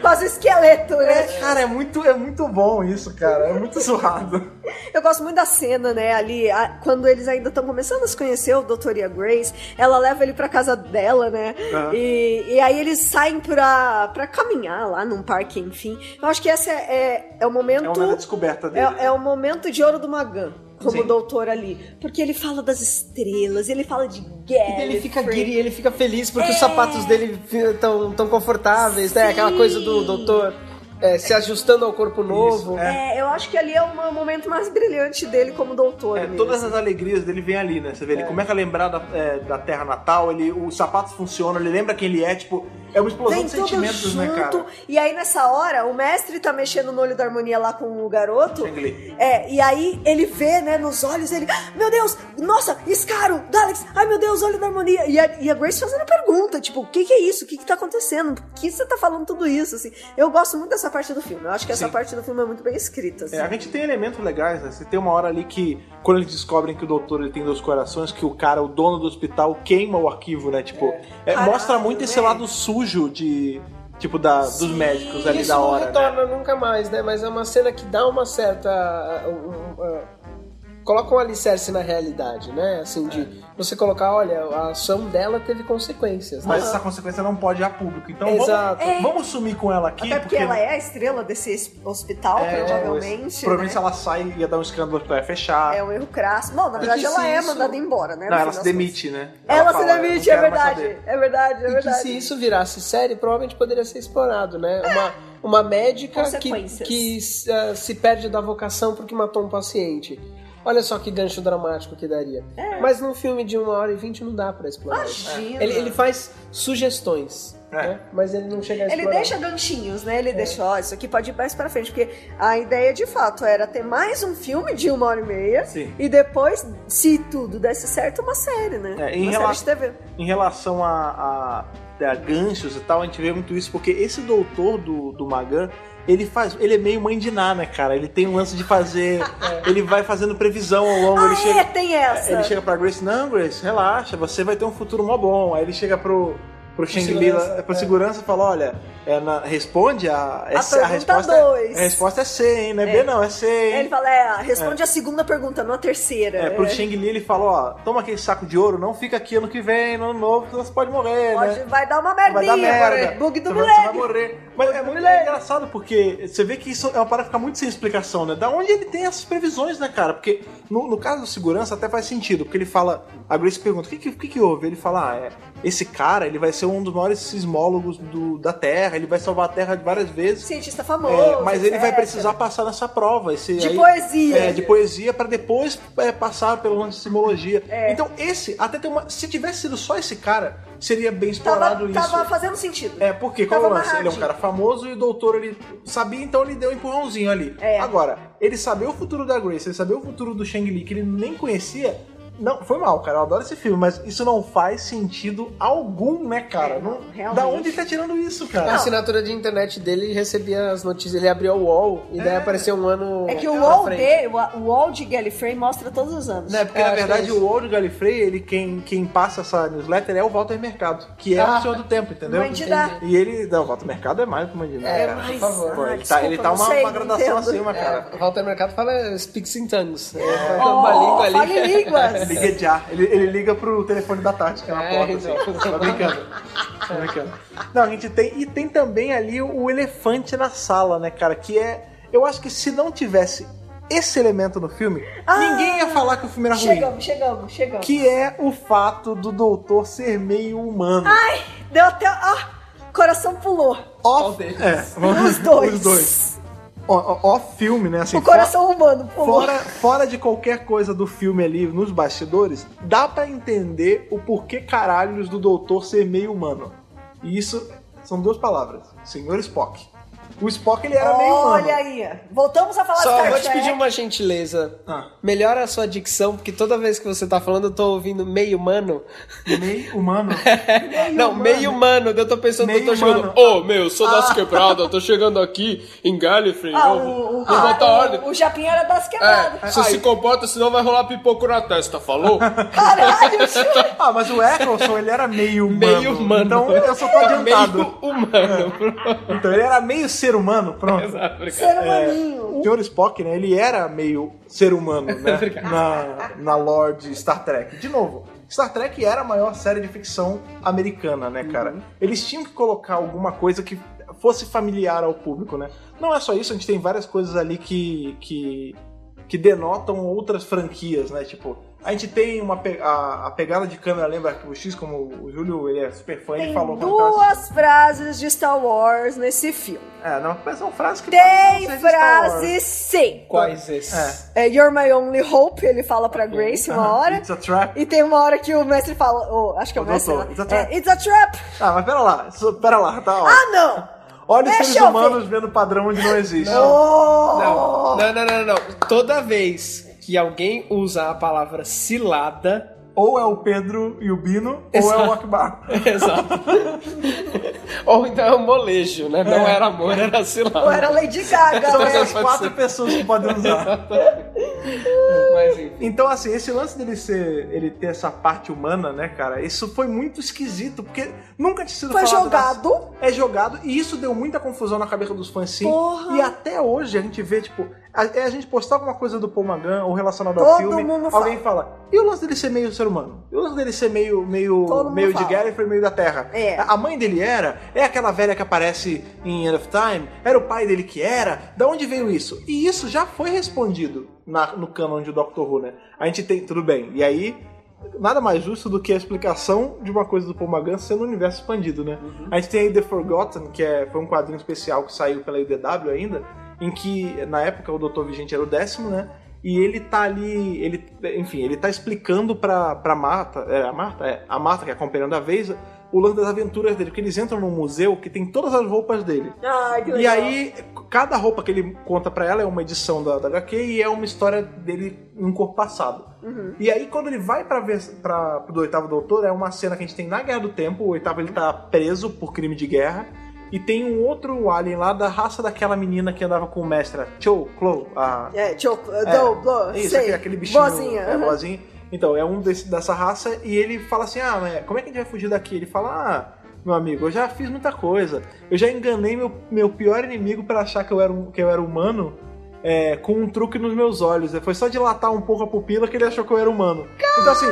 [SPEAKER 3] Quase um esqueleto,
[SPEAKER 2] É,
[SPEAKER 3] né?
[SPEAKER 2] cara, é muito, é muito bom isso, cara. É muito surrado.
[SPEAKER 3] Eu gosto muito da cena, né? Ali, a- quando eles ainda estão começando a se conhecer, o Dr. e a Grace, ela leva ele pra casa dela, né?
[SPEAKER 2] Aham.
[SPEAKER 3] E, e aí eles saem pra, pra caminhar lá num parque, enfim. Eu acho que esse é, é, é o
[SPEAKER 2] É
[SPEAKER 3] momento.
[SPEAKER 2] uma da descoberta dele.
[SPEAKER 3] É, é o momento de ouro do Magan, como
[SPEAKER 2] Sim.
[SPEAKER 3] doutor ali. Porque ele fala das estrelas, ele fala de
[SPEAKER 4] É,
[SPEAKER 3] guerra.
[SPEAKER 5] Ele fica guiri, ele fica feliz porque os sapatos dele estão tão confortáveis, né? Aquela
[SPEAKER 3] Sim.
[SPEAKER 5] coisa do doutor é, se ajustando ao corpo novo.
[SPEAKER 3] É, eu acho que ali é o momento mais brilhante dele como doutor.
[SPEAKER 2] É,
[SPEAKER 3] mesmo.
[SPEAKER 2] todas as alegrias dele vêm ali, né? Você vê, ele começa a lembrar da, é, da terra natal, ele, os sapatos funcionam, ele lembra quem ele é, tipo, é uma explosão
[SPEAKER 3] Vem
[SPEAKER 2] de
[SPEAKER 3] tudo
[SPEAKER 2] sentimentos,
[SPEAKER 3] junto.
[SPEAKER 2] né, cara?
[SPEAKER 3] E aí, nessa hora, o mestre tá mexendo no olho da harmonia lá com o garoto.
[SPEAKER 2] Shang-Li.
[SPEAKER 3] É, e aí ele vê, né, nos olhos, ele. "Ah, Meu Deus, nossa, Scaro, Daleks, ai meu Deus, olho da harmonia. E a, e a Grace fazendo a pergunta, tipo, o que, que é isso? O que, que tá acontecendo? Por que você tá falando tudo isso? Assim, eu gosto muito dessa parte do filme. Eu acho que essa
[SPEAKER 2] Sim.
[SPEAKER 3] parte do filme é muito bem escrita. assim.
[SPEAKER 2] É, a gente tem elementos legais, né? Você tem uma hora ali que, quando eles descobrem que o doutor ele tem dois corações, que o cara, o dono do hospital, queima o arquivo, né? Tipo, é,
[SPEAKER 3] Caralho,
[SPEAKER 2] mostra muito esse
[SPEAKER 3] né?
[SPEAKER 2] lado sujo de. Tipo, da, dos médicos ali
[SPEAKER 5] Isso
[SPEAKER 2] da
[SPEAKER 5] não
[SPEAKER 2] hora. né?
[SPEAKER 5] retorna nunca mais, né? Mas é uma cena que dá uma certa. um- um- uh, coloca um alicerce na realidade, né? Assim, de você colocar, olha, a ação dela teve consequências. né?
[SPEAKER 2] Mas essa consequência não pode ir a público. Então
[SPEAKER 5] Exato.
[SPEAKER 2] vamos, vamos sumir com ela aqui.
[SPEAKER 3] Até porque, ela é a estrela desse es- hospital,
[SPEAKER 2] É,
[SPEAKER 3] provavelmente.
[SPEAKER 2] Provavelmente se
[SPEAKER 3] né?
[SPEAKER 2] ela sai ia dar um escândalo, o hospital ia fechar.
[SPEAKER 3] É um erro crasso. Bom, na verdade,
[SPEAKER 5] que
[SPEAKER 3] ela
[SPEAKER 5] se
[SPEAKER 3] é
[SPEAKER 5] isso-
[SPEAKER 3] mandada embora, né?
[SPEAKER 2] Não,
[SPEAKER 3] no
[SPEAKER 2] ela
[SPEAKER 3] fim
[SPEAKER 2] se
[SPEAKER 3] das
[SPEAKER 2] demite, né?
[SPEAKER 3] Ela se
[SPEAKER 2] fala,
[SPEAKER 3] demite,
[SPEAKER 2] "Eu
[SPEAKER 3] é
[SPEAKER 2] não quero mais
[SPEAKER 3] verdade,
[SPEAKER 2] saber."
[SPEAKER 3] é verdade, é
[SPEAKER 5] E que
[SPEAKER 3] verdade.
[SPEAKER 5] se isso virasse série, provavelmente poderia ser explorado, né? Uma, uma médica que,
[SPEAKER 3] Consequências.
[SPEAKER 5] que ah, se perde da vocação porque matou um paciente. Olha só que gancho dramático que daria. Mas num filme de uma hora e vinte não dá pra explorar. isso.
[SPEAKER 3] Imagina.
[SPEAKER 5] Ele, ele faz sugestões,
[SPEAKER 2] É.
[SPEAKER 5] né? mas ele não chega a
[SPEAKER 3] Ele
[SPEAKER 5] explorar.
[SPEAKER 3] deixa ganchinhos, né? Ele deixa, ó, isso aqui pode ir mais pra frente, porque a ideia de fato era ter mais um filme de uma hora e meia
[SPEAKER 2] Sim.
[SPEAKER 3] e depois, se tudo desse certo, uma série, né?
[SPEAKER 2] É, em
[SPEAKER 3] uma
[SPEAKER 2] rela-
[SPEAKER 3] série de TV.
[SPEAKER 2] Em relação a, a, a ganchos e tal, a gente vê muito isso, porque esse doutor do, do Magan, ele faz. Ele é meio mãe de Ná, né, cara? Ele tem um lance de fazer. ele vai fazendo previsão ao longo,
[SPEAKER 3] É. Ah,
[SPEAKER 2] ele
[SPEAKER 3] é,
[SPEAKER 2] chega.
[SPEAKER 3] tem essa.
[SPEAKER 2] Ele chega pra Grace, não, Grace, relaxa, você vai ter um futuro mó bom. Aí ele chega pro, pro Shang-Li,
[SPEAKER 5] segurança,
[SPEAKER 2] lá- pro
[SPEAKER 5] é.
[SPEAKER 2] segurança e fala, olha, é na- responde a... é
[SPEAKER 3] A
[SPEAKER 2] C- a
[SPEAKER 3] pergunta
[SPEAKER 2] resposta é-
[SPEAKER 3] dois.
[SPEAKER 2] A resposta é C, hein? Não é, B não, é C, hein?
[SPEAKER 3] Ele fala, é, responde a segunda pergunta, não a terceira.
[SPEAKER 2] É, pro
[SPEAKER 3] É,
[SPEAKER 2] Shang-Li ele fala, ó, toma aquele saco de ouro, não fica aqui ano que vem, no ano novo, senão você pode morrer,
[SPEAKER 3] pode-
[SPEAKER 2] né?
[SPEAKER 3] Vai dar uma merdinha.
[SPEAKER 2] Vai dar merda.
[SPEAKER 3] Bug do
[SPEAKER 2] você, vai, você vai
[SPEAKER 3] milênio.
[SPEAKER 2] morrer. Mas é muito é engraçado porque você vê que isso é uma parada que fica muito sem explicação, né? Da onde ele tem essas previsões, né, cara? Porque no, no caso do segurança até faz sentido, porque ele fala. A Grace pergunta: o que, que, o que que houve? Ele fala: ah, é, esse cara ele vai ser um dos maiores sismólogos do- da Terra, ele vai salvar a Terra várias vezes.
[SPEAKER 3] Cientista
[SPEAKER 2] É,
[SPEAKER 3] famoso.
[SPEAKER 2] mas ele vai
[SPEAKER 3] etc.
[SPEAKER 2] precisar passar nessa prova. Esse,
[SPEAKER 3] De
[SPEAKER 2] aí-
[SPEAKER 3] poesia.
[SPEAKER 2] É, de poesia para depois é, passar pelo lance de simologia.
[SPEAKER 3] É.
[SPEAKER 2] Então, esse, até tem uma. Se tivesse sido só esse cara, seria bem explorado
[SPEAKER 3] Tava,
[SPEAKER 2] isso.
[SPEAKER 3] tava fazendo sentido.
[SPEAKER 2] É, porque qual é o
[SPEAKER 3] Tava
[SPEAKER 2] lance? Ele é um
[SPEAKER 3] amarradinho.
[SPEAKER 2] cara famoso e o doutor ele sabia, então ele deu um empurrãozinho ali.
[SPEAKER 3] É.
[SPEAKER 2] Agora, ele saber o futuro da Grace, ele saber o futuro do Shang-Li, que ele nem conhecia. Não, foi mal, cara. Eu adoro esse filme, mas isso não faz sentido algum, né, cara?
[SPEAKER 3] É, não,
[SPEAKER 2] Não-
[SPEAKER 3] realmente.
[SPEAKER 2] da onde ele tá tirando isso,
[SPEAKER 5] A
[SPEAKER 2] cara?
[SPEAKER 5] assinatura de internet dele ele recebia as notícias, ele abriu o UOL e daí apareceu um ano.
[SPEAKER 3] É que o
[SPEAKER 5] pra
[SPEAKER 3] wall,
[SPEAKER 5] frente.
[SPEAKER 3] de, o wall de Gallifrey mostra todos os anos.
[SPEAKER 2] Né, porque
[SPEAKER 5] Eu
[SPEAKER 2] na
[SPEAKER 5] acho que
[SPEAKER 2] verdade
[SPEAKER 5] é isso.
[SPEAKER 2] o Old Galifrey, ele quem, quem passa essa newsletter é o Walter Mercado, que é o
[SPEAKER 5] Ah.
[SPEAKER 2] senhor do tempo, entendeu?
[SPEAKER 3] Mãe de dar.
[SPEAKER 2] E ele. Não, o Walter Mercado é mais que o Mandina.
[SPEAKER 5] É,
[SPEAKER 2] cara.
[SPEAKER 5] mais, favor.
[SPEAKER 2] Pô,
[SPEAKER 3] ah,
[SPEAKER 2] ele, tá, ele
[SPEAKER 3] desculpa,
[SPEAKER 2] tá
[SPEAKER 3] não
[SPEAKER 2] uma,
[SPEAKER 3] sei,
[SPEAKER 2] uma
[SPEAKER 3] não
[SPEAKER 2] gradação
[SPEAKER 3] entendo.
[SPEAKER 2] acima, cara.
[SPEAKER 5] É, Walter Mercado fala speaks in tongues. É,
[SPEAKER 3] Oh,
[SPEAKER 5] fala uma língua ali.
[SPEAKER 3] fale línguas.
[SPEAKER 4] É,
[SPEAKER 2] Liga já. Ele, ele liga pro telefone da Tati, que é na
[SPEAKER 5] É,
[SPEAKER 2] porta,
[SPEAKER 5] então.
[SPEAKER 2] assim. Tá brincando. Tá brincando. Não, a gente tem. E tem também ali o elefante na sala, né, cara? Que é. Eu acho que se não tivesse esse elemento no filme,
[SPEAKER 3] Ah!
[SPEAKER 2] ninguém ia falar que o filme era ruim.
[SPEAKER 3] Chegamos, chegamos, chegamos.
[SPEAKER 2] Que é o fato do doutor ser meio humano.
[SPEAKER 3] Deu até. Ah, coração pulou.
[SPEAKER 2] Off, é, vamos-
[SPEAKER 3] Os dois.
[SPEAKER 2] Os dois. Ó- ó- Off filme, né? Assim,
[SPEAKER 3] o coração humano
[SPEAKER 2] fo-
[SPEAKER 3] pulou.
[SPEAKER 2] Fora, fora de qualquer coisa do filme ali, nos bastidores, dá pra entender o porquê caralhos do doutor ser meio humano. E isso são duas palavras. Senhor Spock. O Spock, ele era meio humano.
[SPEAKER 3] Olha aí. Voltamos a falar de né?
[SPEAKER 4] Só
[SPEAKER 3] Star
[SPEAKER 4] vou te
[SPEAKER 3] Trek.
[SPEAKER 4] pedir uma gentileza.
[SPEAKER 2] Ah.
[SPEAKER 4] Melhora a sua dicção, porque toda vez que você tá falando, eu tô ouvindo meio humano.
[SPEAKER 2] Meio humano.
[SPEAKER 4] não, meio humano. Eu tô pensando,
[SPEAKER 2] Meio
[SPEAKER 4] eu tô chegando.
[SPEAKER 2] humano.
[SPEAKER 4] Ô, meu, sou das quebradas, tô chegando aqui em Gallifrey.
[SPEAKER 3] Ah,
[SPEAKER 4] ó,
[SPEAKER 3] o, o,
[SPEAKER 4] levanta a ordem.
[SPEAKER 3] o, o Japinha era das quebradas.
[SPEAKER 4] É, você se comporta, senão vai rolar pipoco na testa, falou?
[SPEAKER 3] Caralho, Ju.
[SPEAKER 2] Ah, mas o Eccleston, ele era meio humano.
[SPEAKER 4] meio humano.
[SPEAKER 2] Então eu só tô adiantado.
[SPEAKER 4] Meio humano.
[SPEAKER 2] Então ele era meio ser humano, pronto.
[SPEAKER 3] ser
[SPEAKER 2] É.
[SPEAKER 3] humaninho.
[SPEAKER 2] O Sr. Spock, né, ele era meio ser humano, né, na, na lore de Star Trek. De novo, Star Trek era a maior série de ficção americana, né, cara? Eles tinham que colocar alguma coisa que fosse familiar ao público, né? Não é só isso, a gente tem várias coisas ali que, que, que denotam outras franquias, né? Tipo, a gente tem uma pe- a, a pegada de câmera, lembra que o X, como o Júlio, ele é super fã, ele
[SPEAKER 3] Tem
[SPEAKER 2] falou... quando tava
[SPEAKER 3] duas frases de Star Wars nesse filme.
[SPEAKER 2] É, não, mas são frases que
[SPEAKER 3] Tem
[SPEAKER 2] parecem ser de Star Wars.
[SPEAKER 3] frase sim.
[SPEAKER 4] Quais esses?
[SPEAKER 2] É.
[SPEAKER 3] É, You're my only hope, ele fala pra Grace uma hora.
[SPEAKER 2] It's a trap.
[SPEAKER 3] E tem uma hora que o mestre fala, oh, acho que é o
[SPEAKER 2] O
[SPEAKER 3] mestre.
[SPEAKER 2] doutor, it's a
[SPEAKER 3] né?
[SPEAKER 2] trap.
[SPEAKER 3] É, it's a trap.
[SPEAKER 2] Ah, mas pera lá, so- pera lá, tá ó.
[SPEAKER 3] Ah, não.
[SPEAKER 2] Olha os
[SPEAKER 3] deixa
[SPEAKER 2] seres
[SPEAKER 3] eu
[SPEAKER 2] humanos vendo padrão onde não existe.
[SPEAKER 3] Oh.
[SPEAKER 4] Não, não, não, não, não. Toda vez que alguém usa a palavra cilada,
[SPEAKER 2] Ou é o Pedro e o Bino, ou é o Akbar.
[SPEAKER 4] exato. Ou então é um molejo, né? Não
[SPEAKER 2] É.
[SPEAKER 4] era amor, era cilada.
[SPEAKER 3] Ou era Lady
[SPEAKER 2] São
[SPEAKER 3] Gaga,
[SPEAKER 4] Pode
[SPEAKER 2] Então, essas
[SPEAKER 3] né?
[SPEAKER 4] ser.
[SPEAKER 2] quatro pessoas que podem usar.
[SPEAKER 4] Mas enfim.
[SPEAKER 2] Então, assim, esse lance dele ser. ele ter essa parte humana, né, cara, isso foi muito esquisito, porque nunca tinha sido
[SPEAKER 3] Foi
[SPEAKER 2] falado
[SPEAKER 3] jogado.
[SPEAKER 2] é jogado e isso deu muita confusão na cabeça dos fãs sim.
[SPEAKER 3] Porra.
[SPEAKER 2] E até hoje a gente vê, tipo, a, é a gente postar alguma coisa do Paul Magan ou relacionado
[SPEAKER 3] Todo
[SPEAKER 2] ao filme,
[SPEAKER 3] mundo
[SPEAKER 2] alguém fala. E o lance dele ser meio ser humano? E o lance dele ser meio meio
[SPEAKER 3] Todo mundo
[SPEAKER 2] meio de
[SPEAKER 3] fala.
[SPEAKER 2] Gallifrey, meio da Terra?
[SPEAKER 3] É.
[SPEAKER 2] A a mãe dele era? É aquela velha que aparece em End of Time? Era o pai dele que era? Da onde veio isso? E isso já foi respondido na- no canon de Doctor Who, né? A gente tem, tudo bem. E aí nada mais justo do que a explicação de uma coisa do Paul Magan sendo um universo expandido, né? A gente tem aí The Forgotten, que é, foi um quadrinho especial que saiu pela IDW ainda, em que na época o Dr. Vigente era o décimo, né? E ele tá ali, ele, enfim, ele tá explicando pra, pra Marta, é a Marta? É, a Marta que é a companheira da Veisa, o lance das aventuras dele, porque eles entram num museu que tem todas as roupas dele.
[SPEAKER 3] Ai, Ah, que
[SPEAKER 2] E
[SPEAKER 3] legal.
[SPEAKER 2] aí, cada roupa que ele conta pra ela é uma edição da, da HQ e é uma história dele num corpo passado.
[SPEAKER 3] Uhum.
[SPEAKER 2] E aí, quando ele vai pra ver pra, pro oitavo doutor, é uma cena que a gente tem na Guerra do Tempo. O oitavo ele tá preso por crime de guerra. E tem um outro alien lá da raça daquela menina que andava com o mestre, a Cho, Chloe, a
[SPEAKER 3] É, choco, dou, blow,
[SPEAKER 2] isso,
[SPEAKER 3] sei.
[SPEAKER 2] aquele, aquele bichinho.
[SPEAKER 3] Boazinha.
[SPEAKER 2] É,
[SPEAKER 3] aham.
[SPEAKER 2] boazinha. Então, é um desse- dessa raça e ele fala assim: ah, mas como é que a gente vai fugir daqui? Ele fala: ah, meu amigo, eu já fiz muita coisa. Eu já enganei meu, meu pior inimigo pra achar que eu era, um- que eu era humano. é, com um truque nos meus olhos. Foi só dilatar um pouco a pupila que ele achou que eu era humano. Então, assim,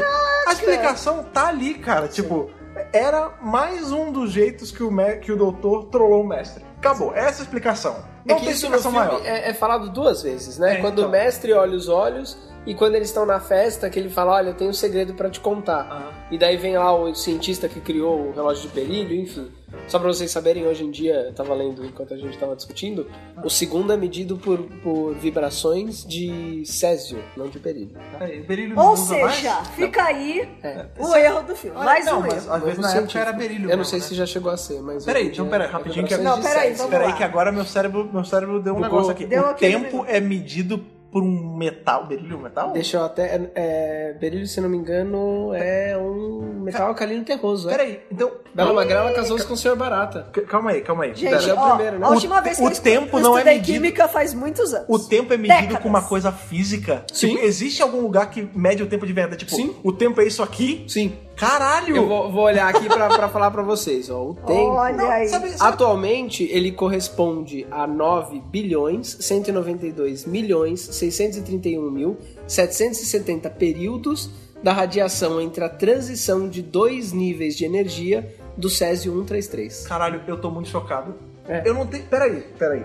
[SPEAKER 2] a explicação tá ali, cara. Tipo, era mais um dos jeitos que o, me- que o doutor trollou o mestre. Acabou. Essa é a explicação. Não
[SPEAKER 4] É que
[SPEAKER 2] tem
[SPEAKER 4] isso no
[SPEAKER 2] explicação
[SPEAKER 4] filme
[SPEAKER 2] maior.
[SPEAKER 4] é, é falado duas vezes, né?
[SPEAKER 2] É,
[SPEAKER 4] quando
[SPEAKER 2] então.
[SPEAKER 4] o mestre olha os olhos e quando eles estão na festa, que ele fala, olha, eu tenho um segredo pra te contar.
[SPEAKER 2] Aham.
[SPEAKER 4] E daí vem lá o cientista que criou o relógio de perilho, enfim. Só pra vocês saberem, hoje em dia, eu tava lendo enquanto a gente tava discutindo, o segundo é medido por, por vibrações de césio, não de perilho.
[SPEAKER 2] É, berilho não
[SPEAKER 3] Ou
[SPEAKER 2] usa
[SPEAKER 3] seja,
[SPEAKER 2] mais?
[SPEAKER 3] fica aí
[SPEAKER 4] É.
[SPEAKER 3] o erro do filme.
[SPEAKER 2] Olha,
[SPEAKER 3] Mais
[SPEAKER 2] não,
[SPEAKER 3] um
[SPEAKER 2] mas
[SPEAKER 3] erro.
[SPEAKER 2] às vezes na época era berilho.
[SPEAKER 4] Eu não
[SPEAKER 2] mesmo,
[SPEAKER 4] sei
[SPEAKER 2] né?
[SPEAKER 4] se já chegou a ser, mas...
[SPEAKER 2] Peraí,
[SPEAKER 4] hoje em
[SPEAKER 2] então
[SPEAKER 4] dia
[SPEAKER 2] peraí,
[SPEAKER 4] é
[SPEAKER 2] rapidinho que
[SPEAKER 4] vibrações
[SPEAKER 3] Não,
[SPEAKER 4] de
[SPEAKER 3] peraí,
[SPEAKER 4] césio.
[SPEAKER 3] vamos
[SPEAKER 2] Peraí
[SPEAKER 3] lá.
[SPEAKER 2] que agora meu cérebro, meu cérebro deu um
[SPEAKER 4] Bugou.
[SPEAKER 2] negócio aqui.
[SPEAKER 3] Deu
[SPEAKER 2] o
[SPEAKER 3] aquele
[SPEAKER 2] tempo
[SPEAKER 3] negócio.
[SPEAKER 2] é medido por um metal. Berilho metal?
[SPEAKER 4] Deixa eu até. é, É, berilho, se não me engano, é um metal alcalino terroso. É.
[SPEAKER 2] Peraí, então...
[SPEAKER 4] Bela Magrela casou-se com o senhor Barata.
[SPEAKER 2] c- Calma aí, calma aí.
[SPEAKER 3] Gente,
[SPEAKER 4] Pera, é o
[SPEAKER 3] ó,
[SPEAKER 4] primeiro, né?
[SPEAKER 3] a última
[SPEAKER 2] O-
[SPEAKER 3] vez que
[SPEAKER 2] o
[SPEAKER 3] eu estudei-
[SPEAKER 2] tempo
[SPEAKER 3] eu
[SPEAKER 2] não é
[SPEAKER 3] estudei
[SPEAKER 2] medido.
[SPEAKER 3] química faz muitos anos.
[SPEAKER 2] O tempo é medido
[SPEAKER 3] Décadas.
[SPEAKER 2] com uma coisa física?
[SPEAKER 4] Sim.
[SPEAKER 2] Tipo, existe algum lugar que mede o tempo de verdade? Tipo,
[SPEAKER 4] Sim.
[SPEAKER 2] o tempo é isso aqui?
[SPEAKER 4] Sim.
[SPEAKER 2] Caralho!
[SPEAKER 4] Eu vou, vou olhar aqui pra, pra falar pra vocês, ó. O tempo.
[SPEAKER 3] Olha aí.
[SPEAKER 2] Sabe, sabe-
[SPEAKER 4] Atualmente ele corresponde a 9 bilhões 192 milhões 631 mil 770 períodos da radiação entre a transição de dois níveis de energia do Césio 133.
[SPEAKER 2] Caralho, eu tô muito chocado.
[SPEAKER 4] É.
[SPEAKER 2] Eu não tenho. Peraí, peraí.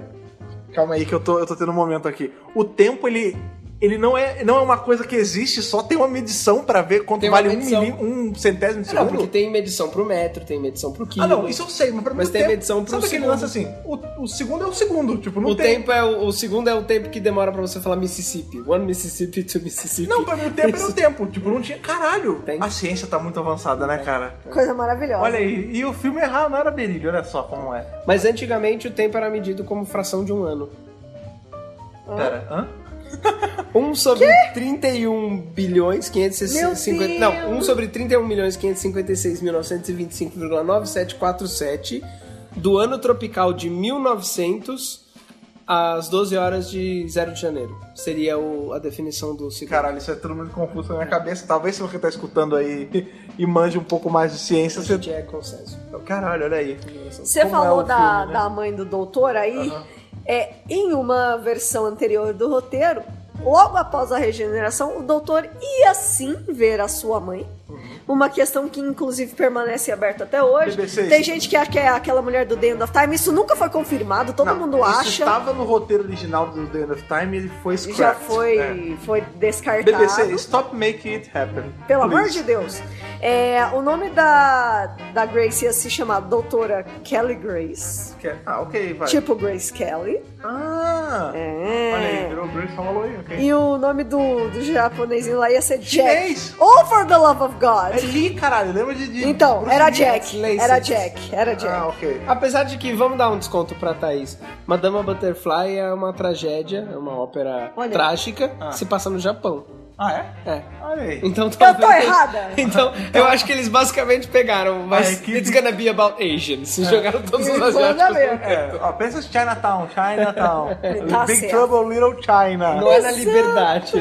[SPEAKER 2] Calma aí que eu tô, eu tô tendo um momento aqui. O tempo, ele. ele não é, não é uma coisa que existe, só tem uma medição pra ver quanto
[SPEAKER 4] Tem uma
[SPEAKER 2] vale um,
[SPEAKER 4] medição. É,
[SPEAKER 2] milí- um centésimo de
[SPEAKER 4] Não,
[SPEAKER 2] segundo.
[SPEAKER 4] porque tem medição pro metro, tem medição pro quilo.
[SPEAKER 2] Ah, não, isso eu sei, mas pra mim
[SPEAKER 4] Mas
[SPEAKER 2] o
[SPEAKER 4] tem
[SPEAKER 2] tempo-
[SPEAKER 4] medição pro
[SPEAKER 2] Sabe aquele
[SPEAKER 4] segundo.
[SPEAKER 2] lance assim? O, o segundo é o segundo, tipo, não
[SPEAKER 4] o
[SPEAKER 2] tem.
[SPEAKER 4] tempo é o, o segundo é o tempo que demora pra você falar Mississippi. One Mississippi, two Mississippi.
[SPEAKER 2] Não, pra mim o tempo era
[SPEAKER 4] Isso.
[SPEAKER 2] o tempo. Tipo, não tinha. Caralho!
[SPEAKER 4] Tem.
[SPEAKER 2] A ciência tá muito avançada, né, cara?
[SPEAKER 3] Coisa maravilhosa.
[SPEAKER 2] Olha aí, e o filme é não era berilho, olha só como é.
[SPEAKER 4] Mas antigamente o tempo era medido como fração de um ano. Ah.
[SPEAKER 2] Pera, hã?
[SPEAKER 4] 1 sobre 31 bilhões
[SPEAKER 3] Meu
[SPEAKER 4] 550,
[SPEAKER 3] Deus!
[SPEAKER 4] não, 1 sobre 31 milhões 556.925,9747 do ano tropical de 1900 às 12 horas de 0 de janeiro. Seria o- a definição do ciclo.
[SPEAKER 2] Caralho, isso é tudo muito confuso na minha cabeça. Talvez se você tá escutando aí e manja um pouco mais de ciência,
[SPEAKER 4] a
[SPEAKER 2] você.
[SPEAKER 4] gente é consenso.
[SPEAKER 2] Caralho, olha aí.
[SPEAKER 3] Você
[SPEAKER 2] Como é
[SPEAKER 3] falou
[SPEAKER 2] o
[SPEAKER 3] da,
[SPEAKER 2] filme, né?
[SPEAKER 3] da mãe do doutor aí. É, em uma versão anterior do roteiro, logo após a regeneração, o doutor ia sim ver a sua mãe.
[SPEAKER 2] Uhum.
[SPEAKER 3] Uma questão que, inclusive, permanece aberta até hoje.
[SPEAKER 2] BBC.
[SPEAKER 3] Tem gente que é aque- aquela mulher do The End of Time. Isso nunca foi confirmado, todo
[SPEAKER 2] Não,
[SPEAKER 3] mundo
[SPEAKER 2] isso tá
[SPEAKER 3] acha.
[SPEAKER 2] estava no roteiro original do The End of Time e ele foi
[SPEAKER 3] e
[SPEAKER 2] scrapped.
[SPEAKER 3] Já foi,
[SPEAKER 2] É.
[SPEAKER 3] foi descartado.
[SPEAKER 2] BBC, stop making it happen.
[SPEAKER 3] Pelo amor
[SPEAKER 2] Please.
[SPEAKER 3] de Deus. É, o nome da, da Grace ia se chamar Doutora Kelly Grace.
[SPEAKER 2] Quer- Ah, ok, vai.
[SPEAKER 3] Tipo Grace Kelly.
[SPEAKER 2] Ah!
[SPEAKER 3] É.
[SPEAKER 2] Olha aí, virou Grace falou aí, ok.
[SPEAKER 3] E o nome do, do japonesinho lá ia ser
[SPEAKER 2] Chinês.
[SPEAKER 3] Jack. Oh, for the love of
[SPEAKER 2] É
[SPEAKER 3] God!
[SPEAKER 2] Lee, caralho, lembra de. de
[SPEAKER 3] Então,
[SPEAKER 2] Bruce
[SPEAKER 3] era
[SPEAKER 2] Lee?
[SPEAKER 3] Jack.
[SPEAKER 4] Laces.
[SPEAKER 3] Era Jack. Era
[SPEAKER 2] Ah,
[SPEAKER 3] Jack.
[SPEAKER 2] ok.
[SPEAKER 4] Apesar de que, vamos dar um desconto pra Thaís. Madama Butterfly é uma tragédia, é uma ópera
[SPEAKER 3] Olha.
[SPEAKER 4] trágica,
[SPEAKER 2] Ah.
[SPEAKER 4] se passa no Japão.
[SPEAKER 2] Ah, é?
[SPEAKER 4] É.
[SPEAKER 2] Olha aí.
[SPEAKER 4] Então talvez...
[SPEAKER 3] errada.
[SPEAKER 4] Então, eu acho que eles basicamente pegaram, mas
[SPEAKER 2] A equipe-
[SPEAKER 4] it's gonna be about Asians. Jogaram todos os
[SPEAKER 3] Manda ver.
[SPEAKER 4] asiáticos.
[SPEAKER 2] É, ó, pensa em Chinatown, Chinatown.
[SPEAKER 3] Tá
[SPEAKER 2] Big
[SPEAKER 3] certo.
[SPEAKER 2] Trouble, Little China.
[SPEAKER 4] Não é na
[SPEAKER 3] Exato.
[SPEAKER 4] liberdade,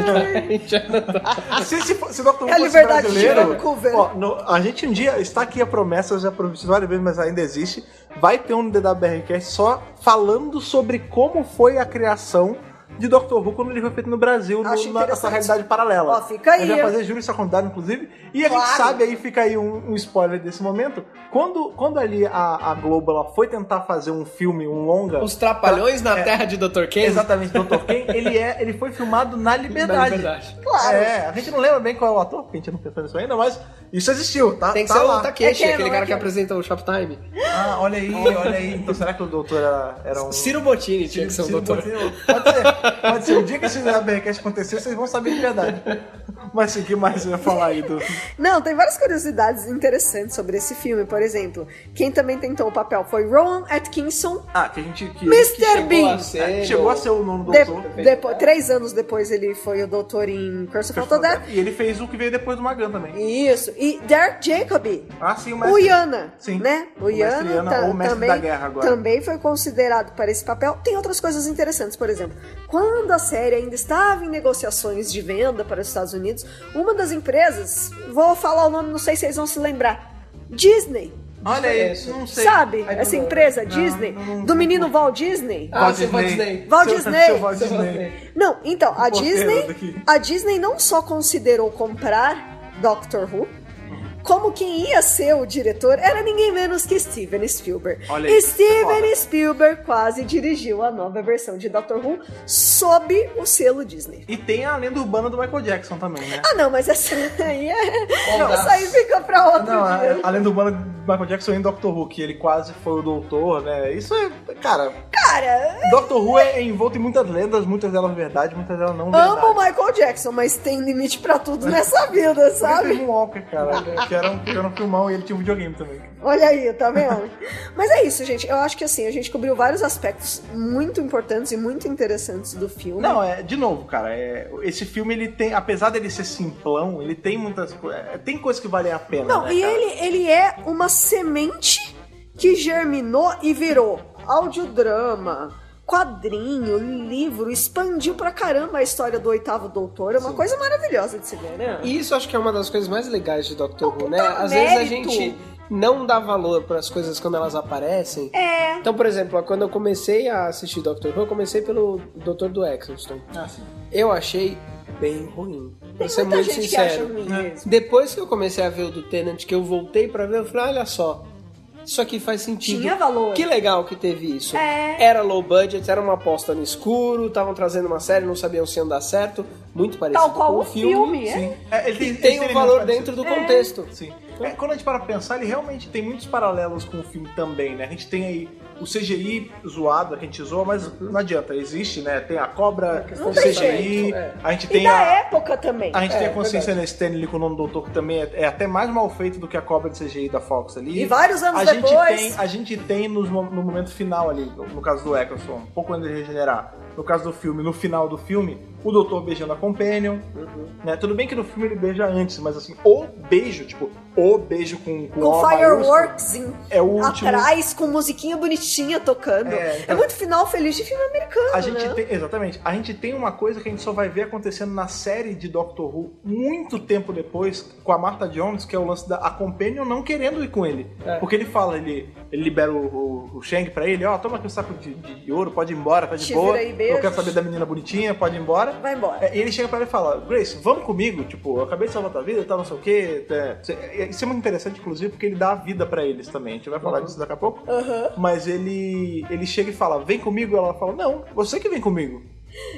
[SPEAKER 4] né?
[SPEAKER 2] Se, se, for- se o Dr. Who
[SPEAKER 3] É a
[SPEAKER 2] fosse
[SPEAKER 3] liberdade
[SPEAKER 2] brasileiro,
[SPEAKER 3] tirando o cu, velho.
[SPEAKER 2] ó, no- a gente um dia, está aqui a promessa, já prometi várias vezes, mas ainda existe, vai ter um DWRcast só falando sobre como foi a criação de Dr. Who quando ele foi feito no Brasil,
[SPEAKER 3] Acho
[SPEAKER 2] no, na, nessa
[SPEAKER 3] interessante.
[SPEAKER 2] realidade paralela.
[SPEAKER 3] Ó, fica aí,
[SPEAKER 2] A gente vai
[SPEAKER 3] hein?
[SPEAKER 2] é fazer júri sua convidado, inclusive, e a gente
[SPEAKER 3] Claro.
[SPEAKER 2] sabe aí, fica aí um, um spoiler desse momento, quando, quando ali a, a Globo ela foi tentar fazer um filme, um longa...
[SPEAKER 4] Os trapalhões na
[SPEAKER 2] É.
[SPEAKER 4] terra de Dr. Ken.
[SPEAKER 2] Exatamente, Dr. Ken, ele, é, ele foi filmado na
[SPEAKER 4] Na
[SPEAKER 2] liberdade.
[SPEAKER 4] liberdade.
[SPEAKER 3] Claro.
[SPEAKER 2] É, a gente não lembra bem qual é o ator, porque a gente não pensou nisso ainda, mas isso existiu, tá?
[SPEAKER 4] Tem que
[SPEAKER 2] tá
[SPEAKER 4] ser
[SPEAKER 2] lá.
[SPEAKER 4] o Takeshi,
[SPEAKER 3] É que-
[SPEAKER 4] aquele
[SPEAKER 3] não,
[SPEAKER 4] cara
[SPEAKER 3] é
[SPEAKER 4] que
[SPEAKER 3] que-
[SPEAKER 4] apresenta o Shoptime.
[SPEAKER 2] Ah, olha aí, olha aí. Então será que o doutor era, era um.
[SPEAKER 4] Ciro Bottini tinha que ser o
[SPEAKER 2] Ciro
[SPEAKER 4] doutor.
[SPEAKER 2] Botelho? Pode ser, pode ser. O dia que esse BRCast acontecer, vocês vão saber de verdade. Mas sim, o que mais eu ia falar aí do.
[SPEAKER 3] Não, tem várias curiosidades interessantes sobre esse filme. Por exemplo, quem também tentou o papel foi Rowan Atkinson.
[SPEAKER 2] Ah, que a gente. Que,
[SPEAKER 3] Mr.
[SPEAKER 4] Chegou a
[SPEAKER 3] Bean.
[SPEAKER 4] ser
[SPEAKER 2] É,
[SPEAKER 4] no-
[SPEAKER 2] chegou a ser o nono
[SPEAKER 3] De-
[SPEAKER 2] doutor.
[SPEAKER 3] depo- três anos depois ele foi o doutor em Curse of Autodeath.
[SPEAKER 2] E ele fez o que veio depois do Magan também.
[SPEAKER 3] Isso. E Derek Jacobi,
[SPEAKER 2] Ah, sim, o
[SPEAKER 3] O
[SPEAKER 2] mestre.
[SPEAKER 3] Iana,
[SPEAKER 2] Sim.
[SPEAKER 3] né?
[SPEAKER 2] O
[SPEAKER 3] O
[SPEAKER 2] mestre
[SPEAKER 3] Iana,
[SPEAKER 2] Iana,
[SPEAKER 3] ta-
[SPEAKER 2] ou o mestre
[SPEAKER 3] também,
[SPEAKER 2] da guerra agora.
[SPEAKER 3] também foi considerado para esse papel. Tem outras coisas interessantes, por exemplo, quando a série ainda estava em negociações de venda para os Estados Unidos, uma das empresas, vou falar o nome, não sei se vocês vão se lembrar, Disney.
[SPEAKER 2] Olha aí, não sei.
[SPEAKER 3] Sabe?
[SPEAKER 2] Aí
[SPEAKER 3] Essa
[SPEAKER 2] não-
[SPEAKER 3] empresa
[SPEAKER 2] não,
[SPEAKER 3] Disney,
[SPEAKER 2] não- não-
[SPEAKER 3] do menino Walt Disney.
[SPEAKER 4] Ah, seu Walt Disney.
[SPEAKER 3] Walt
[SPEAKER 2] Seu-
[SPEAKER 3] Disney.
[SPEAKER 2] seu Walt
[SPEAKER 4] Seu Walt
[SPEAKER 2] Disney.
[SPEAKER 4] Disney.
[SPEAKER 3] Não, então, a
[SPEAKER 2] Roteiro
[SPEAKER 3] Disney,
[SPEAKER 2] daqui.
[SPEAKER 3] a Disney não só considerou comprar Doctor Who, como quem ia ser o diretor era ninguém menos que Steven Spielberg.
[SPEAKER 2] Olha aí, é
[SPEAKER 3] Steven
[SPEAKER 2] foda.
[SPEAKER 3] Spielberg quase dirigiu a nova versão de Doctor Who sob o selo Disney.
[SPEAKER 2] E tem a lenda urbana do Michael Jackson também, né?
[SPEAKER 3] Ah, não, mas essa aí é.
[SPEAKER 4] Não.
[SPEAKER 3] Essa aí fica pra outro
[SPEAKER 2] Não, é
[SPEAKER 3] dia.
[SPEAKER 2] a, a lenda urbana de Michael Jackson em Doctor Who, que ele quase foi o doutor, né? Isso é. Cara,
[SPEAKER 3] Cara,
[SPEAKER 2] Doctor Who é envolto em muitas lendas, muitas delas verdade, muitas delas não verdade.
[SPEAKER 3] amo o Michael Jackson, mas tem limite pra tudo nessa vida,
[SPEAKER 2] Ele
[SPEAKER 3] sabe?
[SPEAKER 2] teve um Walker, cara, que era um, que era um filmão e ele tinha um videogame também.
[SPEAKER 3] Olha aí, tá vendo? Mas é isso, gente. Eu acho que assim, a gente cobriu vários aspectos muito importantes e muito interessantes do filme.
[SPEAKER 2] Não, é, de novo, cara, é, esse filme, ele tem, apesar dele ser simplão, ele tem muitas coisas. tem coisas que valem a pena.
[SPEAKER 3] Não,
[SPEAKER 2] né,
[SPEAKER 3] e
[SPEAKER 2] cara?
[SPEAKER 3] ele, ele é uma semente que germinou e virou audiodrama, quadrinho, livro, expandiu pra caramba a história do oitavo doutor. É uma coisa maravilhosa de se ver, né?
[SPEAKER 4] E isso acho que é uma das coisas mais legais de Doctor Who, né?
[SPEAKER 3] puta
[SPEAKER 4] Às vezes a
[SPEAKER 3] mérito.
[SPEAKER 4] gente não dá valor para as coisas quando elas aparecem.
[SPEAKER 3] É.
[SPEAKER 4] Então, por exemplo, ó, quando eu comecei a assistir Doctor Who, eu comecei pelo Doutor do Exelston.
[SPEAKER 2] Ah, sim.
[SPEAKER 4] Eu achei bem ruim. Pra
[SPEAKER 3] Tem
[SPEAKER 4] ser
[SPEAKER 3] muita
[SPEAKER 4] é muito
[SPEAKER 3] gente que
[SPEAKER 4] sincero.
[SPEAKER 3] acha ruim mesmo.
[SPEAKER 4] Depois que eu comecei a ver o do Tenant, que eu voltei pra ver, eu falei, olha só, Isso aqui faz sentido.
[SPEAKER 3] Tinha valor.
[SPEAKER 4] Que legal que teve isso.
[SPEAKER 3] É.
[SPEAKER 4] Era low budget, era uma aposta no escuro, estavam trazendo uma série, não sabiam se iam dar certo. Muito parecido
[SPEAKER 3] Tal qual
[SPEAKER 4] com
[SPEAKER 3] o filme, é.
[SPEAKER 2] É, ele
[SPEAKER 4] E
[SPEAKER 2] ele
[SPEAKER 4] tem um
[SPEAKER 2] elementos
[SPEAKER 4] valor
[SPEAKER 2] parecidos.
[SPEAKER 4] dentro do contexto.
[SPEAKER 2] Sim.
[SPEAKER 4] Então-
[SPEAKER 2] É, quando a gente para pra pensar, ele realmente tem muitos paralelos com o filme também, né? A gente tem aí o CGI zoado, que a gente zoa, mas
[SPEAKER 4] Uhum.
[SPEAKER 2] não adianta, existe, né? Tem a cobra,
[SPEAKER 4] questão
[SPEAKER 2] o
[SPEAKER 4] de
[SPEAKER 2] CGI,
[SPEAKER 4] jeito, é.
[SPEAKER 2] a gente
[SPEAKER 3] E
[SPEAKER 2] tem
[SPEAKER 3] da
[SPEAKER 2] a...
[SPEAKER 3] época também.
[SPEAKER 2] A gente
[SPEAKER 4] É,
[SPEAKER 2] tem a consciência na Stanley com o nome do doutor, que também é, é até mais mal feito do que a cobra de CGI da Fox ali.
[SPEAKER 3] E vários anos
[SPEAKER 2] a gente
[SPEAKER 3] depois.
[SPEAKER 2] Tem, a gente tem nos mo- no, momento final ali, no no caso do Eccleston, um pouco antes de regenerar. No caso do filme, no final do filme, o doutor beijando a Companion.
[SPEAKER 3] Uhum.
[SPEAKER 2] Né? Tudo bem que no filme ele beija antes, mas assim, o beijo, tipo, o beijo com, com,
[SPEAKER 3] Com
[SPEAKER 2] o
[SPEAKER 3] fireworks em-
[SPEAKER 2] maiúsculo, é o último.
[SPEAKER 3] atrás, com musiquinha bonitinha tocando.
[SPEAKER 2] É,
[SPEAKER 3] É,
[SPEAKER 2] então-
[SPEAKER 3] muito final feliz de filme americano,
[SPEAKER 2] A gente
[SPEAKER 3] né?
[SPEAKER 2] tem, exatamente. A gente tem uma coisa que a gente só vai ver acontecendo na série de Doctor Who muito tempo depois, com a Martha Jones, que é o lance da a Companion não querendo ir com ele.
[SPEAKER 4] É.
[SPEAKER 2] Porque ele fala, ele, ele libera o, o, o Shang pra ele, ó, toma aqui o saco de, de ouro, pode ir embora, tá de
[SPEAKER 3] Te
[SPEAKER 2] boa.
[SPEAKER 3] vira aí,
[SPEAKER 2] eu quero
[SPEAKER 3] beijos."
[SPEAKER 2] saber da menina bonitinha, pode ir embora.
[SPEAKER 3] Vai embora.
[SPEAKER 2] É, E ele chega pra ela e fala, Grace, vamos comigo, tipo, eu acabei de salvar tua vida, tá, não sei o quê. tá. Isso é muito interessante, inclusive, porque ele dá a vida pra eles também. A gente vai falar disso daqui a pouco. Mas ele, ele chega e fala, vem comigo, ela fala, não, você que vem comigo.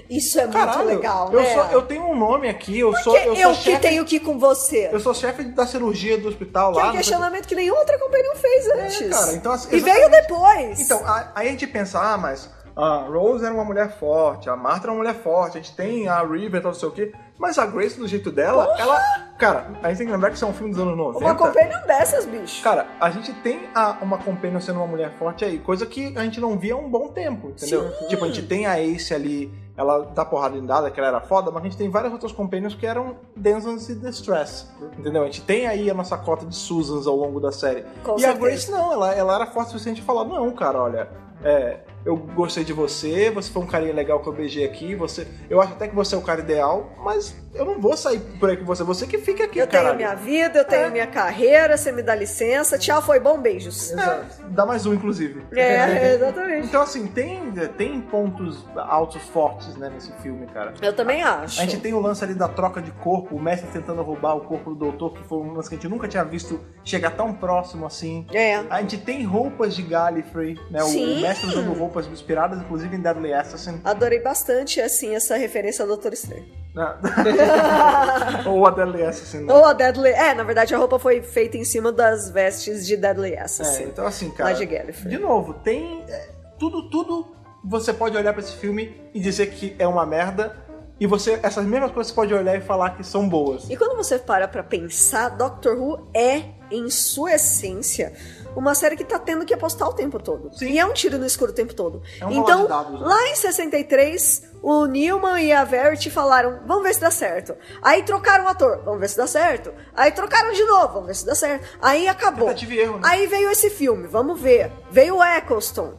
[SPEAKER 3] Isso é
[SPEAKER 2] Caralho,
[SPEAKER 3] muito legal,
[SPEAKER 2] eu,
[SPEAKER 3] né?
[SPEAKER 2] sou- eu tenho um nome aqui, eu sou,
[SPEAKER 3] que
[SPEAKER 2] eu
[SPEAKER 3] eu,
[SPEAKER 2] sou
[SPEAKER 3] que
[SPEAKER 2] chefe.
[SPEAKER 3] tenho que ir com você.
[SPEAKER 2] Eu sou chefe da cirurgia do hospital
[SPEAKER 3] que é
[SPEAKER 2] lá.
[SPEAKER 3] um
[SPEAKER 2] não sei o quê.
[SPEAKER 3] questionamento que nenhuma outra companhia não fez antes.
[SPEAKER 2] cara, então, assim,
[SPEAKER 3] e
[SPEAKER 2] exatamente.
[SPEAKER 3] veio depois.
[SPEAKER 2] Então, a- aí a gente pensa, ah, mas a Rose era uma mulher forte, a Martha era uma mulher forte, a gente tem a River, tal, não sei o quê, mas a Grace, do jeito dela, ela. Cara, a gente tem que lembrar que isso é um filme dos anos 90.
[SPEAKER 3] uma companhia dessas, bicho.
[SPEAKER 2] Cara, a gente tem a- uma companion sendo uma mulher forte aí, coisa que a gente não via há um bom tempo, entendeu? Tipo, a gente tem a Ace ali, ela dá porrada em dada, que ela era foda, mas a gente tem várias outras companions que eram Denzans e Distress, entendeu? A gente tem aí a nossa cota de Susans ao longo da série.
[SPEAKER 3] Com
[SPEAKER 2] e a
[SPEAKER 3] certeza.
[SPEAKER 2] Grace não, ela, ela era forte o suficiente pra falar, não, cara, olha... é, eu gostei de você, você foi um carinha legal que eu beijei aqui, você, eu acho até que você é o cara ideal, mas eu não vou sair por aí com você, você que É. fica aqui,
[SPEAKER 3] eu
[SPEAKER 2] cara.
[SPEAKER 3] tenho minha vida, eu tenho minha carreira, você me dá licença. Tchau, foi bom, beijos.
[SPEAKER 2] É, Dá mais um, inclusive.
[SPEAKER 3] É, exatamente.
[SPEAKER 2] Então, assim, tem, tem pontos altos fortes, né, nesse filme, cara.
[SPEAKER 3] Eu também acho.
[SPEAKER 2] A gente tem o lance ali da troca de corpo, o mestre tentando roubar o corpo do doutor, que foi um lance que a gente nunca tinha visto chegar tão próximo assim.
[SPEAKER 3] É.
[SPEAKER 2] A gente tem roupas de Gallifrey, né? o- O
[SPEAKER 3] Sim.
[SPEAKER 2] mestre usando roupas inspiradas, inclusive, em Deadly Assassin.
[SPEAKER 3] Adorei bastante, assim, essa referência ao Doutor Estranho.
[SPEAKER 2] né? Ou a Deadly Assassin, né?
[SPEAKER 3] Ou a Deadly... É, na verdade, a roupa foi feita em cima das vestes de Deadly
[SPEAKER 2] É,
[SPEAKER 3] Assassin.
[SPEAKER 2] então assim,
[SPEAKER 3] lá
[SPEAKER 2] cara.
[SPEAKER 3] de Gallifrey.
[SPEAKER 2] De novo, tem é, tudo, tudo você pode olhar pra esse filme e dizer que é uma merda, e você essas mesmas coisas você pode olhar e falar que são boas.
[SPEAKER 3] E quando você para pra pensar, Doctor Who é, em sua essência, uma série que tá tendo que apostar o tempo todo.
[SPEAKER 2] Sim.
[SPEAKER 3] E é um tiro no escuro o tempo todo.
[SPEAKER 2] É um rolar
[SPEAKER 3] então,
[SPEAKER 2] de dados, né?
[SPEAKER 3] lá em 63, o Newman e a Verity falaram, vamos ver se dá certo. Aí trocaram o ator, vamos ver se dá certo. Aí trocaram de novo, vamos ver se dá certo. Aí acabou.
[SPEAKER 2] Tentativa e erro, né?
[SPEAKER 3] Aí veio esse filme, vamos ver. Veio o Eccleston,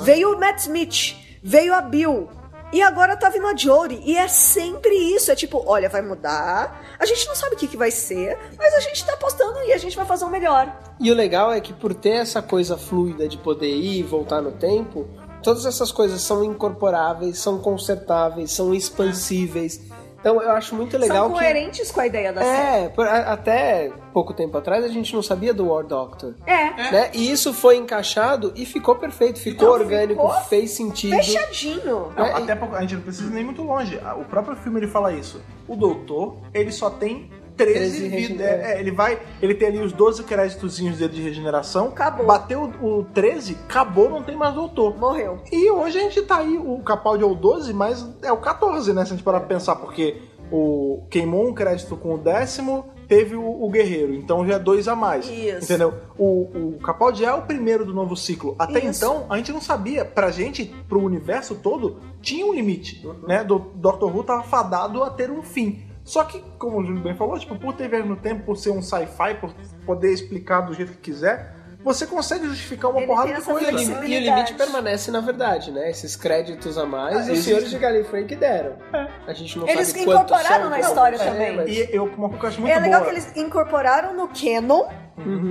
[SPEAKER 3] veio o Matt Smith, veio a Bill. E agora tá vindo a Jory. E é sempre isso. É tipo, olha, vai mudar. A gente não sabe o que, que vai ser, mas a gente tá apostando e a gente vai fazer o melhor.
[SPEAKER 4] E o legal é que por ter essa coisa fluida de poder ir e voltar no tempo, todas essas coisas são incorporáveis, são consertáveis, são expansíveis. Então eu acho muito legal
[SPEAKER 3] São
[SPEAKER 4] que
[SPEAKER 3] coerentes assim. com a ideia da série.
[SPEAKER 4] é, por- a- até pouco tempo atrás a gente não sabia do War Doctor.
[SPEAKER 3] É.
[SPEAKER 4] Né? E isso foi encaixado e ficou perfeito, ficou
[SPEAKER 3] Então,
[SPEAKER 4] orgânico,
[SPEAKER 3] ficou
[SPEAKER 4] fez sentido.
[SPEAKER 3] Fechadinho.
[SPEAKER 2] Não,
[SPEAKER 4] É,
[SPEAKER 2] até porque a gente não precisa nem muito longe. O próprio filme ele fala isso. O doutor, ele só tem 13
[SPEAKER 4] 13
[SPEAKER 2] vidas.
[SPEAKER 4] regenera-
[SPEAKER 2] É, é, ele vai. Ele tem ali os 12 créditozinhos dele de regeneração.
[SPEAKER 3] Acabou.
[SPEAKER 2] Bateu o, o 13, acabou, não tem mais doutor.
[SPEAKER 3] Morreu.
[SPEAKER 2] E hoje a gente tá aí, o Capaldi é o 12, mas é o 14, né? Se a gente parar pra pensar, porque o queimou um crédito com o décimo, teve o, o Guerreiro, então já é dois a mais.
[SPEAKER 3] Isso.
[SPEAKER 2] Entendeu? O, o Capaldi é o primeiro do novo ciclo. Até
[SPEAKER 3] Isso.
[SPEAKER 2] então, a gente não sabia. Pra gente, pro universo todo, tinha um limite, né? Do Doctor Who tava fadado a ter um fim. Só que, como o Júlio bem falou, tipo, por ter viagem no tempo, por ser um sci-fi, por poder explicar do jeito que quiser, você consegue justificar uma
[SPEAKER 3] Ele
[SPEAKER 2] porrada
[SPEAKER 3] tem
[SPEAKER 2] de
[SPEAKER 3] essa
[SPEAKER 2] coisa.
[SPEAKER 4] E o lim-
[SPEAKER 3] flexibilidade.
[SPEAKER 4] E o limite permanece na verdade, né? Esses créditos a mais,
[SPEAKER 2] Ah,
[SPEAKER 4] os
[SPEAKER 2] existe.
[SPEAKER 4] senhores de Gallifrey que deram. A gente não
[SPEAKER 3] É. Eles
[SPEAKER 4] sabe quantos
[SPEAKER 3] incorporaram
[SPEAKER 4] são, não,
[SPEAKER 3] na história
[SPEAKER 4] é,
[SPEAKER 3] também.
[SPEAKER 4] mas-
[SPEAKER 2] E eu, uma coisa que eu acho muito
[SPEAKER 3] É legal
[SPEAKER 2] boa. Uhum.
[SPEAKER 3] que eles incorporaram no canon,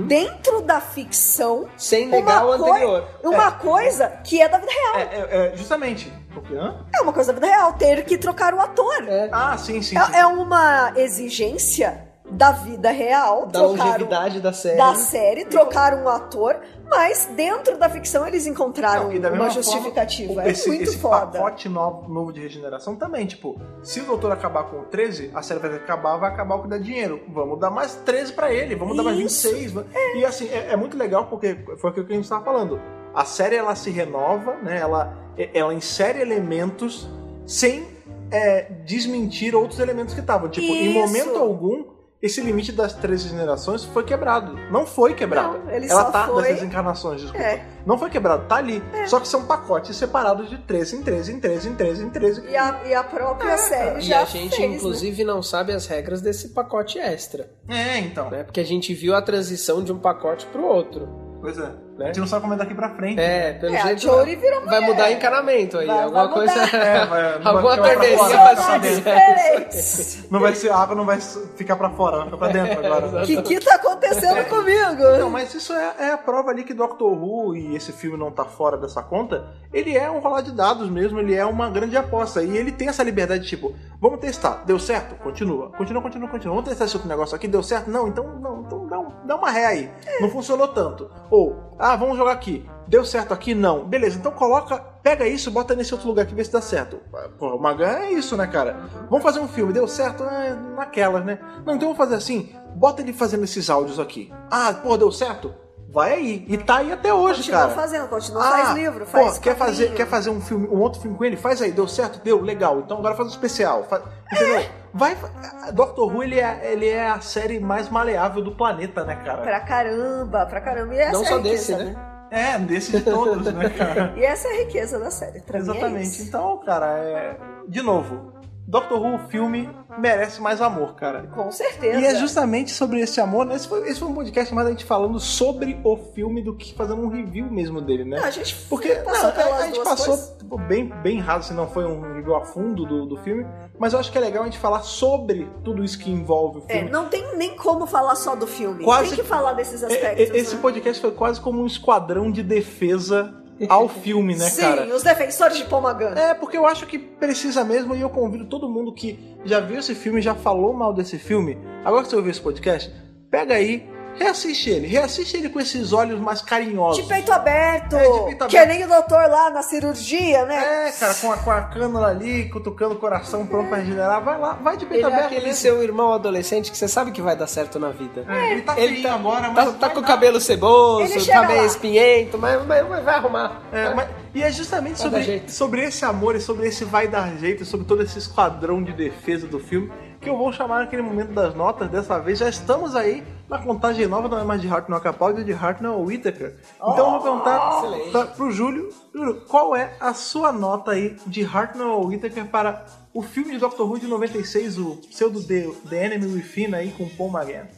[SPEAKER 3] dentro da ficção,
[SPEAKER 4] Uhum. Sem negar o
[SPEAKER 3] uma, coi-
[SPEAKER 4] anterior.
[SPEAKER 3] uma coisa que é da vida real.
[SPEAKER 2] É, é, é, justamente. Porque, hã?
[SPEAKER 3] É uma coisa da vida real, ter que trocar o ator.
[SPEAKER 4] É.
[SPEAKER 2] Ah, sim, sim. sim.
[SPEAKER 3] É, é uma exigência da vida real
[SPEAKER 4] Da
[SPEAKER 3] trocar o-
[SPEAKER 2] né?
[SPEAKER 4] longevidade da série.
[SPEAKER 3] da série, trocar um ator, Mas dentro da ficção eles encontraram
[SPEAKER 2] Não, e da mesma
[SPEAKER 3] uma
[SPEAKER 2] forma,
[SPEAKER 3] justificativa.
[SPEAKER 2] o-
[SPEAKER 3] é
[SPEAKER 2] esse,
[SPEAKER 3] muito
[SPEAKER 2] esse
[SPEAKER 3] foda.
[SPEAKER 2] pacote novo, novo de regeneração também, tipo, se o doutor acabar com o 13, a série vai acabar, vai acabar o que dá dinheiro. Vamos dar mais 13 pra ele, vamos dar mais
[SPEAKER 3] Isso.
[SPEAKER 2] 26. va- E assim, é, é muito legal porque foi aquilo que a gente estava falando. A série ela se renova, né? Ela, e- ela insere elementos sem é, desmentir outros elementos que estavam. Tipo, em
[SPEAKER 3] Isso.
[SPEAKER 2] momento algum. Esse limite das 13 gerações foi quebrado. Não foi quebrado.
[SPEAKER 3] Não, ele
[SPEAKER 2] ela
[SPEAKER 3] só
[SPEAKER 2] tá
[SPEAKER 3] foi-
[SPEAKER 2] das encarnações, desculpa.
[SPEAKER 3] É.
[SPEAKER 2] Não foi quebrado, tá ali. Só que são pacotes separados de 13 em 13, em 13, em 13, em 13.
[SPEAKER 3] E a, e a própria série
[SPEAKER 4] E
[SPEAKER 3] já
[SPEAKER 4] a gente,
[SPEAKER 3] fez, né?
[SPEAKER 4] inclusive, não sabe as regras desse pacote extra,
[SPEAKER 2] É, então.
[SPEAKER 4] né? Porque a gente viu a transição de um pacote pro outro.
[SPEAKER 2] Pois é. A gente não sabe como é daqui pra frente.
[SPEAKER 4] É, pelo
[SPEAKER 3] É, a
[SPEAKER 4] jeito.
[SPEAKER 3] Jory virou
[SPEAKER 4] Vai mudar encanamento aí.
[SPEAKER 3] Vai-
[SPEAKER 4] alguma
[SPEAKER 3] vai
[SPEAKER 4] coisa.
[SPEAKER 2] É, vai- não vai
[SPEAKER 4] alguma
[SPEAKER 2] ficar pra
[SPEAKER 4] torneirinha
[SPEAKER 2] fora,
[SPEAKER 4] vai
[SPEAKER 2] ficar pra dentro.
[SPEAKER 3] diferentes.
[SPEAKER 2] Não vai ser a água, não vai ficar pra fora, vai ficar pra dentro agora.
[SPEAKER 3] que que tá acontecendo comigo?
[SPEAKER 2] É. Não, mas isso é, é a prova ali que Doctor Who e esse filme não tá fora dessa conta. Ele é um rolar de dados mesmo, ele é uma grande aposta. E ele tem essa liberdade de tipo, vamos testar, deu certo? Continua, continua, continua, continua. Vamos testar esse outro negócio aqui, deu certo? Não, então não, então dá, um- dá uma ré aí. Não funcionou tanto. Ou, ah, vamos jogar aqui. Deu certo aqui? Não. Beleza, então coloca, pega isso, bota nesse outro lugar aqui, vê se dá certo. Pô, o Magan é isso, né, cara? Vamos fazer um filme, deu certo? É, naquelas, né? Não, então vamos fazer assim, bota ele fazendo esses áudios aqui. Ah, pô, deu certo? Vai aí. E tá aí até hoje,
[SPEAKER 3] Continua
[SPEAKER 2] cara.
[SPEAKER 3] fazendo, continua,
[SPEAKER 2] Ah,
[SPEAKER 3] faz livro, faz
[SPEAKER 2] pô, quer
[SPEAKER 3] quadrinho.
[SPEAKER 2] fazer, quer fazer um filme, um outro filme com ele? Faz aí, deu certo? Deu, legal. Então agora faz um especial. Fa- entendeu? Vai, fa- Doctor Who ele é, ele é a série mais maleável do planeta, né, cara?
[SPEAKER 3] Pra caramba, pra caramba. E essa
[SPEAKER 4] Não
[SPEAKER 3] é a
[SPEAKER 4] só desse,
[SPEAKER 3] riqueza,
[SPEAKER 4] né?
[SPEAKER 2] É, desse de todos, né, cara?
[SPEAKER 3] E essa é a riqueza da série. Pra mim é
[SPEAKER 2] Exatamente.
[SPEAKER 3] isso.
[SPEAKER 2] Então, cara, é de novo, Doctor Who o filme merece mais amor, cara.
[SPEAKER 3] Com certeza.
[SPEAKER 2] E é justamente sobre esse amor, né? Esse foi, esse foi um podcast mais a gente falando sobre o filme do que fazendo um review mesmo dele, né?
[SPEAKER 3] Não, a gente
[SPEAKER 2] Porque
[SPEAKER 3] passou
[SPEAKER 2] não, é, a-
[SPEAKER 3] pelas
[SPEAKER 2] a gente
[SPEAKER 3] duas
[SPEAKER 2] passou
[SPEAKER 3] coisas.
[SPEAKER 2] tipo, bem, bem raso, se não foi um review a fundo do, do filme, mas eu acho que é legal a gente falar sobre tudo isso que envolve o
[SPEAKER 3] É,
[SPEAKER 2] filme.
[SPEAKER 3] não tem nem como falar só do filme.
[SPEAKER 2] Quase-
[SPEAKER 3] Tem que falar desses
[SPEAKER 2] E- e-
[SPEAKER 3] aspectos.
[SPEAKER 2] Esse
[SPEAKER 3] né?
[SPEAKER 2] podcast foi quase como um esquadrão de defesa ao filme, né,
[SPEAKER 3] Sim,
[SPEAKER 2] cara?
[SPEAKER 3] os defensores de Pomagan.
[SPEAKER 2] É, porque eu acho que precisa mesmo e eu convido todo mundo que já viu esse filme, já falou mal desse filme, agora que você ouviu esse podcast, pega aí, reassiste ele, reassiste ele com esses olhos mais carinhosos.
[SPEAKER 3] De peito aberto.
[SPEAKER 2] É, de peito
[SPEAKER 3] Que
[SPEAKER 2] aberto.
[SPEAKER 3] nem o doutor lá na cirurgia, né?
[SPEAKER 2] É, cara, com a, com a cânula ali, cutucando o coração pronto pra regenerar, vai lá, vai de peito
[SPEAKER 4] Ele é
[SPEAKER 2] aberto.
[SPEAKER 4] aquele
[SPEAKER 2] mesmo.
[SPEAKER 4] seu irmão adolescente que você sabe que vai dar certo na vida.
[SPEAKER 2] É, ele tá
[SPEAKER 4] Ele
[SPEAKER 2] feio
[SPEAKER 4] tá-
[SPEAKER 2] agora,
[SPEAKER 4] Tá,
[SPEAKER 2] mas.
[SPEAKER 4] tá
[SPEAKER 2] vai
[SPEAKER 4] com o
[SPEAKER 2] dar.
[SPEAKER 4] cabelo
[SPEAKER 3] Ele
[SPEAKER 4] ceboso,
[SPEAKER 3] chega
[SPEAKER 4] tá meio
[SPEAKER 3] lá.
[SPEAKER 4] espinhento, mas, mas- mas vai arrumar.
[SPEAKER 2] É, mas- e é justamente
[SPEAKER 4] Vai dar
[SPEAKER 2] sobre,
[SPEAKER 4] jeito.
[SPEAKER 2] sobre esse amor e sobre esse vai dar jeito, sobre todo esse esquadrão de defesa do filme, que eu vou chamar naquele momento das notas. Dessa vez já estamos aí na contagem nova, não é mais de Hartnell a Capaldi, é de Hartnell a Whittaker. Então eu vou perguntar
[SPEAKER 4] Oh, Excelente.
[SPEAKER 2] pra, pro Júlio, Júlio, qual é a sua nota aí de Hartnell a Whittaker para o filme de Doctor Who de 96, o pseudo The, The Enemy Within aí com Paul McGann?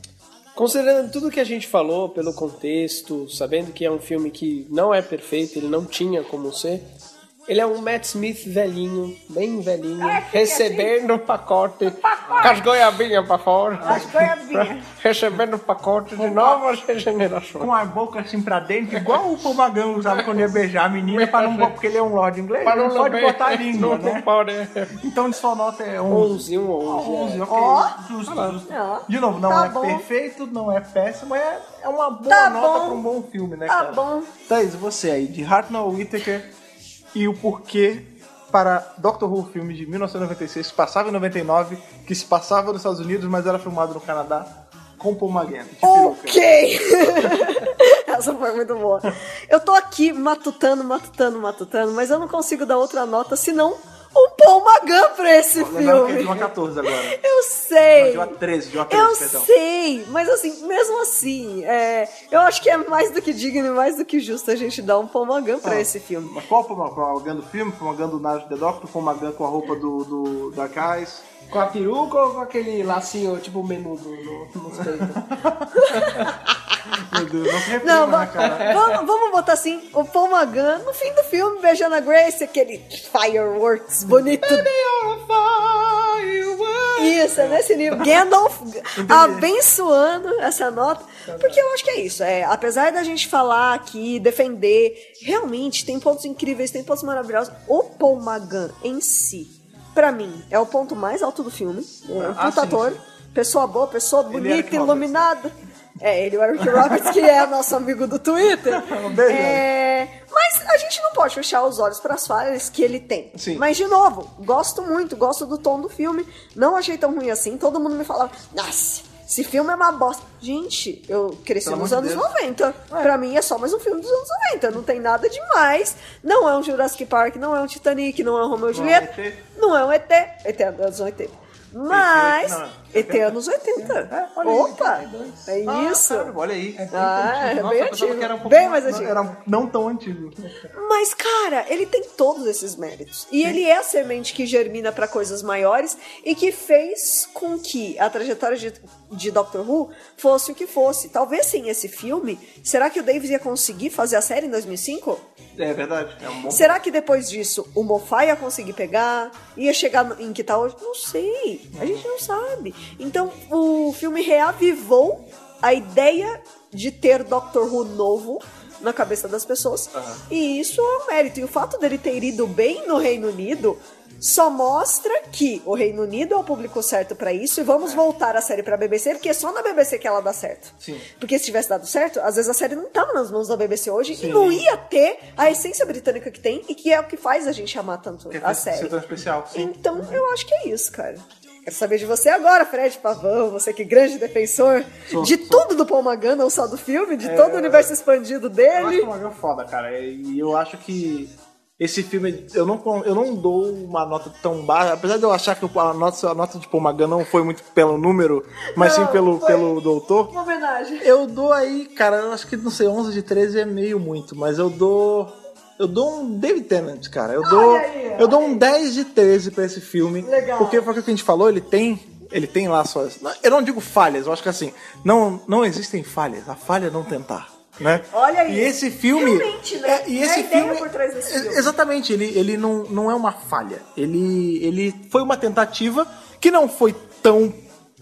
[SPEAKER 4] Considerando tudo que a gente falou, pelo contexto, sabendo que é um filme que não é perfeito, ele não tinha como ser, ele é um Matt Smith velhinho, bem velhinho,
[SPEAKER 2] É,
[SPEAKER 4] recebendo o
[SPEAKER 2] assim. Um
[SPEAKER 4] pacote, com as goiabinhas pra fora,
[SPEAKER 3] As goiabinhas.
[SPEAKER 4] recebendo o
[SPEAKER 2] Um
[SPEAKER 4] pacote de novas regenerações.
[SPEAKER 2] com a boca assim pra dentro, igual o Pomagão usava quando ia beijar a menina, para não, porque ele é um lord inglês, ele não pode botar a língua,
[SPEAKER 4] não, não
[SPEAKER 2] né?
[SPEAKER 4] pode.
[SPEAKER 2] Então sua nota é 11.
[SPEAKER 4] 11, um 11.
[SPEAKER 2] 11, ok. Justo, justo.
[SPEAKER 3] Ó.
[SPEAKER 2] De novo, não
[SPEAKER 3] Tá
[SPEAKER 2] é
[SPEAKER 3] bom.
[SPEAKER 2] perfeito, não é péssimo, é, é uma boa
[SPEAKER 3] Tá
[SPEAKER 2] nota
[SPEAKER 3] bom.
[SPEAKER 2] pra um bom filme, né,
[SPEAKER 3] Tá
[SPEAKER 2] cara?
[SPEAKER 3] bom.
[SPEAKER 2] Thaís, você aí, de Hartnell Whittaker e o porquê para Doctor Who, filme de 1996, que se passava em 99, que se passava nos Estados Unidos, mas era filmado no Canadá, com Paul McGann, de peruca.
[SPEAKER 3] Ok! Essa foi muito boa. Eu tô aqui matutando, matutando, matutando, mas eu não consigo dar outra nota senão um Paul Magan pra esse
[SPEAKER 2] Lembrando que é de
[SPEAKER 3] filme.
[SPEAKER 2] 1 a 14 agora.
[SPEAKER 3] Eu sei!
[SPEAKER 2] De 1 a 13, de 1 a 13,
[SPEAKER 3] Eu
[SPEAKER 2] perdão.
[SPEAKER 3] sei, mas assim, mesmo assim, é, eu acho que é mais do que digno e mais do que justo a gente dar um Paul Magan pra
[SPEAKER 2] Ah.
[SPEAKER 3] esse filme.
[SPEAKER 2] Mas qual pomagão? Pomagão do filme? Pomagão do Nash The Doctor? Pomagão com a roupa do, do da Kais?
[SPEAKER 4] Com a peruca ou com aquele lacinho, tipo menudo no, nos peitos?
[SPEAKER 2] Meu Deus, não se reprima,
[SPEAKER 3] Não, va-
[SPEAKER 2] né, cara?
[SPEAKER 3] vamos, vamos botar assim, o Paul Magan no fim do filme, beijando a Grace, aquele fireworks bonito. Isso, é nesse nível. Gandalf abençoando essa nota.
[SPEAKER 2] Tá
[SPEAKER 3] Porque eu acho que é isso. É, apesar da gente falar aqui, defender, realmente tem pontos incríveis, tem pontos maravilhosos. O Paul Magan em si, pra mim, é o ponto mais alto do filme. É um
[SPEAKER 2] Ah,
[SPEAKER 3] puta
[SPEAKER 2] sim,
[SPEAKER 3] ator. Pessoa boa, pessoa
[SPEAKER 2] Ele era
[SPEAKER 3] bonita,
[SPEAKER 2] que Roberts, né?
[SPEAKER 3] iluminada. É, ele, o Eric Roberts, que é nosso amigo do Twitter.
[SPEAKER 6] Um beijo,
[SPEAKER 3] É, mas a gente não pode fechar os olhos para as falhas que ele tem.
[SPEAKER 6] Sim.
[SPEAKER 3] Mas, de novo, gosto muito, gosto do tom do filme. Não achei tão ruim assim. Todo mundo me falava, nossa, esse filme é uma bosta. Gente, eu cresci
[SPEAKER 6] Pelo
[SPEAKER 3] nos
[SPEAKER 6] amor de
[SPEAKER 3] anos
[SPEAKER 6] Deus.
[SPEAKER 3] 90. Pra mim é só mais um filme dos anos 90. Não tem nada demais. Não é um Jurassic Park, não é um Titanic, não é um Romeo e
[SPEAKER 6] Não é um
[SPEAKER 3] Julieta.
[SPEAKER 6] ET.
[SPEAKER 3] Não é um ET. ET é anos 80. Mas.
[SPEAKER 6] não, é
[SPEAKER 3] ET anos 80.
[SPEAKER 6] olha aí,
[SPEAKER 3] Opa! É
[SPEAKER 6] Ah,
[SPEAKER 3] isso.
[SPEAKER 2] tá,
[SPEAKER 6] caramba, olha aí. É
[SPEAKER 3] Ah, é bem
[SPEAKER 6] eu pensava
[SPEAKER 3] antigo.
[SPEAKER 6] que era um pouco
[SPEAKER 3] Bem mais
[SPEAKER 6] não-
[SPEAKER 3] antigo.
[SPEAKER 6] Era não tão antigo.
[SPEAKER 3] Mas, cara, ele tem todos esses méritos. E ele é a semente que germina para coisas maiores e que fez com que a trajetória de, de Doctor Who fosse o que fosse. Talvez sem esse filme, será que o Davis ia conseguir fazer a série em 2005?
[SPEAKER 6] É verdade. É um bom.
[SPEAKER 3] Será que depois disso o Mofá ia conseguir pegar? Ia chegar no- em que tá hoje? Não sei. A gente não sabe. Então o filme reavivou a ideia de ter Doctor Who novo na cabeça das pessoas. E isso é um mérito. E o fato dele ter ido bem no Reino Unido só mostra que o Reino Unido é o público certo pra isso e
[SPEAKER 6] É.
[SPEAKER 3] vamos voltar a série pra BBC, porque é só na BBC que ela dá certo.
[SPEAKER 6] Sim.
[SPEAKER 3] Porque se tivesse dado certo, às vezes a série não tava nas mãos da BBC hoje e não ia ter a essência britânica que tem e que é o que faz a gente amar tanto
[SPEAKER 6] Que é
[SPEAKER 3] a
[SPEAKER 6] esse
[SPEAKER 3] série.
[SPEAKER 6] setor especial, sim.
[SPEAKER 3] Então eu acho que é isso, cara. Quero saber de você agora, Fred Pavão, você que é grande defensor
[SPEAKER 6] Sou,
[SPEAKER 3] de
[SPEAKER 6] sou.
[SPEAKER 3] tudo do Paul Magan, não só do filme, de todo o universo expandido
[SPEAKER 6] Eu acho que
[SPEAKER 3] dele.
[SPEAKER 6] é uma grande foda, cara. E eu acho que esse filme, eu não, con- eu não dou uma nota tão baixa, apesar de eu achar que a nota, a nota de Pomagan não foi muito pelo número, mas
[SPEAKER 3] Não,
[SPEAKER 6] sim pelo,
[SPEAKER 3] foi-
[SPEAKER 6] pelo doutor.
[SPEAKER 3] Uma homenagem.
[SPEAKER 6] Eu dou aí, cara, eu acho que, não sei, 11 de 13 é meio muito, mas eu dou... Eu dou um David Tennant, cara. Eu dou,
[SPEAKER 3] aí,
[SPEAKER 6] eu dou um 10 de 13 pra esse filme.
[SPEAKER 3] Legal.
[SPEAKER 6] Porque foi o que a gente falou, ele tem... Ele tem lá suas... Eu não digo falhas, eu acho que assim, não, não existem falhas. A falha é não tentar, né?
[SPEAKER 3] Olha aí.
[SPEAKER 6] E esse filme...
[SPEAKER 3] Realmente, né?
[SPEAKER 6] é- e
[SPEAKER 3] É a
[SPEAKER 6] esse
[SPEAKER 3] ideia
[SPEAKER 6] filme...
[SPEAKER 3] por trás desse
[SPEAKER 6] é-
[SPEAKER 3] filme.
[SPEAKER 6] Exatamente, ele, ele não, não é uma falha. Ele, ele foi uma tentativa que não foi tão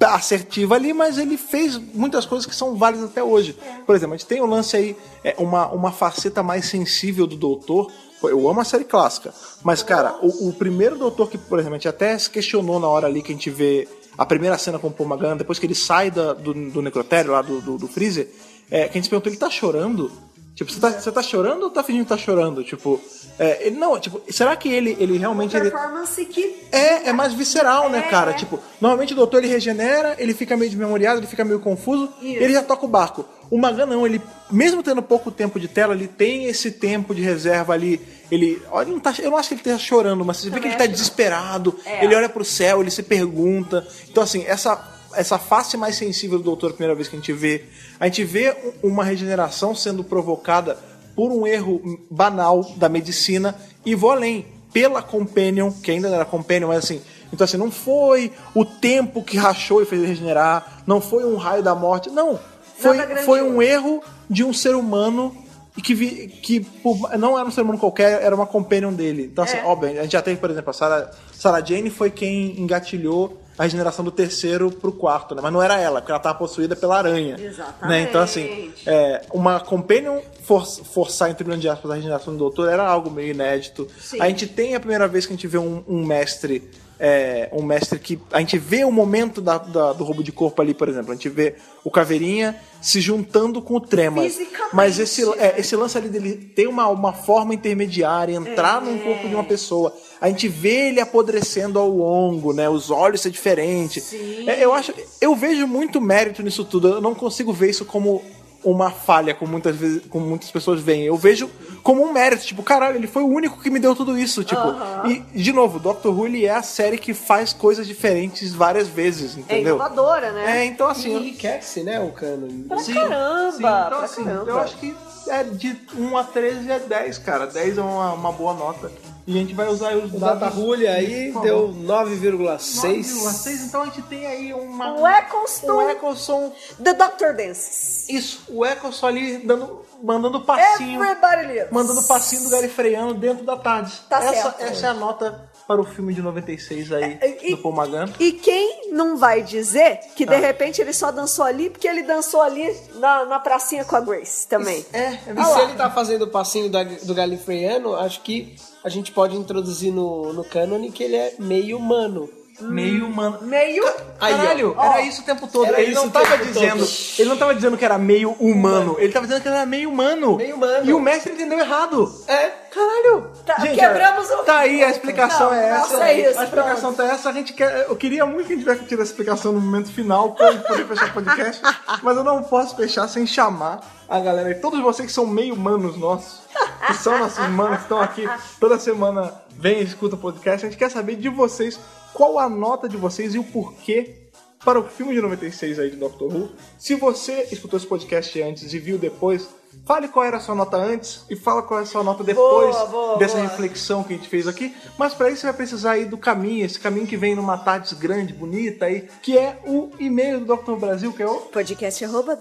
[SPEAKER 6] assertiva ali, mas ele fez muitas coisas que são válidas até hoje.
[SPEAKER 3] É.
[SPEAKER 6] Por exemplo, a gente tem o lance aí, é, uma, uma faceta mais sensível do Doutor. Pô, Eu amo a série clássica, mas, cara, o, o primeiro Doutor que, por exemplo, a gente até se questionou na hora ali que a gente vê a primeira cena com o Paul Magan, depois que ele sai da- do, do necrotério lá, do, do, do Freezer, é, que a gente perguntou, ele tá chorando? Tipo, você tá, você tá chorando ou tá fingindo que tá chorando? Tipo, é, ele, não, tipo, será que ele, ele realmente. Ele,
[SPEAKER 3] Performance que
[SPEAKER 6] é, é mais visceral, né,
[SPEAKER 3] É,
[SPEAKER 6] cara?
[SPEAKER 3] é.
[SPEAKER 6] Tipo, normalmente o doutor ele regenera, ele fica meio desmemoriado, ele fica meio confuso,
[SPEAKER 3] Isso.
[SPEAKER 6] ele já toca o barco. O Magan não, ele, mesmo tendo pouco tempo de tela, ele tem esse tempo de reserva ali. Ele, ó, ele não tá, eu não acho que ele esteja chorando, mas você vê que ele tá desesperado,
[SPEAKER 3] É.
[SPEAKER 6] ele olha pro céu, ele se pergunta. Então, assim, essa. Essa face mais sensível do doutor, a primeira vez que a gente vê, a gente vê um- uma regeneração sendo provocada por um erro banal da medicina e vou além pela Companion, que ainda não era Companion, mas assim, então assim, não foi o tempo que rachou e fez ele regenerar, não foi um raio da morte, não, foi,
[SPEAKER 3] grandioso.
[SPEAKER 6] foi um erro de um ser humano e que, vi- que por- não era um ser humano qualquer, era uma Companion dele. Então assim,
[SPEAKER 3] É.
[SPEAKER 6] óbvio, a gente já teve, por exemplo, a Sarah, Sarah Jane foi quem engatilhou a regeneração do terceiro pro quarto, né? Mas não era ela, porque ela tava possuída pela aranha. Né? Então assim,
[SPEAKER 3] Exatamente.
[SPEAKER 6] é, uma companion for- forçar, entre milhões de aspas, a regeneração do doutor era algo meio inédito.
[SPEAKER 3] Sim.
[SPEAKER 6] A gente tem a primeira vez que a gente vê um, um mestre. é, um mestre que. A gente vê o momento da- da- do roubo de corpo ali, por exemplo. A gente vê o Caveirinha se juntando com o Trema.
[SPEAKER 3] Fisicamente,
[SPEAKER 6] Mas esse,
[SPEAKER 3] né?
[SPEAKER 6] é, esse lance ali dele ter uma, uma forma intermediária, entrar num corpo de uma pessoa. A gente vê ele apodrecendo ao longo, né? Os olhos ser diferentes. É, eu acho, eu vejo muito mérito nisso tudo. Eu não consigo ver isso como uma falha, como muitas vezes, como muitas pessoas veem. Eu vejo como um mérito, tipo, caralho, ele foi o único que me deu tudo isso, tipo. E de novo, Doctor Who ele é a série que faz coisas diferentes várias vezes,
[SPEAKER 3] é
[SPEAKER 6] entendeu?
[SPEAKER 3] inovadora, né?
[SPEAKER 6] É, então assim, eu-
[SPEAKER 4] Enriquece, né, o cânone.
[SPEAKER 6] Sim,
[SPEAKER 3] caramba,
[SPEAKER 6] sim. Então,
[SPEAKER 3] pra
[SPEAKER 6] assim,
[SPEAKER 3] caramba.
[SPEAKER 6] eu acho que é de 1 a 13 é 10, cara. 10 é uma, uma boa nota. E a gente vai usar os
[SPEAKER 4] O
[SPEAKER 6] dados.
[SPEAKER 4] Datarulha aí
[SPEAKER 6] Por
[SPEAKER 4] deu
[SPEAKER 6] favor.
[SPEAKER 4] 9,6.
[SPEAKER 6] 6. Então a gente tem aí uma,
[SPEAKER 3] O Eccleston,
[SPEAKER 6] um Eccleston.
[SPEAKER 3] The Doctor Dances.
[SPEAKER 6] Isso, o Eccleston ali dando, mandando passinho.
[SPEAKER 3] Everybody lives.
[SPEAKER 6] Mandando passinho do Galifreano dentro da tarde.
[SPEAKER 3] Tá
[SPEAKER 6] essa,
[SPEAKER 3] certo.
[SPEAKER 6] essa é a nota para o filme de 96 aí
[SPEAKER 3] É, e-
[SPEAKER 6] do Paul Magan.
[SPEAKER 3] E quem não vai dizer que
[SPEAKER 6] Ah.
[SPEAKER 3] de repente ele só dançou ali porque ele dançou ali na, na pracinha com a Grace também.
[SPEAKER 6] É, é
[SPEAKER 4] E se ele tá fazendo o passinho da- do Galifreano, acho que a gente pode introduzir no, no cânone que ele é meio humano.
[SPEAKER 7] meio
[SPEAKER 3] Hum.
[SPEAKER 7] humano.
[SPEAKER 3] Meio.
[SPEAKER 7] Aí, ó.
[SPEAKER 6] Caralho, era isso o tempo todo.
[SPEAKER 4] Era
[SPEAKER 6] ele
[SPEAKER 4] isso
[SPEAKER 6] não
[SPEAKER 4] o
[SPEAKER 6] tava
[SPEAKER 4] tempo
[SPEAKER 6] dizendo.
[SPEAKER 4] todo.
[SPEAKER 6] Ele não tava dizendo que era meio humano. Ele tava dizendo que era meio humano.
[SPEAKER 4] Meio humano.
[SPEAKER 6] E o mestre entendeu errado.
[SPEAKER 4] É.
[SPEAKER 6] Caralho!
[SPEAKER 3] Tá, quebramos
[SPEAKER 6] olha,
[SPEAKER 3] o-
[SPEAKER 6] Tá aí, a explicação
[SPEAKER 3] Não,
[SPEAKER 6] é essa.
[SPEAKER 3] nossa, é isso,
[SPEAKER 6] a explicação tá essa. A gente quer. Eu queria muito que a gente tivesse tido essa explicação no momento final pra gente poder fechar o podcast. mas eu não posso fechar sem chamar a galera. E todos vocês que são meio humanos nossos, que são nossos humanos, estão aqui toda semana, vem e escuta o podcast. A gente quer saber de vocês qual a nota de vocês e o porquê para o filme de 96 aí de Doctor Who. Se você escutou esse podcast antes e viu depois, fale qual era a sua nota antes e fala qual é a sua nota depois
[SPEAKER 3] boa,
[SPEAKER 6] dessa
[SPEAKER 3] boa.
[SPEAKER 6] reflexão que a gente fez aqui. Mas para isso você vai precisar aí do caminho, esse caminho que vem numa tarde grande, bonita aí, que é o e-mail do Dr. Brasil, que é o
[SPEAKER 3] Podcast arroba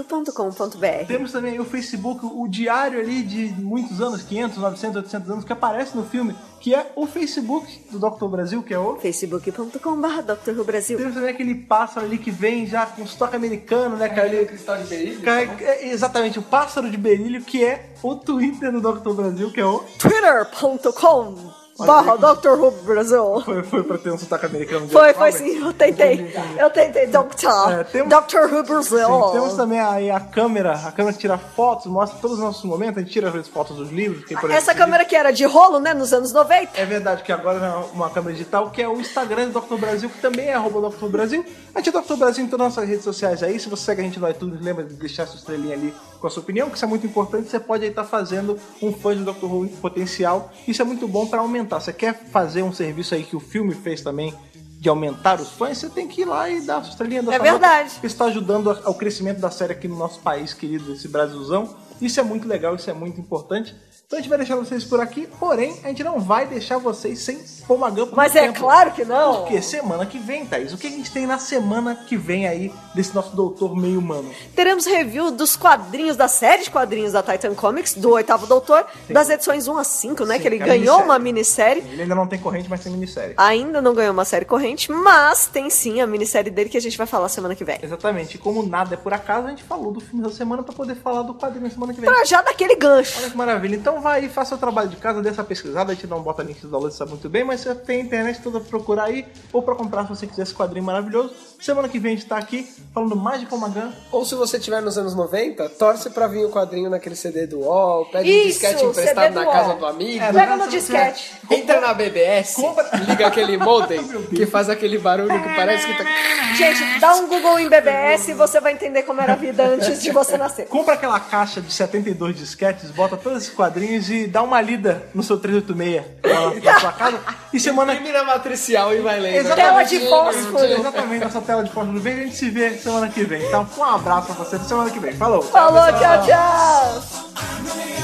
[SPEAKER 3] drrubrasil.com.br
[SPEAKER 6] temos também aí o Facebook, o diário ali de muitos anos, 500, 900, 800 anos, que aparece no filme, que é o Facebook do Dr. Brasil, que é o
[SPEAKER 3] facebook.com.br drrubrasil
[SPEAKER 6] Temos também aquele pássaro ali que vem já com estoque americano, né, cara? Ele-
[SPEAKER 4] Cristal de Berilho?
[SPEAKER 6] cara, é exatamente, o pássaro de berilho, que é o Twitter do Dr. Brasil, que é o...
[SPEAKER 3] twitter.com barra drrubrasil
[SPEAKER 6] Foi, foi pra ter um sotaque americano. de
[SPEAKER 3] Foi,
[SPEAKER 6] novo,
[SPEAKER 3] foi
[SPEAKER 6] mas-
[SPEAKER 3] sim, eu tentei. Eu tentei, Doctor.
[SPEAKER 6] É, temos-
[SPEAKER 3] Doctor Who Brasil.
[SPEAKER 6] Sim, um temos também aí a câmera, a câmera que tira fotos, mostra todos os nossos momentos, a gente tira as fotos dos livros. que, por
[SPEAKER 3] Essa
[SPEAKER 6] exemplo,
[SPEAKER 3] câmera que era de rolo, né, nos anos 90.
[SPEAKER 6] É verdade que agora é uma câmera digital, que é o Instagram do Dr. Brasil, que também é arroba Dr. Brasil. A gente é Dr. Brasil em todas as nossas redes sociais aí. Se você segue a gente no iTunes, lembra de deixar sua estrelinha ali com a sua opinião, que isso é muito importante. Você pode aí estar fazendo um fã de Dr. Who em potencial. Isso é muito bom para aumentar. Você quer fazer um serviço aí que o filme fez também, de aumentar os fãs, você tem que ir lá e dar a sua estrelinha. Dar
[SPEAKER 3] É
[SPEAKER 6] sua nota,
[SPEAKER 3] verdade.
[SPEAKER 6] que está tá ajudando a- ao crescimento da série aqui no nosso país querido, esse Brasilzão. Isso é muito legal, isso é muito importante. Então a gente vai deixar vocês por aqui, porém a gente não vai deixar vocês sem pomagão por
[SPEAKER 3] Mas
[SPEAKER 6] muito
[SPEAKER 3] é
[SPEAKER 6] tempo.
[SPEAKER 3] claro que não.
[SPEAKER 6] Porque semana que vem, Thaís, o que a gente tem na semana que vem aí desse nosso doutor meio humano?
[SPEAKER 3] Teremos review dos quadrinhos, da série de quadrinhos da Titan Comics, do Oitavo Doutor, das edições 1 a 5, né?
[SPEAKER 6] Sim,
[SPEAKER 3] que ele
[SPEAKER 6] que é a
[SPEAKER 3] ganhou
[SPEAKER 6] minissérie.
[SPEAKER 3] uma minissérie.
[SPEAKER 6] Ele ainda não tem corrente, mas tem minissérie.
[SPEAKER 3] Ainda não ganhou uma série corrente, mas tem sim a minissérie dele que a gente vai falar semana que vem.
[SPEAKER 6] Exatamente, e como nada é por acaso, a gente falou do filme da semana pra poder falar do quadrinho na semana que vem.
[SPEAKER 3] Pra já daquele
[SPEAKER 6] Olha
[SPEAKER 3] gancho.
[SPEAKER 6] que maravilha. Então vai aí, faça o trabalho de casa, dê essa pesquisada. A gente não bota link do download, sabe muito bem, mas você tem a internet toda pra procurar aí, ou pra comprar se você quiser esse quadrinho maravilhoso. Semana que vem a gente tá aqui falando mais de Pomagan.
[SPEAKER 4] Ou se você tiver nos anos 90, torce pra vir o quadrinho naquele CD do UOL, pede um
[SPEAKER 3] Isso,
[SPEAKER 4] disquete
[SPEAKER 3] CD
[SPEAKER 4] emprestado
[SPEAKER 3] do
[SPEAKER 4] na
[SPEAKER 3] UOL.
[SPEAKER 4] casa do amigo.
[SPEAKER 6] É,
[SPEAKER 3] Pega
[SPEAKER 6] mas
[SPEAKER 3] no
[SPEAKER 6] você-
[SPEAKER 3] disquete.
[SPEAKER 4] Entra na BBS, liga aquele modem que faz aquele barulho que parece que tá...
[SPEAKER 3] Gente, dá um Google em BBS e você vai entender como era a vida antes de você nascer.
[SPEAKER 6] Compra aquela caixa de 72 disquetes, bota todos esses quadrinhos e dá uma lida no seu 386 lá na sua casa. E semana
[SPEAKER 4] Imprime na matricial e vai lendo.
[SPEAKER 3] Tela de fósforo.
[SPEAKER 6] Exatamente, nossa tela de fósforo verde. A gente se vê semana que vem. Então, um abraço pra você. Semana que vem. Falou!
[SPEAKER 3] Falou, tchau, tchau!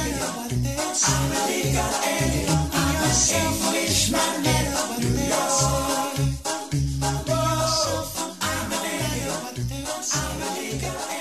[SPEAKER 8] America.